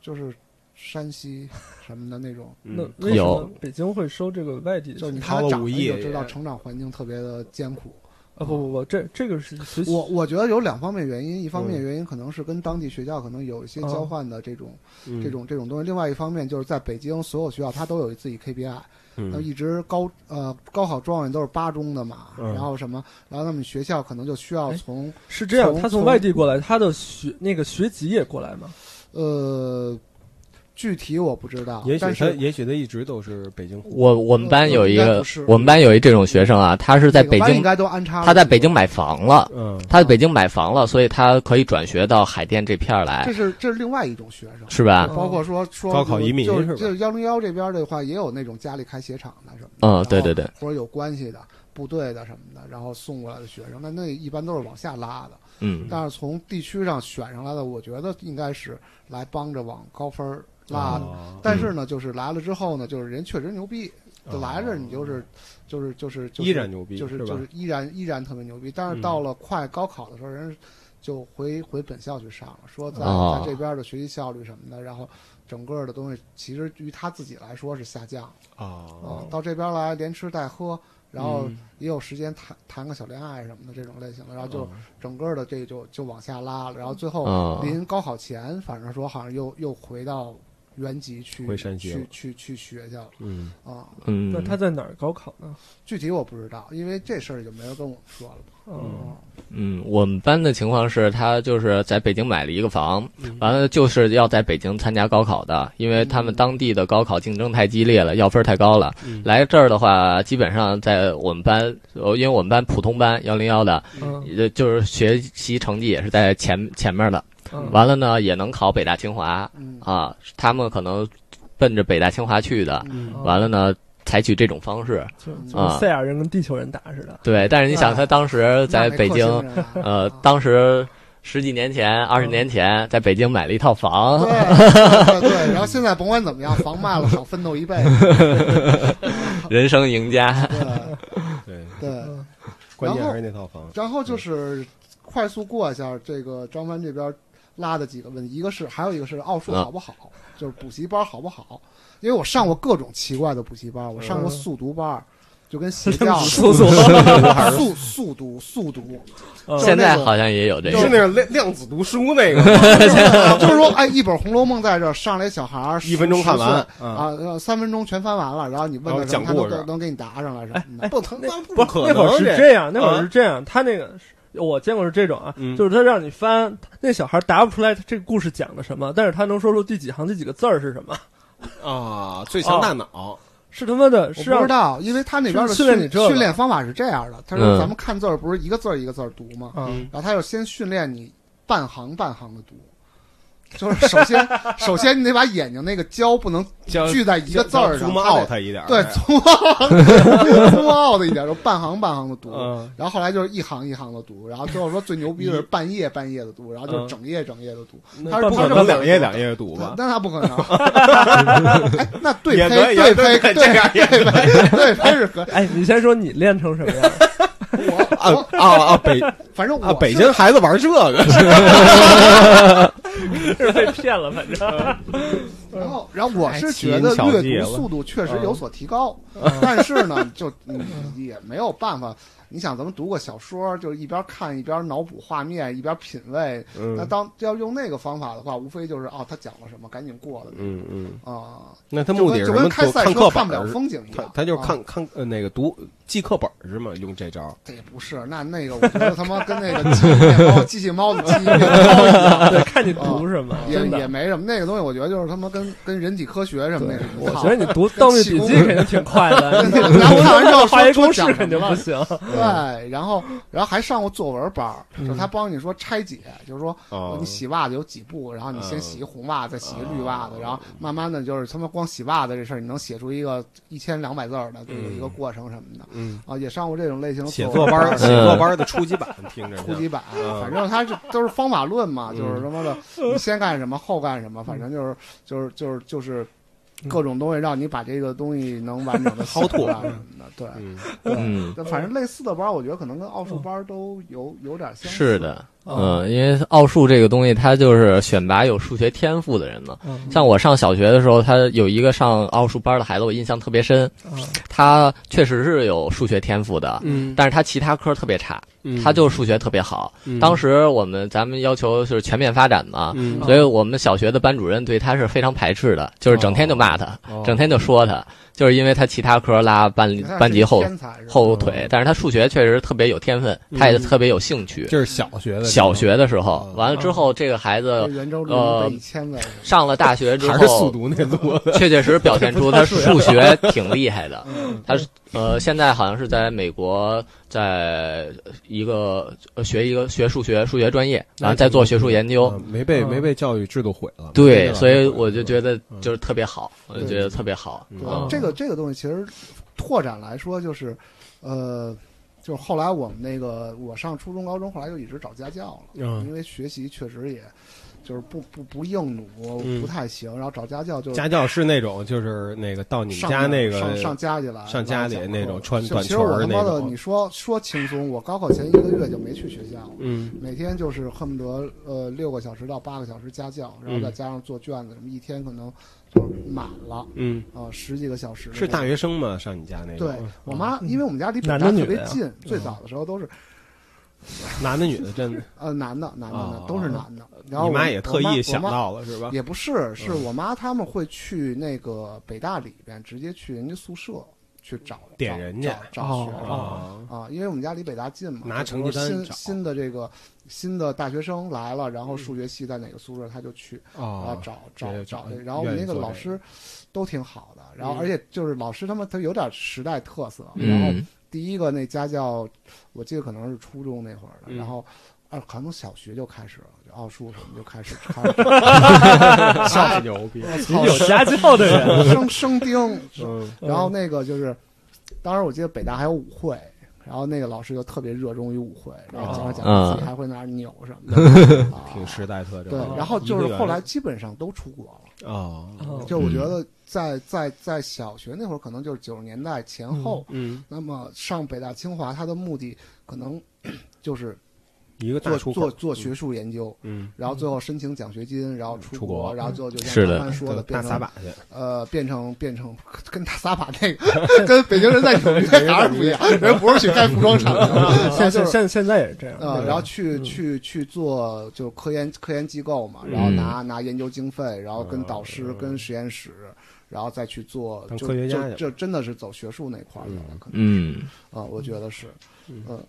Speaker 1: 就是山西什么的那种，
Speaker 4: 那
Speaker 2: 嗯
Speaker 4: 为什么
Speaker 3: 有
Speaker 4: 北京会收这个外地的
Speaker 1: 就
Speaker 4: 学
Speaker 1: 是
Speaker 4: 生？
Speaker 1: 你
Speaker 2: 考
Speaker 1: 看他
Speaker 2: 了
Speaker 1: 长
Speaker 2: 武
Speaker 1: 得
Speaker 2: 艺
Speaker 1: 就知道
Speaker 2: 也
Speaker 1: 成长环境特别的艰苦。
Speaker 4: 啊不不不，这这个是学习
Speaker 1: 我我觉得有两方面原因，一方面
Speaker 2: 嗯
Speaker 1: 原因可能是跟当地学校可能有一些
Speaker 4: 哦
Speaker 1: 交换的这种。
Speaker 2: 嗯
Speaker 1: 这种这种东西。另外一方面就是在北京，所有学校它都有自己 KPI，那
Speaker 2: 嗯
Speaker 1: 一直高呃高考状元都是八中的嘛，
Speaker 2: 嗯
Speaker 1: 然后什么，然后那么学校可能就需要
Speaker 4: 哎
Speaker 1: 从
Speaker 4: 是这样，
Speaker 1: 从
Speaker 4: 他从
Speaker 1: 从
Speaker 4: 外地过来，他的学那个学籍也过来嘛？
Speaker 1: 呃具体我不知道，
Speaker 2: 也许
Speaker 1: 但
Speaker 2: 他
Speaker 1: 是
Speaker 2: 也许他一直都是北京户。
Speaker 3: 我我们班有一
Speaker 1: 呃应该
Speaker 3: 个
Speaker 1: 不是，
Speaker 3: 我们班有一这种学生啊，他是在
Speaker 1: 每个
Speaker 3: 北
Speaker 1: 班应
Speaker 3: 京，
Speaker 1: 该都安插了
Speaker 3: 他在北京买房了，
Speaker 2: 嗯，
Speaker 3: 他在北京买房了，所以他可以转学到海淀这片儿来
Speaker 1: 这，是这是另外一种学生。
Speaker 3: 是吧？
Speaker 1: 包括说说
Speaker 2: 高考移民
Speaker 1: 就是
Speaker 2: 吧
Speaker 1: 就幺零幺这边的话，也有那种家里开鞋厂的什么的，
Speaker 3: 嗯，对对对，
Speaker 1: 或者有关系的部队的什么的，然后送过来的学生，那那一般都是往下拉的。
Speaker 3: 嗯
Speaker 1: 但是从地区上选上来的，我觉得应该是来帮着往高分儿拉的。
Speaker 2: 哦
Speaker 1: 但是呢，就是来了之后呢，就是人确实牛逼，就来这你就是，就是就是就是
Speaker 2: 依然牛逼，
Speaker 1: 就是
Speaker 2: 吧
Speaker 1: 就是依然依然特别牛逼。但是
Speaker 2: 嗯
Speaker 1: 到了快高考的时候，人就回回本校去上了，说在
Speaker 3: 哦
Speaker 1: 在这边的学习效率什么的，然后整个的东西其实于他自己来说是下降
Speaker 2: 哦
Speaker 1: 啊，到这边来连吃带喝，然后
Speaker 2: 嗯
Speaker 1: 也有时间谈谈个小恋爱什么的这种类型的，然后就
Speaker 2: 哦
Speaker 1: 整个的这就就往下拉了，然后最后
Speaker 3: 啊，
Speaker 1: 临高考前，反正说好像又又回到原籍去
Speaker 2: 回山西了
Speaker 1: 去去去学去了
Speaker 2: 嗯
Speaker 1: 啊、
Speaker 3: 嗯
Speaker 4: 那，他在哪儿高考呢？
Speaker 1: 具体我不知道，因为这事儿就没人跟我们说了。
Speaker 4: 嗯，
Speaker 3: 嗯，我们班的情况是他就是在北京买了一个房
Speaker 2: 嗯，
Speaker 3: 完了就是要在北京参加高考的，因为他们当地的高考竞争太激烈了，要分儿太高了。
Speaker 2: 嗯
Speaker 3: 来这儿的话，基本上在我们班，呃因为我们班普通班幺零幺的，
Speaker 4: 嗯
Speaker 3: 呃就是学习成绩也是在前前面的。
Speaker 4: 嗯，
Speaker 3: 完了呢，也能考北大清华
Speaker 1: 嗯
Speaker 3: 啊，他们可能奔着北大清华去的。
Speaker 1: 嗯
Speaker 2: 哦
Speaker 4: 嗯
Speaker 3: 完了呢，采取这种方式，
Speaker 4: 就就
Speaker 3: 啊
Speaker 4: 是赛亚人跟地球人打似的。
Speaker 3: 对。但是你想，他当时在北京，
Speaker 1: 啊
Speaker 2: [laughs]
Speaker 3: 呃，当时十几年前、二十年前，在北京买了一套
Speaker 1: 对
Speaker 3: 房，
Speaker 1: 对对，然后现在甭管怎么样，房卖了好奋斗一辈子。
Speaker 3: [laughs] 人生赢家。
Speaker 1: 对
Speaker 2: 对，
Speaker 1: 对，
Speaker 4: 嗯
Speaker 2: 关键还是那套房。
Speaker 1: 然后就是快速过一下这个张帆这边拉的几个问题，一个是还有一个是奥数
Speaker 3: 啊
Speaker 1: 好不好，就是补习班好不好？因为我上过各种奇怪的补习班，我上过
Speaker 4: 嗯
Speaker 1: 速读班，就跟邪教似
Speaker 4: 搜索
Speaker 1: 的，速速读速读，
Speaker 4: 嗯
Speaker 3: 现在好像也有这
Speaker 2: 是
Speaker 3: 个，
Speaker 2: 那种量量子读书那 [laughs] 个，
Speaker 1: 就是说，哎，一本《红楼梦》在这儿上来，小孩儿
Speaker 2: 一分钟看完
Speaker 1: 10岁
Speaker 2: 嗯
Speaker 1: 啊，呃三分钟全翻完了，然后你问他什么，他
Speaker 2: 然后讲故
Speaker 1: 能
Speaker 2: 事
Speaker 1: 能能给你答上来什么的。
Speaker 2: 不疼，那
Speaker 4: 不
Speaker 2: 不
Speaker 4: 是
Speaker 2: 可
Speaker 4: 那会儿
Speaker 2: 能
Speaker 4: 是
Speaker 2: 这
Speaker 4: 这样，那会
Speaker 2: 啊
Speaker 4: 儿是这样，他那个我见过是这种啊，
Speaker 2: 嗯
Speaker 4: 就是他让你翻，那小孩答不出来这个故事讲的什么，但是他能说出第几行第几个字儿是什么，
Speaker 2: 啊，最强大脑，
Speaker 4: 是他妈的，
Speaker 1: 我
Speaker 4: 是
Speaker 1: 不
Speaker 4: 让
Speaker 1: 知道，因为他那边的
Speaker 4: 训练你这个
Speaker 1: 训练方法是这样的，他说
Speaker 3: 嗯
Speaker 1: 咱们看字儿不是一个字儿一个字儿读吗？
Speaker 4: 啊，
Speaker 2: 嗯
Speaker 1: 然后他就先训练你半行半行的读。就是首先，
Speaker 2: [laughs]
Speaker 1: 首先你得把眼睛那个焦不能
Speaker 2: 叫
Speaker 1: 聚在一个字儿上，
Speaker 2: 祖母
Speaker 1: 他得
Speaker 2: out 一点儿，
Speaker 1: 对，
Speaker 2: 哎
Speaker 1: 粗奥粗奥的一点，就半行半行的读，
Speaker 2: 嗯
Speaker 1: 然后后来就是一行一行的读，然后最后说最牛逼的是半夜半夜的读，然后就是
Speaker 2: 嗯
Speaker 1: 整夜整夜的读，
Speaker 4: 那
Speaker 1: 他是
Speaker 4: 半
Speaker 1: 不
Speaker 2: 可
Speaker 1: 是
Speaker 4: 半
Speaker 1: 这
Speaker 2: 能
Speaker 1: 么
Speaker 2: 两页两页读
Speaker 1: 那
Speaker 2: 吧？
Speaker 1: 那他不
Speaker 2: [laughs]
Speaker 1: 可能。哎，那对
Speaker 2: 也
Speaker 1: 胚
Speaker 2: 可以
Speaker 1: 对
Speaker 2: 对
Speaker 1: 胚
Speaker 2: 对这样
Speaker 1: 对胚对胚是可以。
Speaker 4: 哎，你先说你练成什么样？
Speaker 2: [laughs] 啊
Speaker 1: [laughs] 我我
Speaker 2: 啊啊！北
Speaker 1: 反正
Speaker 2: 啊
Speaker 1: [laughs] 我
Speaker 2: 北
Speaker 1: 是
Speaker 2: 京孩子玩这个，
Speaker 1: [laughs]
Speaker 4: 是被骗了，反正。
Speaker 1: 然后，然后我
Speaker 2: 哎
Speaker 1: 是
Speaker 2: 奇
Speaker 1: 觉
Speaker 2: 淫
Speaker 1: 得
Speaker 2: 巧技
Speaker 1: 阅
Speaker 2: 了
Speaker 1: 读速度确实
Speaker 2: 嗯
Speaker 1: 有所提高，但是呢，就嗯也没有办法。你想，咱们读个小说，就一边看一边脑补画面，一边品味。那
Speaker 2: 嗯
Speaker 1: 当要用那个方法的话，无非就是哦，他讲了什么，赶紧过了
Speaker 2: 嗯嗯，
Speaker 1: 啊。
Speaker 2: 那他
Speaker 1: 就
Speaker 2: 目的
Speaker 1: 跟就
Speaker 2: 是什么？
Speaker 1: 跟开赛
Speaker 2: 看
Speaker 1: 车
Speaker 2: 课
Speaker 1: 看
Speaker 2: 本
Speaker 1: 不了
Speaker 2: 儿，
Speaker 1: 风景一
Speaker 2: 他
Speaker 1: 样，
Speaker 2: 他就是
Speaker 1: 啊
Speaker 2: 看看呃那个读记课本儿是吗？用这招儿
Speaker 1: 这也不是，那那个我觉得他妈跟那个机器面包、机器猫的机器面包一样，
Speaker 4: [laughs] 对，看你读什么，
Speaker 2: [laughs]
Speaker 1: 也
Speaker 4: 真
Speaker 1: 也
Speaker 4: 的。
Speaker 1: 没什么。那个东西我觉得就是他妈跟跟人体科学什么那
Speaker 4: 对
Speaker 1: 什么
Speaker 4: 我
Speaker 1: 的。
Speaker 4: 觉得你读《盗墓笔记》肯定挺快的，你
Speaker 1: 然后看完之后
Speaker 4: 画
Speaker 1: 说
Speaker 4: 一
Speaker 1: 说
Speaker 4: 公式
Speaker 1: 讲
Speaker 4: 肯
Speaker 1: 什
Speaker 4: 定
Speaker 1: 么
Speaker 4: 不
Speaker 1: 了，
Speaker 4: 行。
Speaker 2: 嗯
Speaker 1: 对，然后然后还上过作文班儿，就
Speaker 4: 嗯
Speaker 1: 是他帮你说拆解，就是说
Speaker 2: 哦
Speaker 1: 你洗袜子有几步，然后你先洗一红袜子，再洗一绿袜
Speaker 2: 哦
Speaker 1: 子，然后慢慢的就是他妈光洗袜子这事儿，你能写出一个一千两百字儿的这个
Speaker 2: 嗯
Speaker 1: 一个过程什么的
Speaker 2: 嗯，
Speaker 1: 啊，也上过这种类型的
Speaker 2: 写
Speaker 1: 作
Speaker 2: 作
Speaker 1: 文
Speaker 2: 班
Speaker 1: [laughs]
Speaker 2: 儿
Speaker 1: 班
Speaker 2: 写
Speaker 1: 儿。嗯
Speaker 2: 作班儿的初级版，听着
Speaker 1: 初
Speaker 2: 像
Speaker 1: 级版，
Speaker 2: 嗯
Speaker 1: 反正它是都是方法论嘛，
Speaker 2: 嗯
Speaker 1: 就是他妈
Speaker 2: [laughs]
Speaker 1: 的，你先干什么后干什么，反正就是就是就是就是各种东西让你把这个东西能完
Speaker 2: [laughs]
Speaker 1: 整的
Speaker 2: 薅吐
Speaker 1: 啊什么的，对，
Speaker 2: 嗯
Speaker 1: 对
Speaker 3: 嗯，
Speaker 1: 但反正类似的班儿，我觉得可能跟奥数班儿都有有点相似。
Speaker 3: 是，的，嗯，因为奥数这个东西，它就是选拔有数学天赋的人嘛。
Speaker 4: 嗯，
Speaker 3: 像我上小学的时候，他有一个上奥数班的孩子，我印象特别深。
Speaker 4: 嗯
Speaker 3: 他确实是有数学天赋的，
Speaker 2: 嗯，
Speaker 3: 但是他其他科特别差，
Speaker 2: 嗯
Speaker 3: 他就数学特别好。当时啊我们咱们要求就是全面发展嘛，
Speaker 2: 嗯
Speaker 3: 所以我们小学的班主任对他是非常排斥的，就是整天就骂他，
Speaker 2: 哦
Speaker 3: 整天就说他，就是因为他其他科拉班
Speaker 1: 你看
Speaker 3: 班级后
Speaker 1: 天才是吧
Speaker 3: 后腿，但是他数学确实特别有天分，
Speaker 2: 哦嗯
Speaker 3: 他也特别有兴趣。
Speaker 2: 这是小学的
Speaker 3: 小学的时候
Speaker 2: 哦，
Speaker 3: 完了之后，这个孩
Speaker 1: 这
Speaker 3: 子
Speaker 1: 圆周率
Speaker 3: 呃
Speaker 1: 能被一千位，
Speaker 3: 上了大学之
Speaker 2: 还是速
Speaker 3: 后，
Speaker 2: 读那路的，
Speaker 3: 确确实表现出他数学挺厉害的。
Speaker 1: 嗯
Speaker 3: 他是呃，现在好像是在美国，在一个呃学一个学数学数学专业，然后再做学术研究。
Speaker 2: 嗯没被没被教育制度毁了。
Speaker 3: 对，所以我就觉
Speaker 2: 得
Speaker 3: 得就是特别好，我就觉得特别好。
Speaker 2: 嗯
Speaker 1: 对
Speaker 3: 嗯
Speaker 1: 这个这个东西其实拓展来说就是，呃，就是后来我们那个我上初中、高中，后来就一直找家教了，
Speaker 2: 嗯
Speaker 1: 因为学习确实也就是不不不硬
Speaker 2: 嗯
Speaker 1: 弩，不太行，然后找家教就
Speaker 2: 家教是那种，就是那个到你们
Speaker 1: 上
Speaker 2: 家那
Speaker 1: 上
Speaker 2: 个
Speaker 1: 上家里来，
Speaker 2: 上家里那种穿
Speaker 1: 就
Speaker 2: 短
Speaker 1: 其
Speaker 2: 裙
Speaker 1: 实我
Speaker 2: 儿
Speaker 1: 他
Speaker 2: 那
Speaker 1: 妈的，
Speaker 2: 种
Speaker 1: 你，说说轻松，我高考前一个月就没去学校。
Speaker 2: 嗯
Speaker 1: 每天就是恨不得呃六个小时到八个小时家教，然后再加上做卷子什么，一天可能就是满了
Speaker 2: 嗯，
Speaker 1: 啊、十几个小时。
Speaker 2: 是大学嗯生吗？上你家那个？
Speaker 1: 对我妈，因为我们家离北
Speaker 4: 嗯男
Speaker 1: 大
Speaker 4: 的女
Speaker 1: 特别
Speaker 4: 的呀嗯
Speaker 1: 近，最早的时候都是
Speaker 2: 男的女的真的，
Speaker 1: 呃男的男的男
Speaker 2: 哦
Speaker 1: 的都是男的。 [laughs] 然后
Speaker 2: 你
Speaker 1: 我
Speaker 2: 妈也特
Speaker 1: 我妈
Speaker 2: 意想
Speaker 1: 我妈
Speaker 2: 到了嗯是吧？
Speaker 1: 也不是，是我妈他们会去那个北大里边，直接去人家宿舍去找
Speaker 2: 点
Speaker 1: 找
Speaker 2: 人家
Speaker 1: 找找学
Speaker 4: 哦
Speaker 1: 生。
Speaker 2: 啊，
Speaker 1: 啊，因为我们家离北大近嘛，
Speaker 2: 拿
Speaker 1: 就比
Speaker 2: 成
Speaker 1: 如
Speaker 2: 绩单
Speaker 1: 新
Speaker 2: 找
Speaker 1: 新的这个新的大学生来了，然后数学系在哪个宿舍他就去啊
Speaker 2: 哦，
Speaker 1: 找
Speaker 2: 直
Speaker 1: 找
Speaker 2: 接
Speaker 1: 找
Speaker 2: 找
Speaker 1: 这，然后我们那
Speaker 2: 愿意
Speaker 1: 个
Speaker 2: 做
Speaker 1: 老
Speaker 2: 这个
Speaker 1: 师都挺好的，然后
Speaker 2: 嗯
Speaker 1: 而且就是老师他们他有点时代特色，然后
Speaker 3: 嗯，
Speaker 1: 第一个那家教，我记得可能是初中那会儿的，
Speaker 2: 嗯
Speaker 1: 然后。啊，可能从小学就开始了，就奥数什么就
Speaker 2: [laughs]
Speaker 1: 开始开始。啊
Speaker 2: 太牛
Speaker 1: [laughs]
Speaker 2: 逼，
Speaker 1: 我操，
Speaker 4: 有家教的人，
Speaker 1: 生生
Speaker 2: [laughs]
Speaker 1: 丁，
Speaker 2: 嗯
Speaker 1: 然后那个就是，当时我记得北大还有舞会，然后那个老师就特别热衷于舞会，然后经常讲自己还会拿扭什么
Speaker 2: [laughs]
Speaker 1: 的，啊
Speaker 2: 挺时代特征
Speaker 1: 对
Speaker 2: 的。。
Speaker 1: 然后就是后来基本上都出国了，
Speaker 2: 哦，
Speaker 1: 就我觉得在在在小学那会儿，可能就是九十年代前后，
Speaker 2: 嗯
Speaker 1: 那么上北大清华，它的目的可能 [clears throat] 就是
Speaker 2: 一个大
Speaker 1: 做
Speaker 2: 出
Speaker 1: 做
Speaker 2: 口，
Speaker 1: 做学术研究，
Speaker 2: 嗯，
Speaker 1: 然后最后申请奖学金，然后出
Speaker 2: 出国嗯
Speaker 1: 然后最后就像
Speaker 3: 是的
Speaker 1: 刚才说的，
Speaker 2: 大
Speaker 1: 变
Speaker 2: 撒
Speaker 1: 成
Speaker 2: 把去，
Speaker 1: 呃，变成变成跟大撒把那个，跟北京人在纽约哪儿不一样，人不是去开服装厂 [laughs] 的，现在啊就
Speaker 4: 嗯现现
Speaker 1: 是。
Speaker 4: 现现在也是这样。
Speaker 1: 呃，
Speaker 4: 对
Speaker 1: 然后去
Speaker 4: 嗯
Speaker 1: 去去做就是科研科研机构嘛，然后
Speaker 3: 嗯
Speaker 1: 拿拿研究经费，然后跟导师
Speaker 2: 嗯
Speaker 1: 跟实验室，然后再去做
Speaker 2: 当
Speaker 1: 就
Speaker 2: 科学家去
Speaker 1: 就
Speaker 2: 了
Speaker 1: 这真的是走学术那块儿的了
Speaker 2: 嗯，
Speaker 1: 可能
Speaker 3: 嗯，
Speaker 1: 啊，我觉得是，
Speaker 2: 嗯
Speaker 1: 嗯，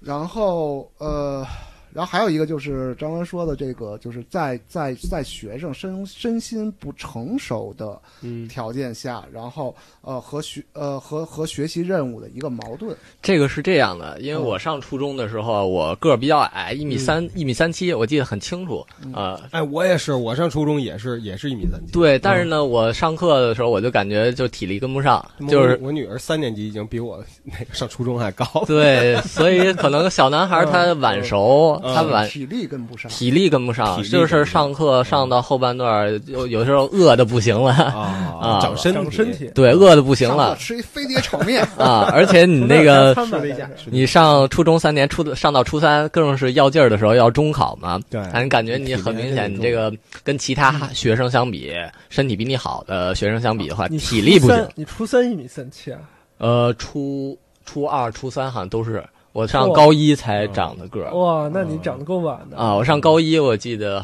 Speaker 1: 然后呃，然后还有一个就是张文说的这个，就是在在在学生身身心不成熟的
Speaker 2: 嗯，
Speaker 1: 条件下，然后呃和学呃和和学习任务的一个矛盾，
Speaker 3: 这个是这样的，因为
Speaker 1: 嗯
Speaker 3: 我上初中的时候，我个儿比较矮，一米三一米三七，我记得很清楚
Speaker 1: 嗯。
Speaker 3: 呃，
Speaker 2: 哎，我也是，我上初中也是也是一米三七，
Speaker 3: 对，但是呢，我上课的时候我就感觉就体力跟不上，就是
Speaker 2: 我女儿三年级已经比我那个上初中还
Speaker 3: [laughs]
Speaker 2: 高，
Speaker 3: 对，所以可能小男孩儿他晚熟，
Speaker 2: 嗯
Speaker 3: 他晚
Speaker 1: 体力跟不上，
Speaker 3: 嗯体力跟不上，
Speaker 2: 体力跟
Speaker 3: 就
Speaker 2: 不上
Speaker 3: 是上课上到后半段儿，有有时候饿的不行了， [laughs]
Speaker 2: 啊长身
Speaker 4: 长身体，
Speaker 3: 对，饿的不行
Speaker 1: 上课
Speaker 3: 了
Speaker 1: 吃一飞碟炒面，
Speaker 3: 啊！而且你那 [laughs] 个
Speaker 4: 从那
Speaker 2: 说
Speaker 4: 儿加餐吧
Speaker 2: 了一下
Speaker 4: 但是，
Speaker 3: 你上初中三年，初的上到初三，更是要劲儿的时候，要中考嘛。
Speaker 2: 对
Speaker 3: 但你感觉你很明显，你这个跟其他学生相比，身体比你好的学生相比的话，
Speaker 4: 你
Speaker 3: 体力不
Speaker 4: 初
Speaker 3: 行
Speaker 4: 三。，你初三一米三七啊？
Speaker 3: 呃，初初二、初三好像都是我上
Speaker 4: 哇
Speaker 3: 高一才长的个儿
Speaker 4: 哇，那你长得够晚的！
Speaker 3: 啊，我上高一我记得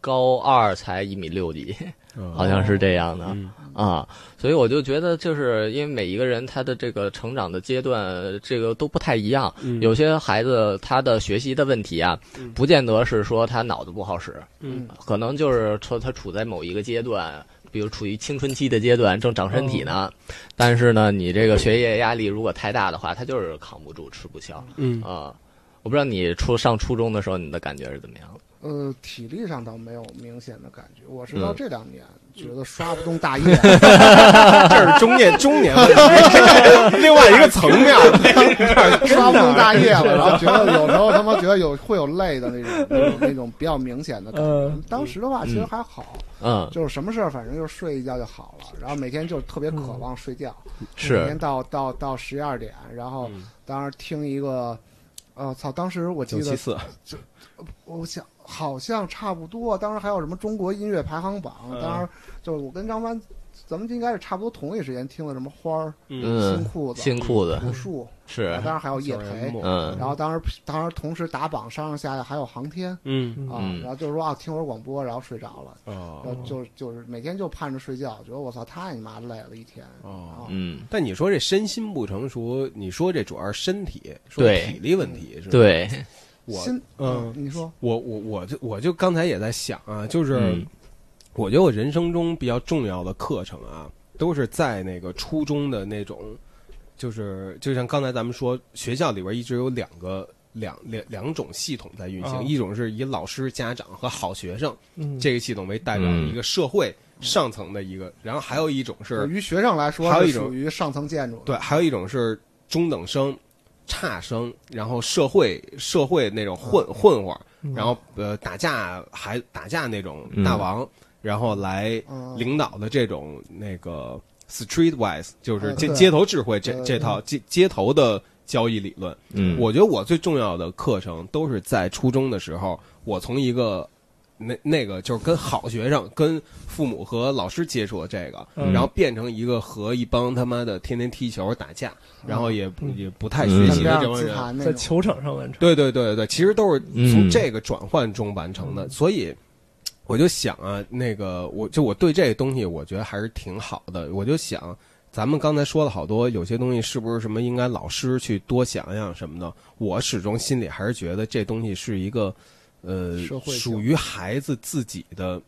Speaker 3: 高二才一米六几，好像是这样的。
Speaker 2: 嗯
Speaker 3: 啊，所以我就觉得，就是因为每一个人他的这个成长的阶段，这个都不太一样。
Speaker 2: 嗯
Speaker 3: 有些孩子他的学习的问题啊，不见得是说他脑子不好使，
Speaker 2: 嗯
Speaker 3: 可能就是说他处在某一个阶段，比如处于青春期的阶段，正长身体
Speaker 2: 哦
Speaker 3: 呢。但是呢，你这个学业压力如果太大的话，他就是扛不住，吃不消
Speaker 2: 嗯
Speaker 3: 啊。我不知道你初上初中的时候，你的感觉是怎么样的？
Speaker 1: 呃，体力上倒没有明显的感觉，我是
Speaker 3: 嗯
Speaker 1: 到这两年觉得刷不动大夜，
Speaker 2: 这是中年中
Speaker 3: [laughs]
Speaker 2: 年问题，另外一个层面
Speaker 1: [laughs]
Speaker 2: 儿，
Speaker 1: 刷不动大夜了，然后觉得有时候他妈觉得有会有累的那种那种那种比较明显的感觉。
Speaker 4: 嗯，
Speaker 1: 当时的话其实还好，
Speaker 3: 嗯，
Speaker 1: 就是什么事儿反正就是睡一觉就好了，然后每天就特别渴望睡觉，每
Speaker 3: 是
Speaker 1: 天到到到十一二点，然后当时听一个，呃，操，当时我记
Speaker 2: 九
Speaker 1: 得
Speaker 2: 七四，
Speaker 1: 我想好像差不多，当时还有什么中国音乐排行榜，
Speaker 2: 嗯
Speaker 1: 当时就是我跟张帆，咱们应该是差不多同一时间听的什么花儿、新
Speaker 3: 嗯，
Speaker 1: 裤子、
Speaker 3: 新裤子
Speaker 1: 朴树，
Speaker 3: 是
Speaker 1: 啊当然还有叶培，
Speaker 3: 嗯
Speaker 1: 然后当时当时同时打榜上上下下还有航天
Speaker 2: 嗯
Speaker 1: 啊，
Speaker 3: 嗯
Speaker 1: 然后就是说啊听会儿广播，然后睡着了，然后
Speaker 2: 哦
Speaker 1: 就就是每天就盼着睡觉，觉得我操太你妈累了一天，
Speaker 2: 哦。
Speaker 3: 嗯，
Speaker 2: 但你说这身心不成熟，你说这主要是身体，说
Speaker 3: 对
Speaker 2: 体力问题是吧？，
Speaker 3: 对，
Speaker 2: 我
Speaker 1: 心
Speaker 2: 嗯
Speaker 1: 你说
Speaker 2: 我我我就我就刚才也在想啊，就是、
Speaker 3: 嗯
Speaker 2: 我觉得我人生中比较重要的课程啊，都是在那个初中的那种，就是就像刚才咱们说，学校里边一直有两个两两两种系统在运行，
Speaker 4: 啊
Speaker 2: 一种是以老师、家长和好学生
Speaker 4: 嗯，
Speaker 2: 这个系统为代表的一个社会上层的一个，然后还有一种
Speaker 1: 对
Speaker 2: 是
Speaker 1: 于学生来说
Speaker 2: 还有
Speaker 1: 是
Speaker 2: 一种
Speaker 1: 属于上层建筑，
Speaker 2: 对，还有一种是中等生。差生，然后社会社会那种混混混，
Speaker 4: 嗯
Speaker 2: 然后呃打架还打架那种
Speaker 3: 嗯
Speaker 2: 大王，然后来
Speaker 1: 嗯，
Speaker 2: 领导的这种那个 streetwise，就是
Speaker 1: 嗯
Speaker 2: 街
Speaker 1: 对嗯
Speaker 2: 街头智慧这
Speaker 1: 对
Speaker 2: 这套街街头的交易理论。
Speaker 3: 嗯，
Speaker 2: 我觉得我最重要的课程都是在初中的时候，我从一个。那那个就是跟好学
Speaker 1: [laughs]
Speaker 2: 生、跟父母和老师接触的这个，
Speaker 4: 嗯
Speaker 2: 然后变成一个和一帮他妈的天天踢球打架，然后也不
Speaker 4: 嗯
Speaker 2: 也不太
Speaker 3: 嗯
Speaker 2: 学
Speaker 1: 像
Speaker 2: 习
Speaker 1: 这
Speaker 2: 的
Speaker 1: 样
Speaker 2: 这帮
Speaker 1: 自
Speaker 2: 人，
Speaker 1: 残那
Speaker 4: 在
Speaker 1: 种
Speaker 4: 球场上完成。
Speaker 2: 对对对对，其实都是从
Speaker 3: 嗯
Speaker 2: 这个转换中完成的，所以我就想啊，那个我就我对这个东西，我觉得还是挺好的。我就想，咱们刚才说了好多，有些东西是不是什么应该老师去多想想什么的？我始终心里还是觉得这东西是一个，呃
Speaker 1: 社，会性
Speaker 2: 属于孩子自己的，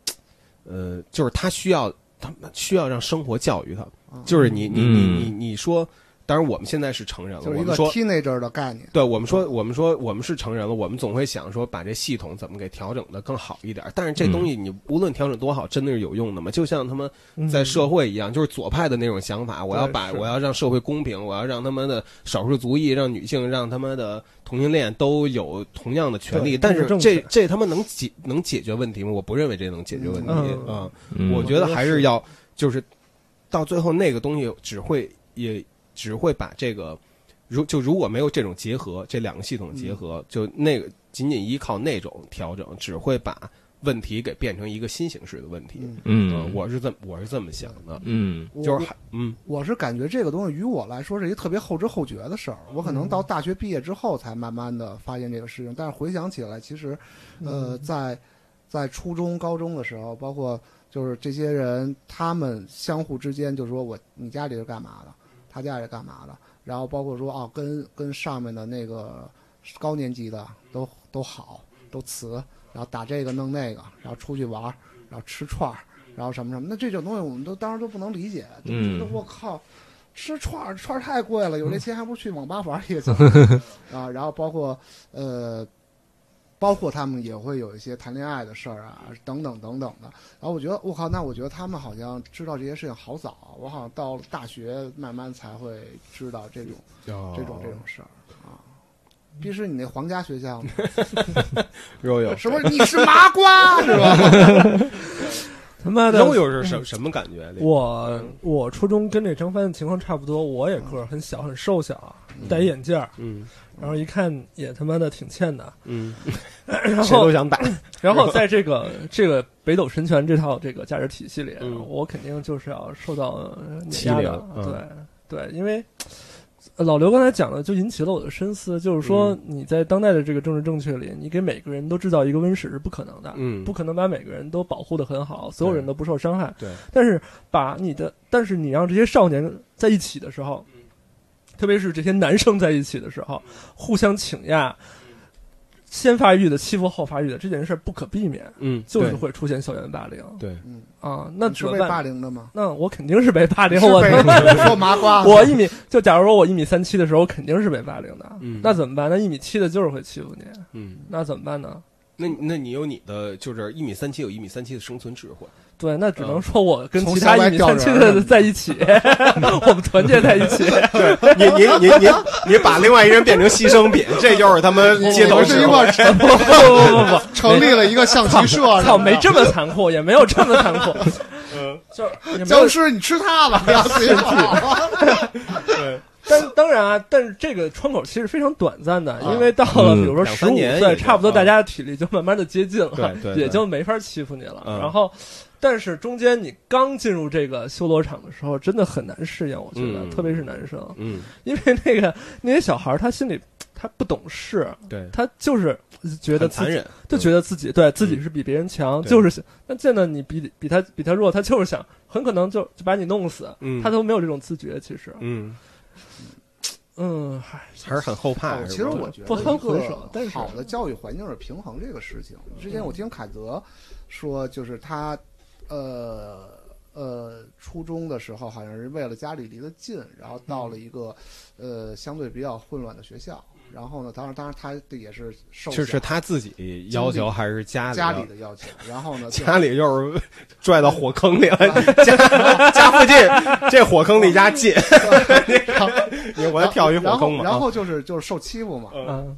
Speaker 2: 呃，就是他需要他需要让生活教育他，
Speaker 1: 嗯
Speaker 2: 就是你你
Speaker 3: 嗯
Speaker 2: 你你你说。当然，我们现在是成人了。
Speaker 1: 就是
Speaker 2: 我
Speaker 1: 一
Speaker 2: 们
Speaker 1: 个
Speaker 2: 说
Speaker 1: teenager 的概念，
Speaker 2: 对我们说，我们说我们是成人了，我们总会想说把这系统怎么给调整的更好一点儿。但是这东西你无论调整多好，真的是有用的吗？就像他们
Speaker 4: 嗯
Speaker 2: 在社会一样，就是左派的那种想法，我要
Speaker 4: 对
Speaker 2: 把
Speaker 4: 是
Speaker 2: 我要让社会公平，我要让他们的少数族裔、让女性、让他们的同性恋都有同样的权利。
Speaker 4: 对
Speaker 2: 但是
Speaker 4: 政治
Speaker 2: 这
Speaker 4: 正确
Speaker 2: 这他妈能解能解决问题吗？我不认为这能解决问题啊、
Speaker 4: 嗯嗯
Speaker 3: 嗯
Speaker 2: 我觉得还是要就是到最后那个东西只会也只会把这个如就如果没有这种结合，这两个系统的
Speaker 1: 嗯
Speaker 2: 结合，就那个仅仅依靠那种调整，只会把问题给变成一个新形式的问题。
Speaker 1: 嗯
Speaker 2: 呃
Speaker 3: 嗯
Speaker 2: 我是这么我是这么想的，
Speaker 3: 嗯
Speaker 1: 我
Speaker 2: 就是还嗯
Speaker 1: 我是感觉这个东西于我来说是一个特别后知后觉的事儿，我可能
Speaker 2: 嗯
Speaker 1: 到大学毕业之后才慢慢的发现这个事情，但是回想起来，其实，呃，
Speaker 2: 嗯
Speaker 1: 在在初中、高中的时候，包括就是这些人他们相互之间，就说我你家里是干嘛的，他家里是干嘛的，然后包括说哦，跟跟上面的那个高年级的都都好，都辞，然后打这个弄那个，然后出去玩儿，然后吃串儿。然后什么什么，那这种东西我们都当时都不能理解，就觉得
Speaker 3: 嗯
Speaker 1: 我靠，吃串儿串儿太贵了，有这钱还不如去网吧玩儿去啊！然后包括呃，包括他们也会有一些谈恋爱的事儿啊，等等等等的。然后我觉得我靠，那我觉得他们好像知道这些事情好早，我好像到了大学慢慢才会知道这种
Speaker 2: 哦
Speaker 1: 这种这种事儿啊。必是你那皇家学校吗？
Speaker 2: 肉友
Speaker 1: 是不是你是麻
Speaker 4: [laughs]
Speaker 1: 瓜是吧？
Speaker 4: 他妈的，
Speaker 2: 肉友是什什么感觉？
Speaker 4: 我我初中跟这张帆的情况差不多，我也个儿很小，很瘦小，戴一眼镜儿，
Speaker 2: 嗯
Speaker 4: 然后一看也他妈的挺欠的。
Speaker 2: 嗯，
Speaker 4: [clears throat] 然
Speaker 2: 谁
Speaker 4: 后
Speaker 2: 都想打，
Speaker 4: 然后在这个这个北斗神拳这套这个价值体系里，
Speaker 2: 嗯
Speaker 4: 我肯定就是要受到呃碾压
Speaker 2: 欺
Speaker 4: 的
Speaker 2: 凌。嗯
Speaker 4: 对对，因为呃老刘刚才讲的就引起了我的深思，就是说
Speaker 2: 嗯
Speaker 4: 你在当代的这个政治正确里，你给每个人都制造一个温室是不可能的。
Speaker 2: 嗯
Speaker 4: 不可能把每个人都保护的很好，所有人都不受伤害。
Speaker 2: 对，
Speaker 4: 但是把你的，但是你让这些少年在一起的时候，
Speaker 2: 嗯
Speaker 4: 特别是这些男生在一起的时候，互相请压，
Speaker 2: 嗯
Speaker 4: 先发育的欺负后发育的这件事儿不可避免，
Speaker 2: 嗯
Speaker 4: 就是会出现校园霸凌
Speaker 2: 对
Speaker 1: 嗯，
Speaker 4: 啊。那
Speaker 1: 你是
Speaker 4: 怎
Speaker 1: 被
Speaker 4: 么
Speaker 1: 霸
Speaker 4: 办？
Speaker 1: 凌的吗？
Speaker 4: 那我肯定是被霸
Speaker 1: 你
Speaker 4: 凌，
Speaker 1: 是
Speaker 4: 我
Speaker 1: 被
Speaker 4: 他妈
Speaker 1: 人说麻瓜，
Speaker 4: [laughs] 我一米就假如说我一米三七的时候，我肯定是被霸凌的。
Speaker 2: 嗯
Speaker 4: 那怎么办？那一米七的就是会欺负你，
Speaker 2: 嗯。
Speaker 4: 那怎么办呢？
Speaker 2: 那那你有你的，就是一米三七有一米三七的生存智慧，
Speaker 4: 对，那只
Speaker 2: 嗯
Speaker 4: 能说我跟
Speaker 1: 从
Speaker 4: 其
Speaker 1: 校
Speaker 4: 他
Speaker 1: 外
Speaker 4: 一米
Speaker 1: 调
Speaker 4: 三
Speaker 1: 人
Speaker 4: 七
Speaker 1: 儿
Speaker 4: 的在
Speaker 2: [laughs]
Speaker 4: 一起，我们团结在一起。
Speaker 2: 你你你你你把另外一人变成牺牲品，这就是
Speaker 1: [laughs]
Speaker 2: 他们街
Speaker 1: 我
Speaker 2: 头
Speaker 1: 们哦是
Speaker 2: 智
Speaker 1: 一
Speaker 2: 慧
Speaker 1: 块。儿成
Speaker 4: 不不
Speaker 2: [laughs]
Speaker 4: 不不
Speaker 1: 成立了一个象棋社，
Speaker 4: 不，
Speaker 1: 是吧
Speaker 4: 操，没这么残酷，也没有这么残酷。
Speaker 2: 嗯
Speaker 4: [laughs] 就是也没有
Speaker 1: 僵。尸，你吃它吧，然后自
Speaker 4: [laughs]
Speaker 1: 己跑
Speaker 4: 但当然啊，但是这个窗口其实非常短暂的，
Speaker 1: 啊
Speaker 4: 因为到了
Speaker 2: 嗯
Speaker 4: 比如说
Speaker 2: 两
Speaker 4: 十
Speaker 2: 三
Speaker 4: 五
Speaker 2: 年
Speaker 4: 岁，
Speaker 2: 也就
Speaker 4: 差不多
Speaker 2: 啊
Speaker 4: 大家的体力就慢慢的接近了
Speaker 2: 对对，对
Speaker 4: 也就没法欺负你了。
Speaker 2: 嗯
Speaker 4: 然后，但是中间你刚进入这个修罗场的时候，真的很难适应，我觉得，
Speaker 2: 嗯
Speaker 4: 特别是男生，
Speaker 2: 嗯，
Speaker 4: 因为那个那些小孩儿他心里他不懂事，
Speaker 2: 对，
Speaker 4: 他就是觉得
Speaker 2: 很
Speaker 4: 自
Speaker 2: 残
Speaker 4: 己
Speaker 2: 忍，嗯
Speaker 4: 就觉得自己对自己是比别人强，
Speaker 2: 对
Speaker 4: 就是想，但见到你比比他比他弱，他就是想，很可能就就把你弄死，
Speaker 2: 嗯
Speaker 4: 他都没有这种自觉。其实，
Speaker 2: 嗯，
Speaker 4: 嗯，嗨，
Speaker 2: 还是很后怕。
Speaker 1: 哦其实
Speaker 2: 是吧
Speaker 1: 我觉得
Speaker 4: 不
Speaker 1: 一
Speaker 4: 很
Speaker 1: 个
Speaker 4: 很少但是
Speaker 1: 好的教育环境是平衡这个事情。之
Speaker 2: 嗯
Speaker 1: 前我听凯泽说，就是他，呃呃，初中的时候好像是为了家里离得近，然后到
Speaker 2: 嗯
Speaker 1: 了一个呃相对比较混乱的学校。然后呢，当然，当然他也是受
Speaker 2: 是
Speaker 1: 小
Speaker 2: 是他自己要求还是家里
Speaker 1: 家
Speaker 2: 家 [laughs]
Speaker 1: 里的要求。然后呢，
Speaker 2: 家里哎又是拽到火坑里了，家家
Speaker 1: [laughs]
Speaker 2: 附近这火坑离家近，你我要跳一火
Speaker 1: 然后
Speaker 2: 坑嘛。啊
Speaker 1: 然后就是就是受欺负嘛。
Speaker 2: [laughs]
Speaker 4: 嗯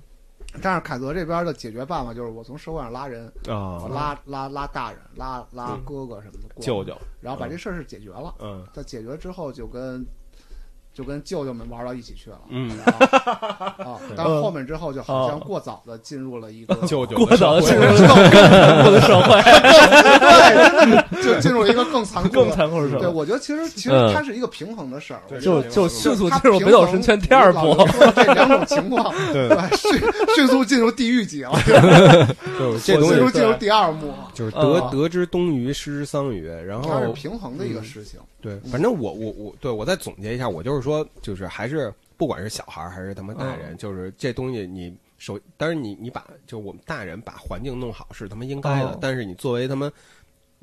Speaker 1: 但是凯泽这边的解决办法就是我从社会上拉人，我
Speaker 2: 啊，
Speaker 1: 拉拉拉大人，拉拉哥哥什么的过来，
Speaker 2: 嗯舅舅，
Speaker 1: 然后把这事儿是解决了。
Speaker 2: 嗯
Speaker 1: 在解决之后，就跟就跟舅舅们玩到一起去了。
Speaker 2: 嗯，
Speaker 1: 啊，但后面之后就好像过早的进入了一
Speaker 4: [laughs]
Speaker 1: 个
Speaker 2: 舅舅
Speaker 4: 过早的哦进入
Speaker 1: 社会
Speaker 4: 我的社会
Speaker 1: 对，就进入一个更残酷
Speaker 4: 更
Speaker 1: 的。
Speaker 4: 残酷的社
Speaker 1: 对，
Speaker 4: 会，
Speaker 1: 我觉得其实其实
Speaker 3: 嗯
Speaker 1: 它是一个平衡的事儿，我觉得
Speaker 4: 就
Speaker 2: 对
Speaker 4: 就
Speaker 2: 对
Speaker 4: 迅速
Speaker 1: 它
Speaker 4: 进入
Speaker 1: 平
Speaker 4: 北斗
Speaker 1: 衡
Speaker 4: 神拳第二
Speaker 1: 老
Speaker 4: 步
Speaker 1: 刘。说的这两种情
Speaker 4: [laughs]
Speaker 1: 况，
Speaker 2: 对
Speaker 1: 对，迅迅速进入地狱级了，
Speaker 2: 就这
Speaker 1: 迅 [laughs]
Speaker 2: 东
Speaker 1: 速
Speaker 2: 西
Speaker 1: 进入第二幕，
Speaker 2: 就是得
Speaker 4: 嗯
Speaker 2: 得之东隅失之桑榆，然
Speaker 1: 它是
Speaker 2: 后
Speaker 1: 平衡的一个事情。
Speaker 2: 对，
Speaker 4: 嗯
Speaker 2: 反正我我我对我再总结一下，我就是说，就是还是不管是小孩儿还是他妈大
Speaker 4: 嗯
Speaker 2: 人，就是这东西你首，当然你你把就我们大人把环境弄好是他妈应该的，
Speaker 4: 哦
Speaker 2: 但是你作为他妈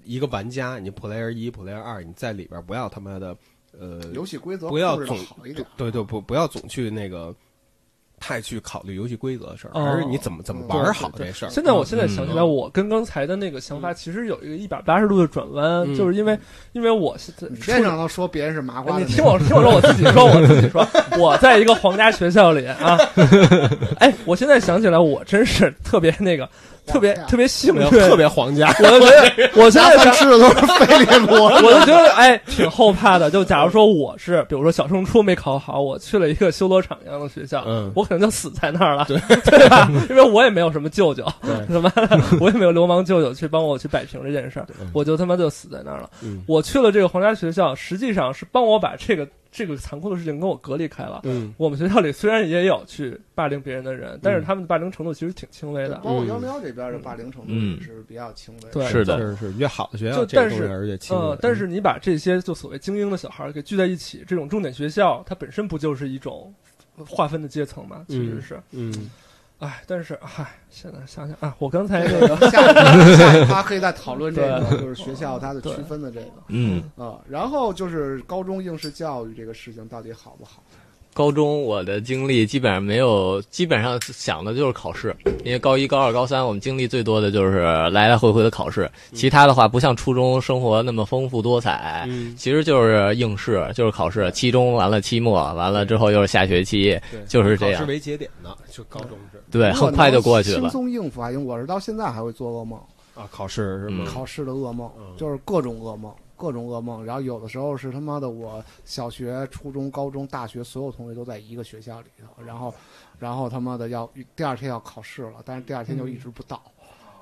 Speaker 2: 一个玩家，你 player 一 player 二，你在里边儿不要他妈的呃，
Speaker 1: 游戏规则
Speaker 2: 不要
Speaker 1: 控制
Speaker 2: 总
Speaker 1: 的好一点，
Speaker 2: 对对不不要总去那个太去考虑游戏规则的事儿，
Speaker 4: 哦
Speaker 2: 而是你怎么怎么玩儿好这事儿。
Speaker 4: 现在我现在想起来，
Speaker 2: 嗯
Speaker 4: 我跟刚才的那个想法其实有一个一百八十度的转弯，
Speaker 2: 嗯
Speaker 4: 就是因为因为我现在
Speaker 1: 你别让他说别人是麻瓜的那
Speaker 4: 呃哎
Speaker 1: 种，
Speaker 4: 你听我听我说，我自己说，我自
Speaker 1: [laughs]
Speaker 4: 己说，我在一个皇家学校里啊，哎，我现在想起来，我真是特别那个，特别特别兴
Speaker 2: 没有
Speaker 4: 奋，
Speaker 2: 特别皇 [laughs] 家，
Speaker 4: 我都觉得，我现在
Speaker 1: 他
Speaker 4: 想
Speaker 1: 吃的都是费列罗，
Speaker 4: 我就觉得哎，挺后怕的。就假如说我是，比如说小升初没考好，我去了一个修罗场一样的学校，
Speaker 2: 嗯
Speaker 4: 我可能就死在那儿 [laughs] 了，对吧？因为我也没有什么 [laughs] 舅舅，
Speaker 2: 对
Speaker 4: 他妈的，我也没有流氓舅舅去帮我去摆平这件事儿，我就他妈就死在那儿了。
Speaker 2: 嗯
Speaker 4: 我去了这个皇家学校，实际上是帮我把这个这个残酷的事情跟我隔离开了。
Speaker 2: 嗯
Speaker 4: 我们学校里虽然也有去霸凌别人的人，但是他们的霸凌程度其实挺轻微的。
Speaker 1: 包括幺零幺这边的霸凌程
Speaker 3: 嗯
Speaker 1: 度是比较轻微的。
Speaker 4: 对
Speaker 3: 是的
Speaker 2: 是是，越好的学校
Speaker 4: 就
Speaker 2: 这个
Speaker 4: 但
Speaker 2: 东
Speaker 4: 是
Speaker 2: 西还是越轻微
Speaker 4: 嗯，，但是你把这些就所谓精英的小孩儿给聚在一起，这种重点学校，它本身不就是一种划分的阶层嘛？其实是，
Speaker 2: 嗯，
Speaker 4: 哎，但是哎，现在想想啊，我刚才那个
Speaker 1: 下
Speaker 4: [laughs]
Speaker 1: 一下一趴可以再讨论这个，
Speaker 4: 对
Speaker 1: 就是学校它的区分的这个
Speaker 3: 嗯，
Speaker 1: 啊、然后就是高中应试教育这个事情到底好不好？
Speaker 3: 高中我的经历基本上没有，基本上想的就是考试，因为高一、高二、高三我们经历最多的就是来来回回的考试，其他的话不像初中生活那么丰富多彩，
Speaker 2: 嗯
Speaker 3: 其实就是应试，就是考试，期中完了期末，完了之后又是下学期，
Speaker 2: 对
Speaker 3: 就是这
Speaker 2: 考试
Speaker 3: 样，
Speaker 2: 为节点的，就高中是
Speaker 3: 对，很快就过去
Speaker 1: 轻
Speaker 3: 了。
Speaker 1: 松应付还行，我是到现在还会做噩梦，
Speaker 2: 啊，考试是吗？
Speaker 1: 考试的噩梦
Speaker 2: 嗯，
Speaker 1: 就是各种噩梦。各种噩梦，然后有的时候是他妈的，我小学、初中、高中、大学所有同学都在一个学校里头，然后，然后他妈的要第二天要考试了，但是第二天就一直不到，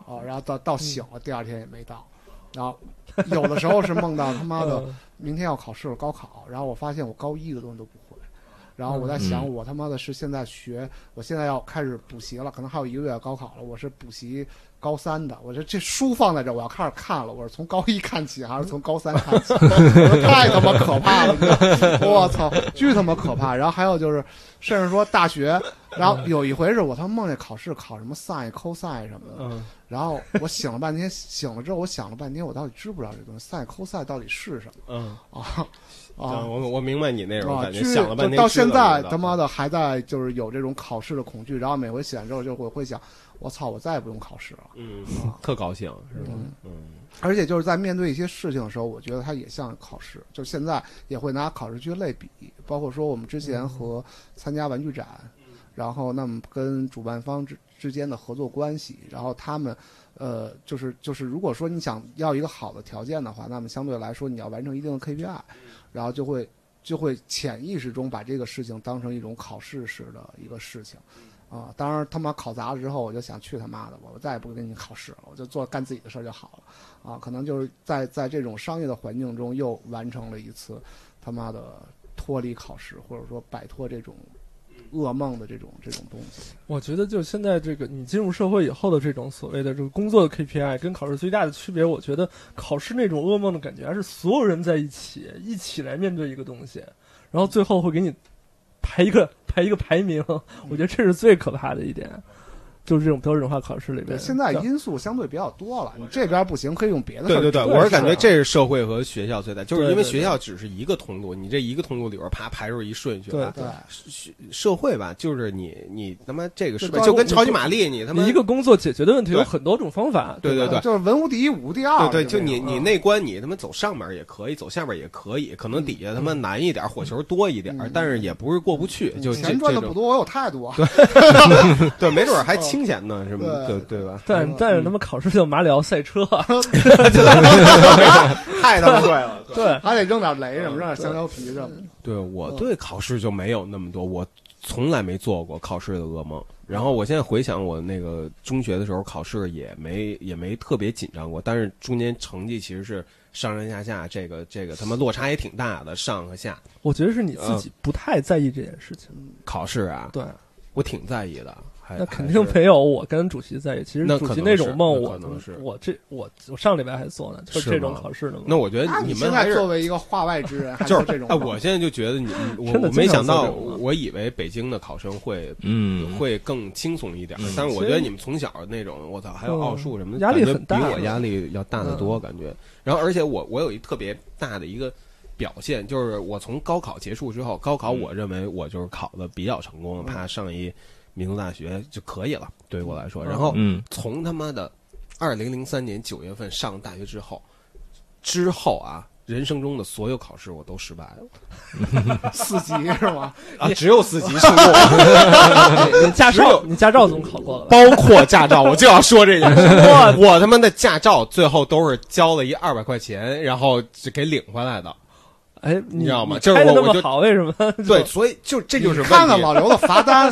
Speaker 1: 哦，然后到到醒了，第二天也没到，然后有的时候是梦到他妈的
Speaker 4: 嗯
Speaker 1: 明天要考试了，高考，然后我发现我高一的东西都不会，然后我在想，
Speaker 3: 嗯
Speaker 1: 我他妈的是现在学，我现在要开始补习了，可能还有一个月要高考了，我是补习高三的，我这这书放在这儿，我要开始看了，我是从高一看起还是从高三 [laughs] 看起？我太他妈可怕了，你知道我操，巨他妈可怕。然后还有就是，甚至说大学，然后有一回是我他妈梦见考试考什么 sin、cosine 什么的，
Speaker 4: 嗯，
Speaker 1: 然后我醒了半天，醒了之后我想了半天，我到底知不知道这东西 sin、cosine 到底是什么？
Speaker 2: 嗯
Speaker 1: 啊
Speaker 2: 啊，
Speaker 1: 啊
Speaker 2: 我我明白你那种
Speaker 1: 啊！
Speaker 2: 感
Speaker 1: 巨
Speaker 2: 觉，想了半
Speaker 1: 就
Speaker 2: 天，
Speaker 1: 到现在他妈的还在就是有这种考试的恐惧，然后每回写完之后就会会想，我操，我再也不用考试了。
Speaker 2: 嗯
Speaker 1: 啊，
Speaker 2: 特高兴是吧？
Speaker 1: 嗯，
Speaker 2: 嗯
Speaker 1: 而且就是在面对一些事情的时候，我觉得它也像考试，就现在也会拿考试去类比，包括说我们之前和参加玩具展，然后那么跟主办方之之间的合作关系，然后他们，呃，就是就是如果说你想要一个好的条件的话，那么相对来说你要完成一定的 KPI，然后就会就会潜意识中把这个事情当成一种考试式的一个事情。啊，当然他妈考砸了之后，我就想去他妈的吧，我再也不跟你考试了，我就做干自己的事儿就好了。啊，可能就是在在这种商业的环境中又完成了一次他妈的脱离考试，或者说摆脱这种噩梦的这种这种东西。
Speaker 4: 我觉得就现在这个你进入社会以后的这种所谓的这个工作的 KPI 跟考试最大的区别，我觉得考试那种噩梦的感觉，还是所有人在一起一起来面对一个东西，然后最后会给你排一个排一个排名，我觉得这是最可怕的一点，就是这种标准化考试里边。
Speaker 1: 现在
Speaker 4: 像
Speaker 1: 因素相对比较多了，你这边不行，可以用别的事
Speaker 2: 对
Speaker 1: 儿
Speaker 2: 对
Speaker 1: 去
Speaker 2: 对，
Speaker 1: 做。
Speaker 2: 我是感觉这是社会和学校最大，就是
Speaker 4: 对
Speaker 2: 因为
Speaker 4: 对
Speaker 2: 学校只是一个通路，你这一个通路里边啪排出一顺序来。
Speaker 1: 对
Speaker 4: 对
Speaker 2: 社社会吧，就是你你他妈这个社会
Speaker 1: 对
Speaker 2: 就跟超级玛丽，你他妈
Speaker 4: 你一个工作解决的问题有
Speaker 2: 对
Speaker 4: 很多种方法，
Speaker 2: 对对对
Speaker 4: 吧
Speaker 1: 就是文无第一，武无第二。
Speaker 2: 对对，就你
Speaker 1: 这种啊
Speaker 2: 你那关你他妈走上面也可以，走下边也可以，可能底下他妈难一点，火球多一点
Speaker 1: 嗯，
Speaker 2: 但是也不是过不去，就这
Speaker 1: 钱赚
Speaker 2: 这
Speaker 1: 的不
Speaker 2: 种
Speaker 1: 多，我有态度啊。 [laughs]
Speaker 2: [laughs] 对，没准儿还清闲呢，是吗？对
Speaker 1: 哦对
Speaker 2: 对嗯吧？
Speaker 4: 但但是他们考试就马里奥赛车，
Speaker 2: 太他妈对了。 [laughs]
Speaker 4: 对，
Speaker 1: 还得扔点雷什么，扔点香蕉皮什么的。
Speaker 2: 对我
Speaker 1: 嗯
Speaker 2: 对考试就没有那么多，我从来没做过考试的噩梦。然后我现在回想，我那个中学的时候考试也没也没特别紧张过，但是中间成绩其实是上上下下，这个这个他妈落差也挺大的，上和下。
Speaker 4: 我觉得是你自
Speaker 2: 嗯
Speaker 4: 己不太在意这件事情，
Speaker 2: 考试啊，
Speaker 4: 对，
Speaker 2: 我挺在意的，哎还
Speaker 4: 那肯定没有我跟主席在意。其实
Speaker 2: 那
Speaker 4: 主
Speaker 2: 可
Speaker 4: 席
Speaker 2: 能
Speaker 4: 那种梦，
Speaker 2: 是那
Speaker 4: 我
Speaker 2: 可能是
Speaker 4: 我这我我上礼拜还做呢，就是这种
Speaker 2: 吗
Speaker 4: 考试的梦。
Speaker 2: 那我觉
Speaker 1: 那
Speaker 2: 得你
Speaker 1: 现
Speaker 2: 们还
Speaker 1: 在
Speaker 2: 是
Speaker 1: 作为一个话外之人，还
Speaker 2: 就
Speaker 1: 做
Speaker 2: 是
Speaker 1: 这种
Speaker 2: 哎，
Speaker 1: 梦
Speaker 2: 我现在就觉得你你
Speaker 4: [laughs]
Speaker 2: 我
Speaker 4: 真的
Speaker 2: 我没
Speaker 4: 经常
Speaker 2: 想到，
Speaker 4: 做这种啊
Speaker 2: 我以为北京的考生会
Speaker 3: 嗯，
Speaker 2: 会更轻松一点儿
Speaker 3: 嗯。
Speaker 2: 但是我
Speaker 4: 其实
Speaker 2: 觉得你们从小那种，我操，还有奥数什么的，
Speaker 4: 嗯压力
Speaker 2: 感觉
Speaker 4: 很大嗯
Speaker 2: 比我压力要大得多，感觉。然后，而且我我有一特别大的一个表现，就是我从高考结束之后，高考
Speaker 3: 嗯
Speaker 2: 我认为我就是考的比较成功了，怕上一民族大学就可以了，对于我来说。然后
Speaker 3: 嗯
Speaker 2: 从他妈的二零零三年九月份上大学之后，之后啊，人生中的所有考试我都失败了
Speaker 1: 四级是吗？
Speaker 2: 啊，只有四级成 [laughs] 功，
Speaker 4: 你驾
Speaker 2: 只有
Speaker 4: 照，你驾照总考
Speaker 1: [laughs]
Speaker 4: 过了吧？
Speaker 2: 包括驾照，我就要说这件事。我我他妈的驾照最后都是交了一二百块钱，然后就给领回
Speaker 1: [laughs]
Speaker 2: 来的。
Speaker 4: 哎，
Speaker 2: 你
Speaker 4: 你
Speaker 2: 知道吗
Speaker 4: 你
Speaker 2: 就是
Speaker 4: 开的
Speaker 2: 我
Speaker 4: 那
Speaker 2: 我
Speaker 4: 么
Speaker 2: 就
Speaker 4: 好，为什么？
Speaker 2: 对，所以就 [laughs] 这就
Speaker 1: 你
Speaker 2: 是问
Speaker 1: 看看
Speaker 2: 题
Speaker 1: 老刘的罚
Speaker 2: [laughs]
Speaker 1: 单，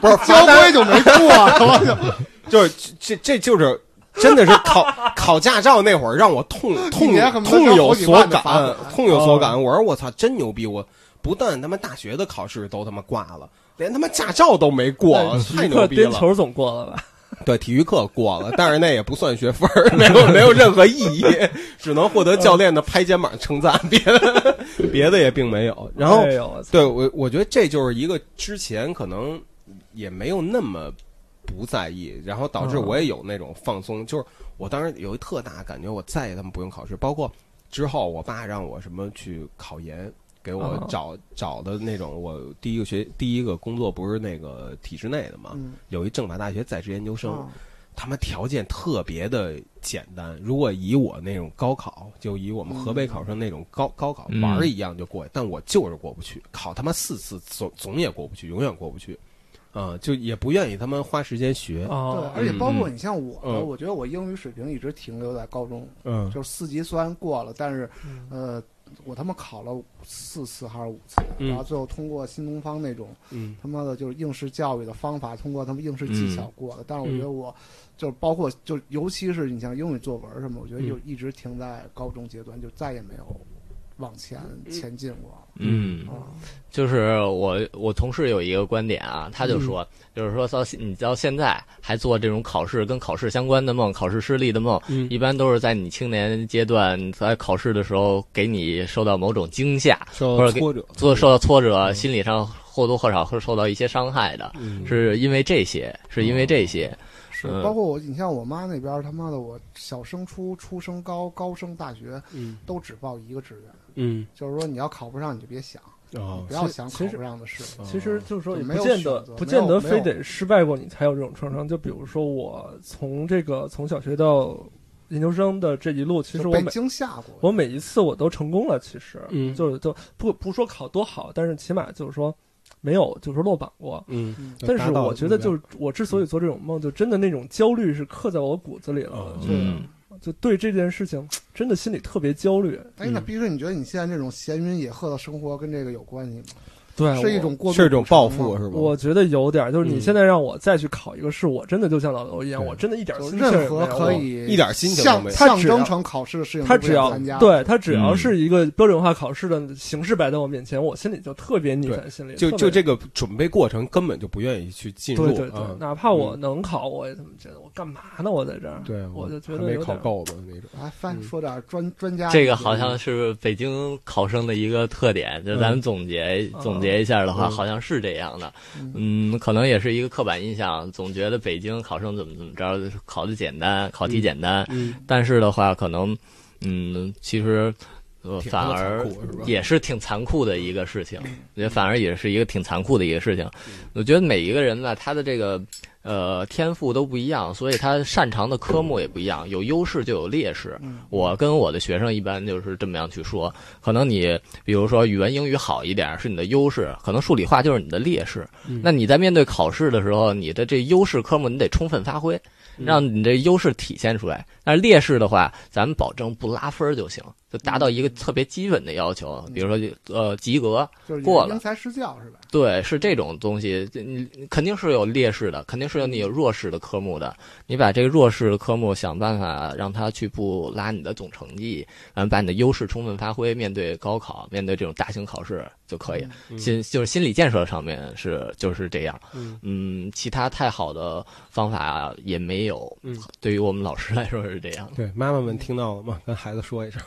Speaker 2: 不是
Speaker 1: 交规就没过，我就
Speaker 2: 就是这这就是真的是
Speaker 1: [laughs]
Speaker 2: 考考驾照那会儿让我痛
Speaker 1: 一
Speaker 2: 痛
Speaker 1: 年恨不得
Speaker 2: 痛
Speaker 1: 交好
Speaker 2: 有
Speaker 1: 几
Speaker 2: 所
Speaker 1: 万的
Speaker 2: 感
Speaker 1: 罚款，啊
Speaker 2: 痛有所感。我说我操，真牛逼！我不但他妈大学的考试都他妈挂了。连他妈驾照都没
Speaker 1: 哎
Speaker 2: 过，太
Speaker 4: 一块
Speaker 2: 牛逼
Speaker 4: 颠
Speaker 2: 了！
Speaker 4: 球总过了吧？
Speaker 2: 对，体育课过了，但是那也不算学分儿，没有没有任何意义，只能获得教练的拍肩膀称赞，别的别的也并没有。然后
Speaker 4: 哎呦我操
Speaker 2: 对我，我觉得这就是一个之前可能也没有那么不在意，然后导致
Speaker 4: 嗯
Speaker 2: 我也有那种放松，就是我当时有一特大感觉，我再也他妈不用考试，包括之后我爸让我什么去考研。给我
Speaker 4: 嗯
Speaker 2: 找找的那种，我第一个学第一个工作不是那个体制内的嘛，
Speaker 1: 嗯
Speaker 2: 有一政法大学在职研究生，
Speaker 4: 哦
Speaker 1: 嗯
Speaker 2: 他们条件特别的简单。如果以我那种高考，就以我们河
Speaker 4: 嗯
Speaker 2: 北考生那种高高考
Speaker 3: 嗯
Speaker 2: 玩儿一样就过去，但我就是过不去，考他妈四次总总也过不去，永远过不去，啊、就也不愿意他们花时间学，
Speaker 1: 对
Speaker 4: 哦，，
Speaker 1: 而且包括你像我的，
Speaker 2: 嗯
Speaker 1: 我觉得我英语水平一直停留在高中，
Speaker 2: 嗯，
Speaker 1: 就是四级虽然过了，但是
Speaker 4: 嗯
Speaker 1: 呃，我他妈考了四次还是五次，
Speaker 2: 嗯
Speaker 1: 然后最后通过新东方那种
Speaker 2: 嗯
Speaker 1: 他妈的就是应试教育的方法，通过他们应试技巧过的。但
Speaker 2: 嗯
Speaker 1: 是我觉得我就是包括就是尤其是你像英语作文什么，我觉得
Speaker 2: 嗯
Speaker 1: 就一直停在高中阶段，就再也没有往前前进过。
Speaker 3: 嗯，
Speaker 1: 啊，
Speaker 3: 就是我我同事有一个观点啊，他就说，就是说到你到现在还做这种考试跟考试相关的梦，考试失利的梦，
Speaker 2: 嗯
Speaker 3: 一般都是在你青年阶段在考试的时候给你受到某种惊吓，
Speaker 2: 受
Speaker 3: 或
Speaker 2: 到
Speaker 3: 者给
Speaker 2: 挫折，
Speaker 3: 做受到挫折，心理上或多或少会受到一些伤害的，
Speaker 2: 嗯
Speaker 3: 是因为这些，是因为这些，
Speaker 1: 是
Speaker 3: 嗯
Speaker 1: 包括我，你像我妈那边儿，他妈的我小升初、初升高、高升大学
Speaker 2: 嗯
Speaker 1: 都只报一个志愿，
Speaker 2: 嗯
Speaker 1: 就是说你要考不上你就别想，
Speaker 2: 哦
Speaker 1: 不要
Speaker 4: 其
Speaker 1: 想
Speaker 4: 其
Speaker 1: 考
Speaker 4: 实
Speaker 1: 不上的事情。
Speaker 4: 嗯其实就是说，
Speaker 1: 就
Speaker 4: 也
Speaker 1: 没
Speaker 4: 不
Speaker 1: 有
Speaker 4: 见
Speaker 1: 选
Speaker 4: 得
Speaker 1: 择，
Speaker 4: 不
Speaker 1: 没
Speaker 4: 见
Speaker 1: 有
Speaker 4: 得
Speaker 1: 没
Speaker 4: 非
Speaker 1: 有
Speaker 4: 得失败过你才有这种创伤。就比如说，我从这个从小学到研究生的这一路，其实
Speaker 1: 就
Speaker 4: 我
Speaker 1: 被
Speaker 4: 每
Speaker 1: 惊吓过，
Speaker 4: 我每一次我都成功了。其实，
Speaker 2: 嗯
Speaker 4: 就是就不不说考多好，但是起码就是说没有就是说落榜过。
Speaker 2: 嗯
Speaker 1: 嗯，
Speaker 2: 就
Speaker 4: 但
Speaker 2: 达
Speaker 4: 是
Speaker 2: 到
Speaker 4: 我
Speaker 2: 了
Speaker 4: 觉得，
Speaker 2: 目标
Speaker 4: 就是我之所以做这种梦，就真的那种焦虑是刻在我骨子里了
Speaker 2: 哦。
Speaker 4: 就
Speaker 3: 嗯
Speaker 4: 就对这件事情，真的心里特别焦虑。
Speaker 1: 哎，那逼哥，你觉得你现在这种闲云野鹤的生活跟这个有关系吗？
Speaker 4: 对
Speaker 1: 是一种过度
Speaker 2: 是一种
Speaker 1: 补偿
Speaker 2: 报
Speaker 1: 吗
Speaker 2: 复是吗？
Speaker 4: 我觉得有点儿，就是你
Speaker 2: 嗯
Speaker 4: 现在让我再去考一个试，我真的就像老刘一样，
Speaker 2: 对
Speaker 4: 我真的一点儿
Speaker 1: 就
Speaker 4: 心气儿
Speaker 1: 任
Speaker 4: 也
Speaker 1: 何
Speaker 4: 没有
Speaker 1: 可
Speaker 4: 我
Speaker 1: 以
Speaker 2: 一点心情都
Speaker 1: 象
Speaker 2: 没有
Speaker 4: 他
Speaker 1: 象
Speaker 4: 只要
Speaker 1: 征成考试的事情，
Speaker 4: 他只要
Speaker 1: 参加，
Speaker 4: 对他只要
Speaker 3: 嗯
Speaker 4: 是一个标准化考试的形式摆在我面前，我心里就特别逆反心理，
Speaker 2: 就
Speaker 4: 特别
Speaker 2: 就这个准备过程根本就不愿意去进入，
Speaker 4: 对对对
Speaker 2: 啊，
Speaker 4: 哪怕我
Speaker 1: 嗯
Speaker 4: 能考，我也这么觉得，我干嘛呢？我在这儿，
Speaker 2: 对
Speaker 4: 我就觉
Speaker 2: 还
Speaker 4: 得
Speaker 2: 没
Speaker 4: 有
Speaker 2: 考
Speaker 4: 点
Speaker 2: 够的那种。
Speaker 1: 哎，翻
Speaker 2: 嗯
Speaker 1: 说点专专家意见，
Speaker 3: 这个好像是北京考生的一个特点，就咱们总结、
Speaker 4: 嗯
Speaker 3: 总结一下的话，
Speaker 2: 嗯
Speaker 3: 好像是这样的。
Speaker 1: 嗯
Speaker 3: 嗯，可能也是一个刻板印象，总觉得北京考生怎么怎么着，考的简单，考题简单。
Speaker 2: 嗯，
Speaker 3: 但是的话，可能嗯，其实、呃、
Speaker 2: 挺
Speaker 3: 反
Speaker 2: 他妈残
Speaker 3: 而
Speaker 2: 酷是吧嗯
Speaker 3: 也是挺残酷的一个事情，也反而也是一个挺残酷的一个事情。我觉得每一个人呢，他的这个呃天赋都不一样，所以他擅长的科目也不一样，有优势就有劣势。
Speaker 1: 嗯
Speaker 3: 我跟我的学生一般就是这么样去说，可能你比如说语文、英语好一点是你的优势，可能数理化就是你的劣势。
Speaker 2: 嗯
Speaker 3: 那你在面对考试的时候，你的这优势科目你得充分发挥，让你这优势体现出来。但是劣势的话，咱们保证不拉分儿就行，就达到一个特别基本的要求，比如说呃及格，
Speaker 1: 就是
Speaker 3: 过了
Speaker 1: 因材施教是吧？
Speaker 3: 对，是这种东西，这你你肯定是有劣势的，肯定是有你有弱势的科目的。你把这个弱势的科目想办法让它去不拉你的总成绩，嗯，把你的优势充分发挥，面对高考，面对这种大型考试就可以。
Speaker 2: 嗯
Speaker 3: 心就是心理建设上面是就是这样，
Speaker 2: 嗯
Speaker 3: 其他太好的方法也没有。
Speaker 2: 嗯
Speaker 3: 对于我们老师来说是这样的。
Speaker 2: 对，妈妈们听到了吗？跟孩子说一声，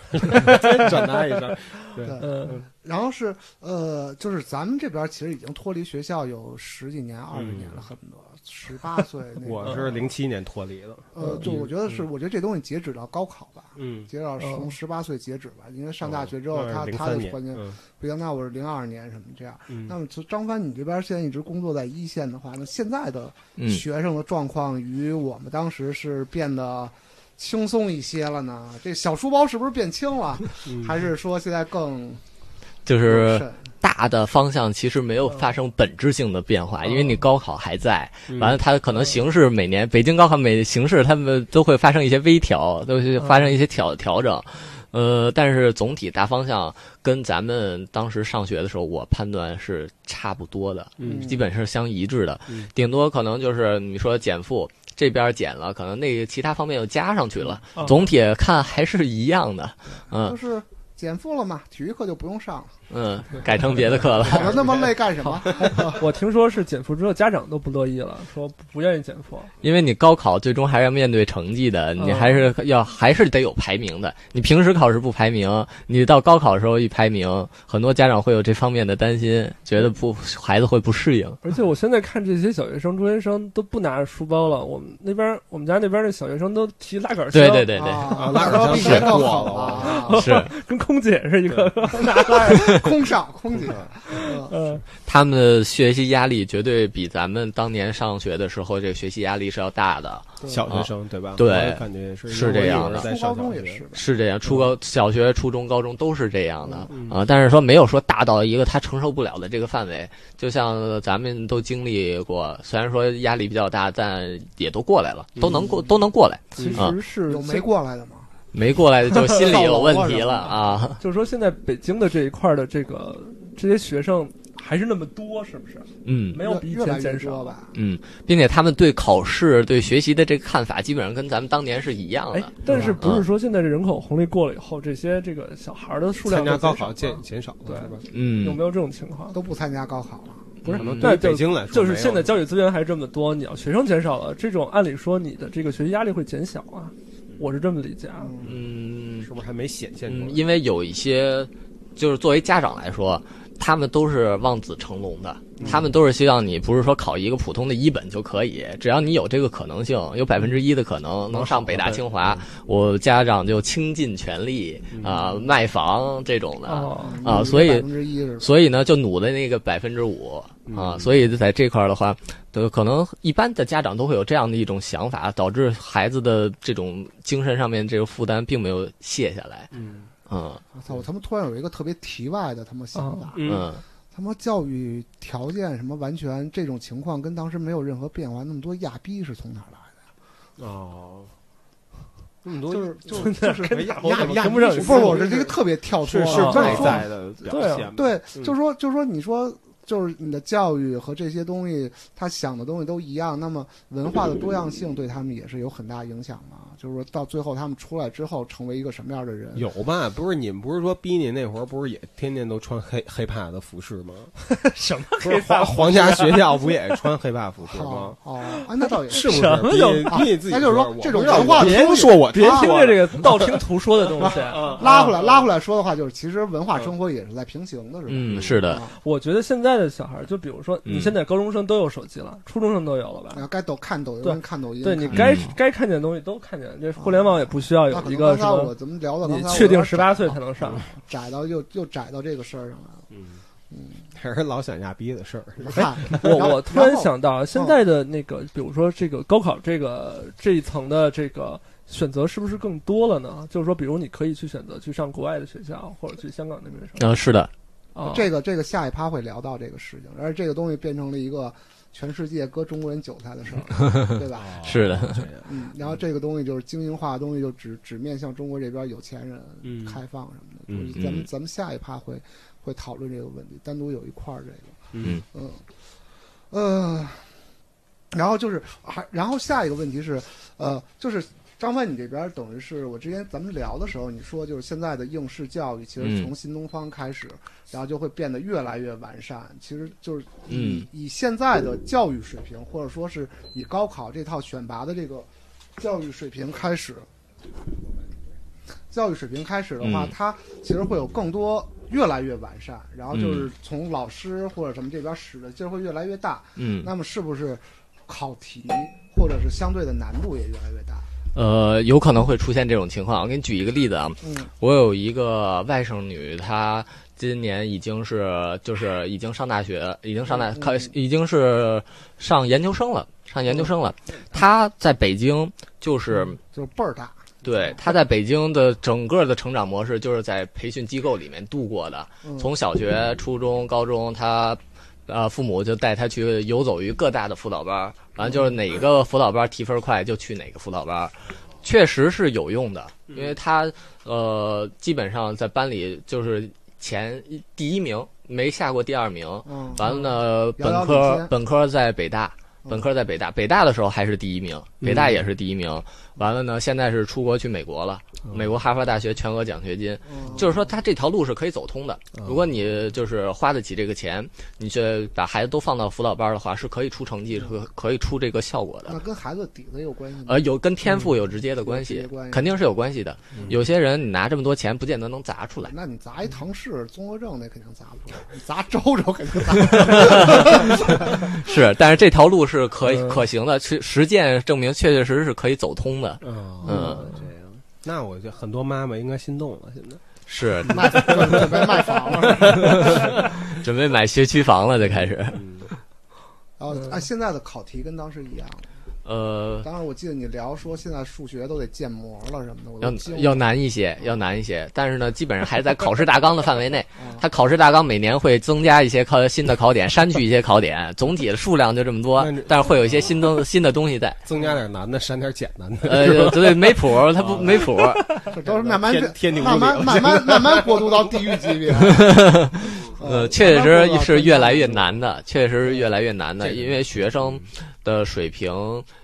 Speaker 2: 转达一声。
Speaker 4: 嗯，
Speaker 1: 然后是呃，就是咱们这边其实已经脱离学校有十几年、二十年了，恨不得十八岁那个。
Speaker 2: 我是零嗯七年脱离的，
Speaker 1: 呃，就我觉得是，我觉得这东西截止到高考吧，
Speaker 2: 嗯，
Speaker 1: 截止到从
Speaker 4: 嗯
Speaker 1: 十八岁截止吧，因为上大学之后，他
Speaker 2: 哦零
Speaker 1: 他
Speaker 2: 三
Speaker 1: 的
Speaker 2: 年，
Speaker 1: 环境
Speaker 2: 嗯
Speaker 1: 不行。那我是零二年什么这样。那
Speaker 2: 嗯，
Speaker 1: 么从张帆，你这边现在一直工作在一线的话，那现在的
Speaker 3: 嗯，
Speaker 1: 学生的状况与我们当时是变得轻松一些了呢？这小书包是不是变轻
Speaker 2: [laughs]
Speaker 1: 了？
Speaker 2: 嗯
Speaker 1: 还是说现在更
Speaker 3: 就是
Speaker 1: 慎
Speaker 3: 大的方向其实没有发生本质性的变化，
Speaker 4: 嗯
Speaker 3: 因为你高考还在，
Speaker 2: 嗯
Speaker 3: 完了它可能形式每年北京高考每形式他们都会发生一些微调，都会发生一些调调整。
Speaker 2: 嗯
Speaker 3: 呃，但是总体大方向跟咱们当时上学的时候，我判断是差不多的，
Speaker 2: 嗯
Speaker 3: 基本是相一致的
Speaker 2: 嗯，
Speaker 3: 顶多可能就是你说减负这边减了，可能那个其他方面又加上去了，
Speaker 2: 嗯哦
Speaker 4: 啊
Speaker 3: 总体看还是一样的。
Speaker 1: 就
Speaker 3: 嗯
Speaker 1: 是减负了嘛？体育课就不用上了，
Speaker 2: [laughs]
Speaker 3: 嗯，改成别的课了。
Speaker 1: 搞得那么累干什么？
Speaker 4: 啊我听说是减负之后，家长都不乐意了，说不不愿意减负。
Speaker 3: 因为你高考最终还是要面对成绩的，
Speaker 4: 嗯
Speaker 3: 你还是要还是得有排名的。你平时考试不排名，你到高考的时候一排名，很多家长会有这方面的担心，觉得不孩子会不适应。
Speaker 4: 而且我现在看这些小学生、中学生都不拿着书包了，我们那边我们家那边那小学生都提拉杆箱，
Speaker 3: 对 [laughs] 对对对， [laughs]
Speaker 1: 啊，
Speaker 2: 拉杆
Speaker 1: 说
Speaker 2: 箱
Speaker 1: 比以前
Speaker 2: 太
Speaker 1: 更
Speaker 2: 过
Speaker 1: 好
Speaker 2: 了
Speaker 1: 了
Speaker 3: 是
Speaker 4: 跟空姐是一个。
Speaker 1: 啊， [laughs] 空上空姐，嗯
Speaker 4: [laughs] 嗯，
Speaker 3: 他们的学习压力绝对比咱们当年上学的时候这个学习压力是要大的，
Speaker 2: 小学生对吧？
Speaker 3: 啊对
Speaker 2: 我也感觉是
Speaker 3: 是
Speaker 2: 因为
Speaker 3: 这
Speaker 2: 我
Speaker 3: 样
Speaker 2: 一会儿
Speaker 3: 的
Speaker 2: 在
Speaker 1: 初
Speaker 2: 上
Speaker 1: 高
Speaker 2: 小
Speaker 1: 中
Speaker 2: 学
Speaker 1: 也是吧？
Speaker 3: 是这样。初高、小学、初中、高中都是这样的啊、
Speaker 2: 嗯
Speaker 3: 但是说没有说大到一个他承受不了的这个范围。就像咱们都经历过，虽然说压力比较大，但也都过来了，都能
Speaker 4: 嗯
Speaker 3: 过，都能过来。
Speaker 4: 其
Speaker 3: 啊
Speaker 4: 实是
Speaker 1: 有没过来的吗？
Speaker 3: 没过来的就
Speaker 4: [laughs]
Speaker 3: 心里有问题了啊。
Speaker 4: 就是说现在北京的这一块的这个这些学生还是那么多，是不是？
Speaker 3: 嗯
Speaker 4: 没有比以
Speaker 1: 越来
Speaker 4: 前
Speaker 1: 越
Speaker 4: 减少
Speaker 1: 多。吧？
Speaker 3: 嗯，并且他们对考试、对学习的这个看法，基本上跟咱们当年是一样
Speaker 4: 哎
Speaker 3: 的。，
Speaker 4: 但是不是
Speaker 3: 嗯
Speaker 4: 说现在这人口红利过了以后，这些这个小孩儿的数量
Speaker 2: 参加
Speaker 4: 都减
Speaker 2: 高
Speaker 4: 少
Speaker 2: 考
Speaker 4: 了
Speaker 2: 减减少了，
Speaker 4: 对
Speaker 2: 是吧？
Speaker 3: 嗯，
Speaker 4: 有没有这种情况？
Speaker 1: 都不参加高考了，
Speaker 2: 不是，可能对
Speaker 3: 嗯
Speaker 2: 于
Speaker 4: 那就
Speaker 2: 北京来说，
Speaker 4: 就是现在
Speaker 2: 在
Speaker 4: 教育资源还这么多，你要学生减少了，这种按理说你的这个学习压力会减小啊，我是这么理解啊。
Speaker 1: 嗯，
Speaker 3: 嗯
Speaker 2: 是不是还没显现出来？
Speaker 3: 嗯，因为有一些，就是作为家长来说，他们都是望子成龙的，他们都是希望你不是说考一个普通的一本就可以，只要你有这个可能性，有百分之一的可能能上北大清华，我家长就倾尽全力
Speaker 2: 嗯
Speaker 3: 啊、卖房这种的。
Speaker 4: 哦，
Speaker 3: 啊所以
Speaker 1: 百分之嗯一是吧
Speaker 3: 所以呢，就努的那个百分之五
Speaker 2: 嗯
Speaker 3: 啊，所以在这块儿的话，呃，可能一般的家长都会有这样的一种想法，导致孩子的这种精神上面这个负担并没有卸下来。
Speaker 2: 嗯
Speaker 3: 嗯
Speaker 1: 我操！我他妈突然有一个特别题外的他妈
Speaker 4: 哦
Speaker 1: 想法，
Speaker 2: 嗯
Speaker 3: 嗯
Speaker 1: 他妈教育条件什么完全这种情况跟当时没有任何变化，那么多亚逼是从哪儿来的？
Speaker 2: 哦，那么多
Speaker 1: 就是就是
Speaker 4: 那
Speaker 1: 就是
Speaker 2: 跟亚
Speaker 1: 亚
Speaker 2: 亚
Speaker 1: 亚
Speaker 4: 跟不上
Speaker 1: 逼
Speaker 4: 你
Speaker 1: 不是我是这个特别跳脱
Speaker 2: 是
Speaker 1: 啊，
Speaker 2: 是
Speaker 1: 就是
Speaker 2: 外
Speaker 1: 说
Speaker 2: 在的表
Speaker 4: 对啊
Speaker 2: 现嘛，
Speaker 1: 对
Speaker 2: 嗯，
Speaker 1: 就说就说你说就是你的教育和这些东西，他想的东西都一样，那么文化的多样性对他们也是有很大影响嘛。就是说到最后他们出来之后成为一个什么样的人？
Speaker 2: 有吧？不是你们不是说逼你那会儿不是也天天都穿黑黑怕的服饰
Speaker 1: [laughs]
Speaker 2: 吗？
Speaker 4: 什么
Speaker 2: 不是皇
Speaker 1: 啊
Speaker 2: 皇家学校不也穿黑怕服饰吗
Speaker 1: 哦？哦，啊，那倒也
Speaker 2: 是不是？
Speaker 4: 什么叫
Speaker 2: 逼逼你自己
Speaker 1: 啊那就是说
Speaker 2: 我
Speaker 1: 这种
Speaker 2: 不知道
Speaker 1: 文化
Speaker 2: 别
Speaker 1: 冲击
Speaker 2: 说我
Speaker 4: 别听着这
Speaker 2: 个
Speaker 4: 个道听途说的东西啊！
Speaker 1: [laughs] 拉回来拉回来说的话，就是其实文化生活也是在平行的，是吧？
Speaker 3: 嗯，是的，
Speaker 1: 啊，
Speaker 4: 我觉得现在的小孩儿，就比如说你
Speaker 3: 嗯
Speaker 4: 现在高中生都有手机了，初中生都有了吧？
Speaker 1: 啊该抖看抖
Speaker 4: 对
Speaker 1: 音，看抖音，
Speaker 4: 对你
Speaker 1: 看
Speaker 4: 该
Speaker 3: 嗯
Speaker 4: 该看见的东西都看见，这互联网也不需要
Speaker 1: 那
Speaker 4: 有
Speaker 1: 可
Speaker 4: 一
Speaker 1: 能
Speaker 4: 个
Speaker 1: 刚
Speaker 4: 什
Speaker 1: 才我
Speaker 4: 么，
Speaker 1: 咱们聊到刚
Speaker 4: 你
Speaker 1: 才我
Speaker 4: 确定
Speaker 1: 有点
Speaker 4: 十八岁
Speaker 1: 窄
Speaker 4: 才能上。
Speaker 1: 窄到又又窄到这个事儿上来了。嗯
Speaker 2: 还是老想压逼的事儿。
Speaker 1: 你看，
Speaker 4: 哎 [laughs] 我
Speaker 1: [laughs] 然后
Speaker 4: 我突然，想到啊，现在的那个，比如说这个高考这个这一层的这个选择是不是更多了呢？就是说，比如你可以去选择去上国外的学校，或者去香港那边上
Speaker 3: 嗯，是的，
Speaker 4: 啊。
Speaker 1: 这个这个下一趴会聊到这个事情，而这个东西变成了一个全世界割中国人韭菜的事儿，对吧？
Speaker 2: 啊
Speaker 3: 是的，
Speaker 2: [laughs]
Speaker 1: 嗯，然后这个东西就是精英化的东西，就只只面向中国这边有钱人
Speaker 2: 嗯
Speaker 1: 开放什么的。
Speaker 2: 嗯
Speaker 1: 就是咱们
Speaker 3: 嗯
Speaker 1: 咱们下一趴会会讨论这个问题，单独有一块儿这个。
Speaker 2: 嗯
Speaker 1: 嗯，呃，然后就是还，然后下一个问题是，呃，就是张帆，你这边等于是我之前咱们聊的时候，你说就是现在的应试教育，其实
Speaker 3: 嗯
Speaker 1: 从新东方开始，然后就会变得越来越完善。其实就是以、
Speaker 3: 嗯
Speaker 1: 以现在的教育水平，或者说是以高考这套选拔的这个教育水平开始，教育水平开始的话，
Speaker 3: 嗯
Speaker 1: 它其实会有更多越来越完善，然后就是从老师或者什么这边使的劲儿会越来越大。
Speaker 3: 嗯，
Speaker 1: 那么是不是考题或者是相对的难度也越来越大？
Speaker 3: 呃，有可能会出现这种情况。我给你举一个例子啊，
Speaker 1: 嗯
Speaker 3: 我有一个外甥女，她今年已经是就是已经上大学，已经上大
Speaker 1: 嗯嗯
Speaker 3: 考，已经是
Speaker 1: 嗯
Speaker 3: 上研究生了，上研究生了。她在北京就是
Speaker 1: 就是倍儿大，
Speaker 3: 对，他在北京的整个的成长模式就是在培训机构里面度过的，
Speaker 1: 嗯
Speaker 3: 从小学、初中、高中，他呃父母就带他去游走于各大的辅导班儿，完了就是哪个辅导班儿提分儿快就去哪个辅导班儿，确实是有用的，因为他呃基本上在班里就是前一第一名，没下过第二名。
Speaker 1: 嗯，
Speaker 3: 完了呢，
Speaker 1: 遥遥
Speaker 3: 本
Speaker 1: 领
Speaker 3: 科
Speaker 1: 先
Speaker 3: 本科在北大，
Speaker 1: 嗯
Speaker 3: 本科在北大，北大的时候还是第一名，
Speaker 2: 嗯
Speaker 3: 北大也是第一名。完了呢，现在是出国去美国了，美国哈佛大学全额奖学金，
Speaker 1: 嗯
Speaker 3: 就是说他这条路是可以走通的。
Speaker 1: 哦
Speaker 3: 如果你就是花得起这个钱，你去把孩子都放到辅导班的话，是可以出成绩，是
Speaker 1: 嗯
Speaker 3: 可可以出这个效果的
Speaker 1: 那。跟孩子底子有关系吗？
Speaker 3: 呃，有跟天赋有直接的关
Speaker 1: 有直
Speaker 3: 系
Speaker 1: 接关系，
Speaker 3: 肯定是有关系的。
Speaker 1: 嗯
Speaker 3: 有些人你拿这么多钱，不见得能砸出来。
Speaker 1: 那你砸一唐氏综合症，那肯定砸不出来；你 [laughs] 砸周周肯定砸不出来。
Speaker 3: 是，但是这条路是可
Speaker 4: 嗯
Speaker 3: 可行的，去实践证明确确实实是可以走通
Speaker 1: 哦
Speaker 3: 的。
Speaker 2: 嗯
Speaker 3: 嗯，
Speaker 2: 这样，那我觉得很多妈妈应该心动了。现在
Speaker 3: 是
Speaker 1: 卖 [laughs] 准备卖房了。
Speaker 3: 准备买学区房了，就开
Speaker 1: [laughs]
Speaker 3: 始。
Speaker 1: 嗯然后按现在的考题跟当时一样，
Speaker 3: [laughs] 呃，
Speaker 1: 当时我记得你聊说现在数学都得建模了什么的，我
Speaker 3: 要
Speaker 1: 都惊了
Speaker 3: 要难一些，要难一些，但是呢，基本上还在考试大纲的范围内。
Speaker 1: 啊
Speaker 3: 它考试大纲每年会增加一些考新的考点，删去一些考点，总体的数量就这么多
Speaker 2: 那这，
Speaker 3: 但是会有一些新东新的东西
Speaker 2: [laughs]
Speaker 3: 在。
Speaker 2: 增加点难的，删点简单的。
Speaker 3: 呃，对，没谱儿，
Speaker 2: 哦
Speaker 3: 它不没谱儿。
Speaker 1: 这都是慢慢
Speaker 2: 天天顶屋
Speaker 1: 慢慢
Speaker 2: 顶
Speaker 1: 慢慢慢慢过渡到地狱级
Speaker 3: [laughs]
Speaker 1: 别。
Speaker 3: 呃，确实是越来越
Speaker 1: 难。
Speaker 3: 难的，确实是越来越难的，
Speaker 2: 这个
Speaker 3: 因为学生的水平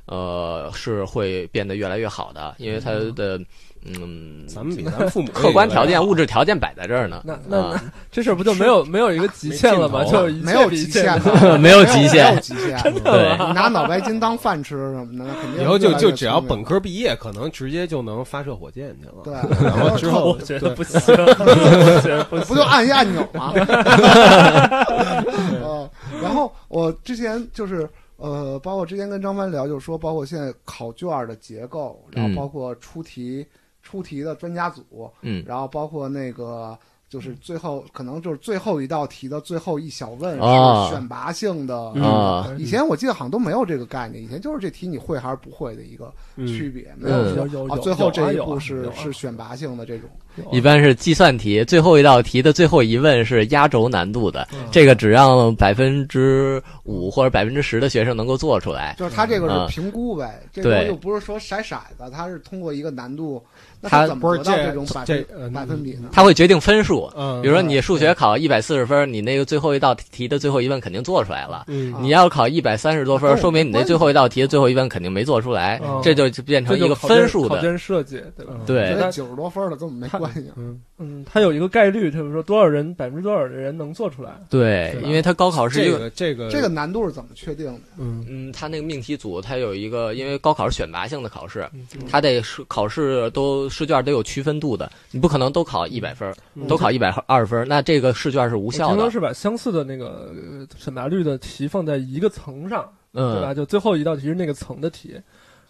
Speaker 3: 呃是会变得越来越好的，因为他的嗯
Speaker 2: [laughs] 咱们比咱们父母
Speaker 3: [laughs] 客观条件、物质条件摆在这儿呢。
Speaker 4: 那那
Speaker 3: 啊，
Speaker 4: 这事儿不就没有没有一个极限了吗？
Speaker 2: 没尽头啊
Speaker 4: 就一切
Speaker 1: 没有
Speaker 4: 比一
Speaker 1: 极
Speaker 4: 切
Speaker 1: 限
Speaker 4: 难，
Speaker 1: 的，
Speaker 3: [laughs] 没有极限
Speaker 1: 没有极限。
Speaker 3: [laughs] 对
Speaker 1: 你拿脑白金当饭吃什么的，那肯定
Speaker 2: 以后
Speaker 1: 越
Speaker 2: 就
Speaker 1: 来越
Speaker 2: 就只要
Speaker 1: 聪明
Speaker 2: 本科毕业，可能直接就能发射火箭去了。
Speaker 1: 对，
Speaker 2: [laughs] 然后之后
Speaker 4: 我觉得不行，我觉得不
Speaker 1: 不
Speaker 4: 行
Speaker 1: 就。按一按钮
Speaker 2: [laughs]
Speaker 1: 吗？ [laughs] 呃，然后我之前就是呃，包括之前跟张帆聊，就是说，包括现在考卷儿的结构，然后
Speaker 3: 嗯
Speaker 1: 包括出题、出题的专家组，
Speaker 3: 嗯，
Speaker 1: 然后包括那个就是最后可能就是最后一道题的最后一小问
Speaker 3: 啊
Speaker 1: 是选拔性的。
Speaker 3: 嗯啊
Speaker 1: 以前我记得好像都没有这个概念，以前就是这题你会还是不会的一个区
Speaker 2: 嗯，
Speaker 1: 别，没有
Speaker 4: 有
Speaker 1: 说
Speaker 4: 有有
Speaker 1: 啊，最后这一
Speaker 4: 有啊有
Speaker 1: 步
Speaker 4: 啊
Speaker 1: 是
Speaker 4: 有啊
Speaker 1: 是选拔性的这种。
Speaker 3: 一般是计算题，最后一道题的最后一问是压轴难度的，这个只让百分之五或者百分之十的学生能够做出来。
Speaker 1: 就是他这个
Speaker 3: 嗯
Speaker 1: 是评估呗，这个
Speaker 3: 对
Speaker 1: 又不是说甩骰子，他是通过一个难度，那
Speaker 3: 他
Speaker 1: 怎
Speaker 2: 不
Speaker 1: 么
Speaker 2: 是
Speaker 1: 得到
Speaker 2: 这
Speaker 1: 种百
Speaker 2: 这
Speaker 1: 分
Speaker 4: 嗯
Speaker 2: 呃
Speaker 1: 百分比呢？
Speaker 3: 它会决定分数，
Speaker 2: 嗯，
Speaker 3: 比如说你数学考一百四十分，你那个最后一道题的最后一问肯定做出来了。
Speaker 2: 嗯
Speaker 3: 你要考一百三十多分
Speaker 1: 啊
Speaker 3: 儿，
Speaker 1: 跟我
Speaker 3: 说明你那最后一道题最后一问肯定没做出来
Speaker 4: 嗯，
Speaker 3: 这就变成
Speaker 4: 这
Speaker 3: 一
Speaker 4: 就
Speaker 3: 个
Speaker 4: 考卷
Speaker 3: 分数
Speaker 4: 考
Speaker 3: 的。嗯
Speaker 4: 卷设计，对吧？
Speaker 1: 觉
Speaker 3: 对
Speaker 1: 得九十多分儿了跟我们没关系。
Speaker 2: 嗯，
Speaker 4: 嗯，它有一个概率，就是说多少人百分之多少的人能做出来。
Speaker 3: 对
Speaker 2: 是，吧
Speaker 3: 因为它高考是一
Speaker 2: 这
Speaker 3: 个，
Speaker 2: 个这
Speaker 4: 呃
Speaker 2: 个
Speaker 1: 这个难度是怎么确定的？
Speaker 2: 嗯
Speaker 3: 嗯，它那个命题组它有一个，因为高考是选拔性的考试，它得是考试都试卷都有区分度的，你不可能都考一百分儿，
Speaker 1: 嗯
Speaker 3: 都考一百二十分儿，那这个试卷是无
Speaker 4: 我
Speaker 3: 效
Speaker 4: 听说
Speaker 3: 的。
Speaker 4: 是把相似的那个呃审答率的题放在一个层上，对吧？
Speaker 3: 嗯，
Speaker 4: 就最后一道题是那个层的题，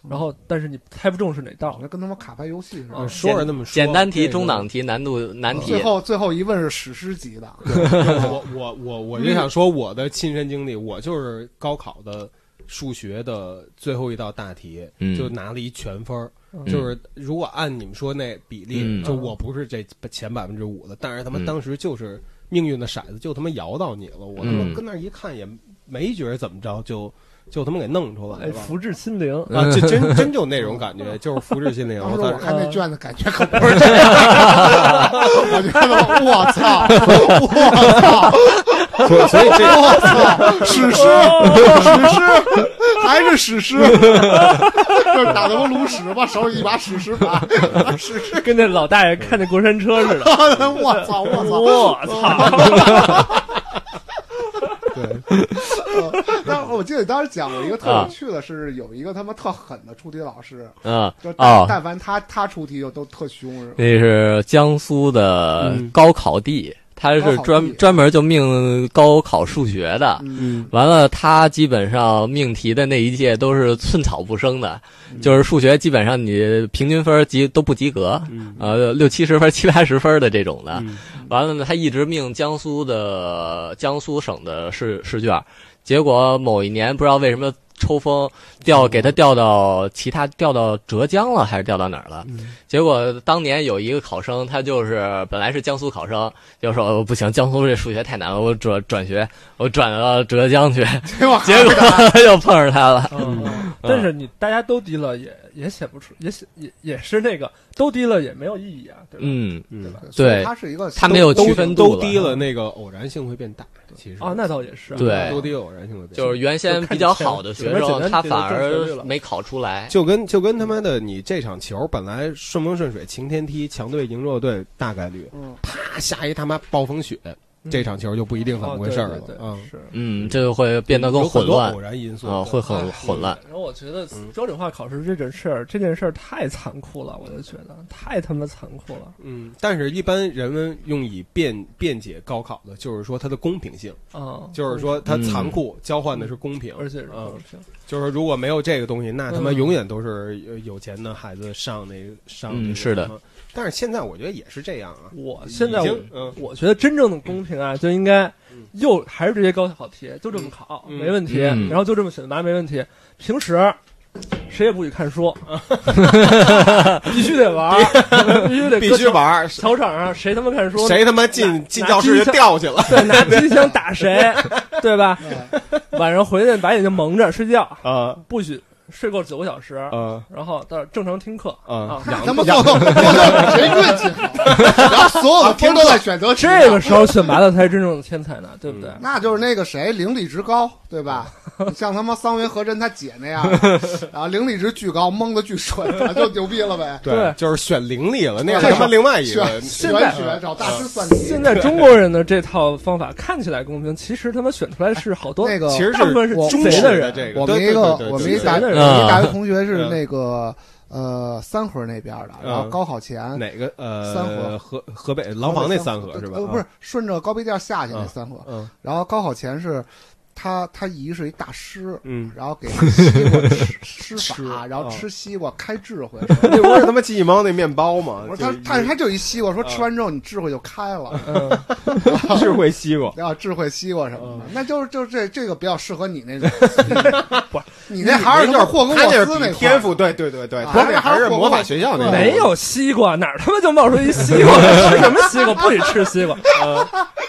Speaker 4: 然后但是你猜不中是哪道
Speaker 1: 好，像跟他妈卡牌游戏似的。
Speaker 2: 嗯说是那么说，
Speaker 3: 简单
Speaker 2: 这
Speaker 3: 题、
Speaker 2: 个
Speaker 3: 中档题、难度难
Speaker 1: 啊最
Speaker 3: 题，
Speaker 1: 后最后一问是史诗级的，
Speaker 2: [laughs] 我我我我就想说我的亲身经历，我就是高考的数学的最后一道大题，
Speaker 3: 嗯
Speaker 2: 就拿了一全分儿。
Speaker 4: 嗯
Speaker 2: 就是如果按你们说那比例，
Speaker 3: 嗯
Speaker 2: 就我不是这前百分之五的，但是他妈
Speaker 3: 嗯
Speaker 2: 当时就是命运的骰子就他妈摇到你了，我他妈
Speaker 3: 嗯
Speaker 2: 跟那儿一看也没觉得怎么着，就就他妈给弄出来
Speaker 4: 哎，
Speaker 2: 了。
Speaker 4: 福至心 [laughs] 灵。
Speaker 2: 啊，这
Speaker 3: [laughs]
Speaker 2: 真真就那种感觉，就是福至心灵。
Speaker 1: 当
Speaker 2: 我
Speaker 1: 时
Speaker 2: 当
Speaker 1: 我
Speaker 2: 时嗯
Speaker 1: 看那卷子，感觉可不是这样。 [laughs] 我觉得我操，我操，
Speaker 2: 所以所以
Speaker 1: [laughs]
Speaker 2: 这
Speaker 1: 我操，史诗，史诗，还是史诗，就是打他妈炉石吧，手里一把史诗牌，史诗，
Speaker 4: 跟那老大爷看那过山车似的，
Speaker 1: [laughs] 我操，我操，
Speaker 4: [laughs] 我操！
Speaker 1: 当嗯我记得当时讲过一个特有趣的是，有一个他妈特狠的出题老师，
Speaker 3: 嗯，
Speaker 1: 就但
Speaker 3: 哦
Speaker 1: 但凡他他出题就都特凶，是吧
Speaker 3: 那是江苏的
Speaker 2: 嗯
Speaker 3: 高考地，他
Speaker 1: 高
Speaker 3: 是
Speaker 1: 考地
Speaker 3: 专专门就命高考数学的。
Speaker 1: 嗯，
Speaker 2: 嗯，
Speaker 3: 完了，他基本上命题的那一届都是寸草不生的，
Speaker 2: 嗯
Speaker 3: 就是数学基本上你平均分儿及都不及格，
Speaker 2: 嗯
Speaker 3: 呃，六七十分儿、七八十分儿的这种的。
Speaker 2: 嗯
Speaker 3: 完了呢，他一直命江苏的江苏省的试试卷儿，结果某一年不知道为什么抽风
Speaker 2: 嗯
Speaker 3: 调给他调到其他调到浙江了，还是调到哪儿了？
Speaker 1: 嗯
Speaker 3: 结果当年有一个考生，他就是本来是江苏考生，就说、哦、不行，江苏这数学太难了，我转转学，我转到浙江去，
Speaker 1: 结果
Speaker 3: 结果又碰上他
Speaker 4: [laughs]
Speaker 3: 了。
Speaker 4: 嗯，但是你大家都低了，也也写不出，也写也也是那个都低了也没有意义啊，对吧？
Speaker 3: 嗯，
Speaker 2: 嗯，
Speaker 3: 对
Speaker 1: 它是一个
Speaker 3: 他没有
Speaker 2: 都
Speaker 3: 区分度
Speaker 2: 都
Speaker 3: 了嗯
Speaker 2: 低了，那个偶然性会变大。其实
Speaker 4: 哦，那倒也是、啊，
Speaker 3: 对
Speaker 2: 都低了偶然性会变大。
Speaker 3: 就是原先比较好的学
Speaker 4: 就看
Speaker 3: 生，
Speaker 4: 前
Speaker 3: 他反
Speaker 4: 有点简单
Speaker 3: 而
Speaker 4: 有点
Speaker 3: 没考出来。
Speaker 2: 就跟就跟他妈的，你这场球本来顺风顺水，晴天踢，强队赢弱队，大概率
Speaker 1: 嗯
Speaker 2: 啪下一他妈暴风雪，
Speaker 4: 嗯
Speaker 2: 这场球就不一定怎么回事儿
Speaker 4: 哦对
Speaker 2: 了
Speaker 4: 对。对
Speaker 2: 嗯，
Speaker 4: 是。
Speaker 3: 嗯，这就会变得更
Speaker 2: 有很
Speaker 3: 混
Speaker 2: 多
Speaker 3: 乱
Speaker 2: 偶然因素
Speaker 3: 啊，会
Speaker 4: 嗯
Speaker 3: 很混乱。
Speaker 4: 哎然后我觉得
Speaker 2: 嗯
Speaker 4: 标准化考试这件事儿，这件事儿太残酷了，我就觉得太他妈残酷了
Speaker 2: 嗯，但是一般人们用以辩辩解高考的，就是说它的公平性，
Speaker 4: 啊！
Speaker 2: 就是，说
Speaker 3: 嗯
Speaker 2: 它残酷、交换的是公平，
Speaker 4: 而且是
Speaker 2: 嗯
Speaker 4: 公，平
Speaker 2: 就是说如果没有这个东西，那他妈
Speaker 4: 嗯
Speaker 2: 永远都是有有钱的孩子上那上
Speaker 3: 嗯
Speaker 2: 那个
Speaker 3: 是的
Speaker 2: 什么。但是现在我觉得也是这样啊，
Speaker 4: 我呃现在
Speaker 2: 已
Speaker 4: 我
Speaker 2: 经嗯
Speaker 4: 我觉得真正的公平啊，就应该
Speaker 2: 嗯
Speaker 4: 又还是这些高考题，就这么考
Speaker 2: 嗯
Speaker 4: 没问题，
Speaker 3: 嗯
Speaker 4: 然后就这么选拔没问题。平时谁也不许看 [laughs] 书，必须得玩儿， [laughs] 必须得
Speaker 2: 嗯必须
Speaker 4: 搁
Speaker 2: 玩儿，
Speaker 4: 操。操场上谁他妈看书呢？
Speaker 2: 谁他妈进进教室就掉去了。
Speaker 4: 对拿机枪打 [laughs] 谁，对吧？晚上回去把眼睛蒙着睡觉，
Speaker 2: 啊
Speaker 4: 不许睡够九个小时，
Speaker 2: 啊
Speaker 4: 然后到正常听课
Speaker 2: 啊！
Speaker 4: 啊。
Speaker 2: [laughs]
Speaker 1: 他妈做动做动谁运气好，然后所有的分都在
Speaker 2: [laughs]
Speaker 1: 选择题上
Speaker 4: 这个时候选拔的才是真正的天才呢，对不对？
Speaker 1: [laughs] 那就是那个谁灵力值高，对
Speaker 2: [laughs]
Speaker 1: 吧？你像他妈桑原和真他姐那样，然后灵力值巨高，蒙的巨准，反正就牛逼了呗。
Speaker 4: 对
Speaker 2: 就是选灵力了，那
Speaker 1: 对
Speaker 2: 个他妈另外一
Speaker 1: 选
Speaker 2: 个
Speaker 1: 玄
Speaker 4: 在
Speaker 2: 啊
Speaker 1: 学找大师算题，
Speaker 2: 呃
Speaker 4: 现在中国人的这套方法看起来公平，其实他妈选出来是好多
Speaker 1: [laughs] 那个
Speaker 2: 其实
Speaker 4: 啊大部分是
Speaker 2: 是
Speaker 4: 中
Speaker 2: 国
Speaker 4: 国的人
Speaker 2: 这个，
Speaker 1: 我
Speaker 2: 对
Speaker 1: 们一
Speaker 2: 对
Speaker 1: 个
Speaker 2: 对对
Speaker 1: 我们
Speaker 2: 对
Speaker 1: 一大
Speaker 4: 对
Speaker 1: 我
Speaker 4: 对
Speaker 1: 们一大学同学是
Speaker 2: 嗯
Speaker 1: 那个呃三河那边的，然后高考前
Speaker 2: 哪个呃
Speaker 1: 三河
Speaker 2: 河河北廊坊那三河
Speaker 1: 河
Speaker 2: 是吧啊
Speaker 1: 呃？不是顺着高碑店下去那三河，
Speaker 2: 嗯
Speaker 1: 然后高考前是他他姨是一大师。
Speaker 2: 嗯，
Speaker 1: 然后给西瓜
Speaker 2: [laughs]
Speaker 1: 吃吃
Speaker 2: 吃
Speaker 1: 法，然后
Speaker 2: 啊
Speaker 1: 吃西瓜开智
Speaker 2: [laughs]
Speaker 1: 慧。
Speaker 2: 那不是他妈记忆猫那面包吗？
Speaker 1: 我说
Speaker 2: 就
Speaker 1: 他
Speaker 2: 是，
Speaker 1: 但是他就一西瓜，说
Speaker 2: 啊
Speaker 1: 吃完之后你智慧就开了，
Speaker 2: [laughs]
Speaker 4: 嗯，
Speaker 2: 智慧西瓜，
Speaker 1: 然后智慧西瓜什
Speaker 2: 嗯
Speaker 1: 么的，那就是就是这这个比较适合你
Speaker 2: [laughs]
Speaker 1: 那种，
Speaker 4: 不是
Speaker 1: 你那还是
Speaker 2: 就是
Speaker 1: 他妈霍格
Speaker 2: 他
Speaker 1: 沃
Speaker 2: 那是
Speaker 1: 斯
Speaker 2: 比
Speaker 1: 那
Speaker 2: 天
Speaker 1: 赋
Speaker 2: 赋，对对对对，
Speaker 1: 啊
Speaker 2: 他那还
Speaker 1: 还
Speaker 2: 是
Speaker 1: 是
Speaker 2: 魔法学校那种
Speaker 4: 没有西瓜，哪儿他妈就冒出一西瓜？吃什么西瓜？不许吃西瓜。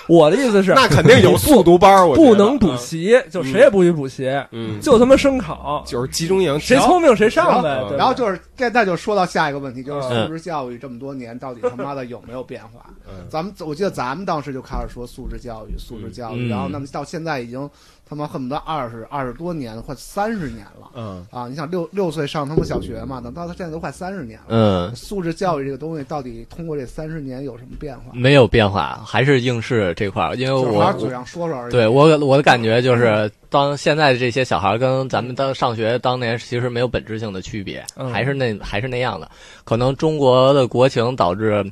Speaker 4: 我的意思是，
Speaker 2: 那肯定有速读班儿，我觉得
Speaker 4: 不能补，习，就谁也不许补习，
Speaker 2: 嗯，
Speaker 4: 就他妈生考，
Speaker 2: 就是集中营，
Speaker 4: 谁聪明谁上呗
Speaker 2: 然后。
Speaker 4: 对吧
Speaker 1: 然后就是这，那就说到下一个问题，就是
Speaker 4: 嗯
Speaker 1: 素质教育这么多年到底他妈的有没有变化？
Speaker 2: 嗯
Speaker 1: 咱们我记得咱们当时就开始说素质教育，素质教育，
Speaker 3: 嗯
Speaker 1: 然后那么到现在已经他妈恨不得二十二十多年，快三十年了
Speaker 2: 嗯，
Speaker 1: 啊！你想六六岁上他妈小学嘛，等到他现在都快三十年了，
Speaker 3: 嗯，
Speaker 1: 素质教育这个东西到底通过这三十年有什么变化？
Speaker 3: 没有变化，还是应试这块儿，因为
Speaker 1: 就是
Speaker 3: 嗯我
Speaker 1: 还是嘴上说说而已。
Speaker 3: 对我我的感觉就是，当现在这些小孩儿跟咱们当上学当年其实没有本质性的区别，
Speaker 4: 嗯
Speaker 3: 还是那还是那样的。可能中国的国情导致，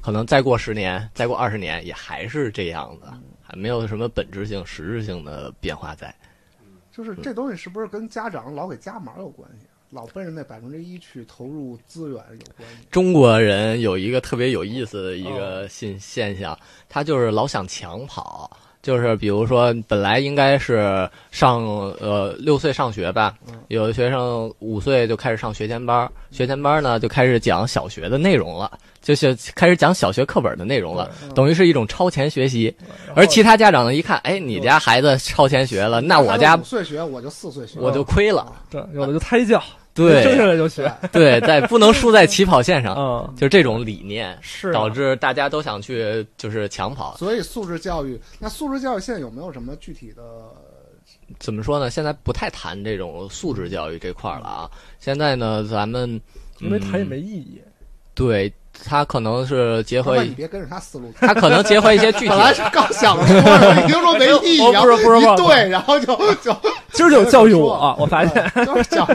Speaker 3: 可能再过十年，再过二十年也还是这样的，还没有什么本质性、实质性的变化在。
Speaker 1: 就是这东西是不是跟家长老给加码有关系？啊老奔着那百分之一去投入资源有关系？
Speaker 3: 中国人有一个特别有意思的一
Speaker 4: 哦
Speaker 3: 个现现象，他就是老想抢跑。就是比如说，本来应该是上呃六岁上学吧，
Speaker 4: 嗯
Speaker 3: 有的学生五岁就开始上学前班儿，学前班儿呢就开始讲小学的内容了，就是开始讲小学课本的内容了，
Speaker 1: 啊
Speaker 4: 嗯
Speaker 1: 嗯
Speaker 3: 等于是一种超前学习。
Speaker 4: 然后
Speaker 3: 而其他家长呢一看，哎，你家孩子超前学
Speaker 4: 哦
Speaker 3: 了，那我家
Speaker 1: 五岁学，我就四岁学，
Speaker 3: 我就亏了。
Speaker 4: 对有的就胎教，生下
Speaker 3: 对
Speaker 4: 来哦 [laughs] 就
Speaker 1: 啊
Speaker 4: 学，
Speaker 3: 对，在不能输在起跑线上，
Speaker 4: [laughs] 嗯，
Speaker 3: 就这种理念。
Speaker 4: 是啊
Speaker 3: 导致大家都想去就是抢跑。
Speaker 1: 所以素质教育，那素质教育现在有没有什么具体的？
Speaker 3: 怎么说呢？现在不太谈这种素质教育这块儿了啊。现在呢，咱们
Speaker 4: 因为谈也没
Speaker 3: 嗯
Speaker 4: 意义。
Speaker 3: 对他可能是结合
Speaker 1: 要不然你
Speaker 3: 一，
Speaker 1: 别跟着他思路。
Speaker 3: 他可能结合一些具
Speaker 1: [laughs]
Speaker 3: 体
Speaker 1: 本来是刚想说，一听说没意义，
Speaker 4: 哦
Speaker 1: 然
Speaker 4: 不
Speaker 1: 后
Speaker 4: 是不是
Speaker 1: 一
Speaker 4: 不是
Speaker 1: 对，然后就就嗯
Speaker 4: 今儿就教育我，我发
Speaker 1: [laughs]
Speaker 4: 现。
Speaker 1: 就是讲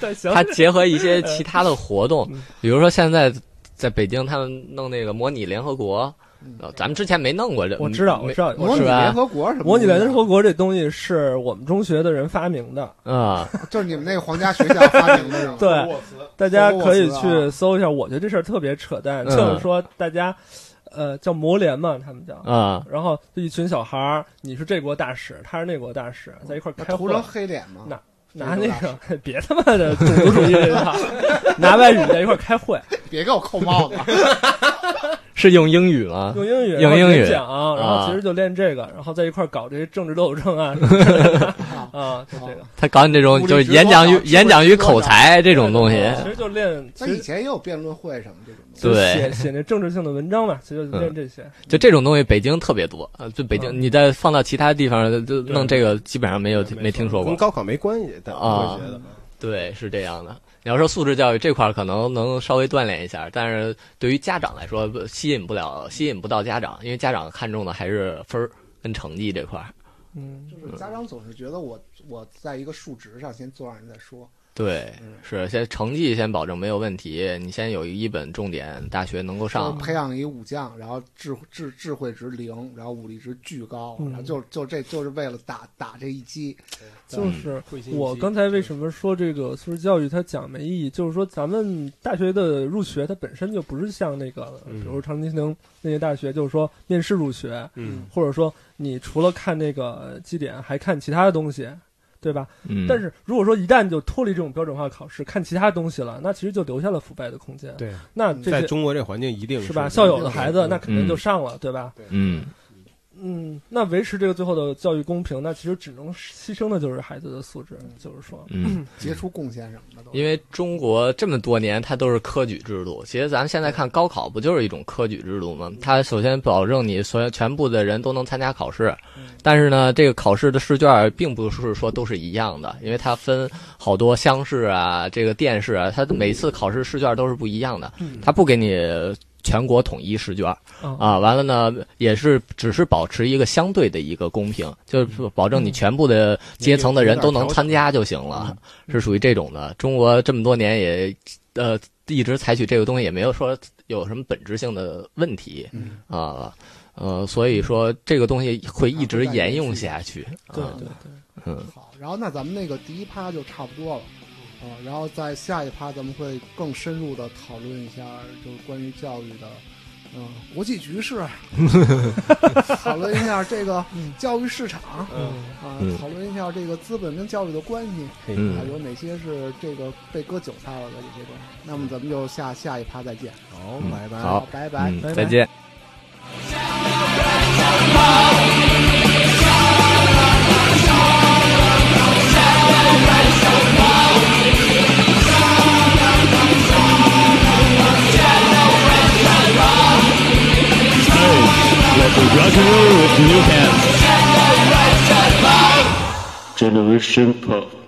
Speaker 4: 但行
Speaker 3: 它结合一些其他的活动
Speaker 4: 嗯，
Speaker 3: 比如说现在在北京他们弄那个模拟联合国
Speaker 1: 嗯，
Speaker 3: 呃咱们之前没弄过这，
Speaker 4: 我知道，我
Speaker 3: 没
Speaker 4: 知道，
Speaker 1: 模
Speaker 4: 我
Speaker 1: 拟
Speaker 4: 知
Speaker 3: 是
Speaker 4: 道。
Speaker 3: 吧
Speaker 1: 联合国什么啊的？
Speaker 4: 模拟联合国这东西是我们中学的人发明的，
Speaker 3: 啊，
Speaker 1: 就是你们那个皇家学校发明的是吗？
Speaker 4: 对大家可以
Speaker 1: 霍格沃茨
Speaker 4: 去搜一下。我觉得这事儿特别扯淡，
Speaker 3: 嗯
Speaker 4: 就是说大家，呃，叫魔联嘛，他们叫， [laughs]
Speaker 3: 啊，
Speaker 4: 然后就一群小孩儿，你是这国大使，他是那国大使，在一块儿
Speaker 1: 那
Speaker 4: 开
Speaker 1: 涂
Speaker 4: 会
Speaker 1: 成，黑脸吗？
Speaker 4: 那拿那个 [laughs] 别他妈的种族主义这一套， [laughs] 拿外语在一块儿开会，
Speaker 1: 别给我扣帽
Speaker 4: [laughs]
Speaker 1: 子。
Speaker 5: 是用英语吗？
Speaker 4: 用英语，
Speaker 5: 用
Speaker 4: 然后
Speaker 5: 英
Speaker 4: 给
Speaker 5: 语
Speaker 4: 讲，然后
Speaker 5: 啊
Speaker 4: 其实就练这个，然后在一块儿搞这些政治斗争啊啊，就这个
Speaker 5: 他搞你这种就是演讲与演讲与口才这种东西，
Speaker 4: 其实就练
Speaker 1: 那
Speaker 4: 其
Speaker 1: 以
Speaker 4: 实
Speaker 1: 前也有辩论会什么这种东西，
Speaker 4: 就
Speaker 5: 对
Speaker 4: 写写那政治性的文章嘛，其实就练这些。
Speaker 3: 就这种东西，北京特别多啊！就北京，
Speaker 4: 嗯
Speaker 3: 你再放到其他地方，就弄这个基本上没有
Speaker 2: 对
Speaker 3: 没听说
Speaker 2: 跟
Speaker 3: 过。
Speaker 2: 高考没关系，但我
Speaker 4: 啊
Speaker 2: 觉得
Speaker 3: 对，是这样的。你要说素质教育这块儿可能能稍微锻炼一下，但是对于家长来说，不吸引不了，吸引不到家长，因为家长看重的还是分儿跟成绩这块儿。
Speaker 4: 嗯，
Speaker 1: 就是家长总是觉得我我在一个数值上先做上再说。
Speaker 3: 对，是先成绩先保证没有问题，你先有一本重点大学能够
Speaker 1: 就是
Speaker 3: 上。
Speaker 1: 培养一武将，然后智智智慧值零，然后武力值巨高，
Speaker 4: 嗯
Speaker 1: 然后就就这就是为了打打这一击。
Speaker 2: 嗯
Speaker 4: 就是
Speaker 2: 会心一击
Speaker 4: 我刚才为什么说这个素质教育它讲没意义？就是说咱们大学的入学，它本身就不是像那个，
Speaker 2: 嗯
Speaker 4: 比如长春藤那些大学，就是说面试入学，
Speaker 2: 嗯
Speaker 4: 或者说你除了看那个绩点，还看其他的东西，对吧？
Speaker 3: 嗯，
Speaker 4: 但是如果说一旦就脱离这种标准化考试，看其他东西了，那其实就留下了腐败的空间。
Speaker 2: 对，
Speaker 4: 那
Speaker 2: 在
Speaker 4: 这些
Speaker 2: 中国这环境一定
Speaker 4: 是吧？
Speaker 2: 的
Speaker 4: 校友的孩子那肯
Speaker 3: 嗯
Speaker 4: 定就上了，对吧？
Speaker 3: 嗯，
Speaker 4: 嗯，那维持这个最后的教育公平，那其实只能牺牲的就是孩子的素质，就是说，
Speaker 3: 嗯，
Speaker 1: 杰出贡献什么的都是。
Speaker 3: 因为中国这么多年它都是科举制度，其实咱们现在看高考不就是一种科举制度吗？
Speaker 1: 嗯
Speaker 3: 它首先保证你所有全部的人都能参加考试，
Speaker 1: 嗯
Speaker 3: 但是呢，这个考试的试卷并不是说都是一样的，因为它分好多乡试啊，这个殿试啊，它每次考试试卷都是不一样的，
Speaker 1: 嗯
Speaker 3: 它不给你。全国统一试卷
Speaker 4: 嗯
Speaker 3: 啊，完了呢，也是只是保持一个相对的一个公平，就是
Speaker 1: 嗯
Speaker 3: 保证你全部的阶层的人都能参加就行了，
Speaker 4: 嗯
Speaker 3: 是属于这种的。中国这么多年也，呃，一直采取这个东西，也没有说有什么本质性的问题
Speaker 1: 嗯
Speaker 3: 啊、呃，所以说这个东西会一直沿用下去。
Speaker 4: 对
Speaker 3: 啊
Speaker 4: 对对，
Speaker 3: 嗯，
Speaker 1: 好，然后那咱们那个第一趴就差不多了，啊、然后在下一趴咱们会更深入的讨论一下，就是关于教育的，嗯、国际局
Speaker 3: [laughs]
Speaker 1: 势，讨论一下这个教育市场啊、
Speaker 2: 嗯
Speaker 3: 嗯
Speaker 1: 讨论一下这个资本跟教育的关系
Speaker 2: 嘿
Speaker 1: 啊、
Speaker 3: 嗯
Speaker 1: 有哪些是这个被割韭菜了的这些东西。那么咱们就下下一趴再见，
Speaker 2: 好
Speaker 3: 嗯
Speaker 2: 拜拜。
Speaker 3: 好
Speaker 1: 拜拜。
Speaker 3: 嗯
Speaker 4: 拜
Speaker 3: 再
Speaker 4: 拜
Speaker 3: 见。
Speaker 6: Let's rock and roll with new hands.
Speaker 7: Generation Pop.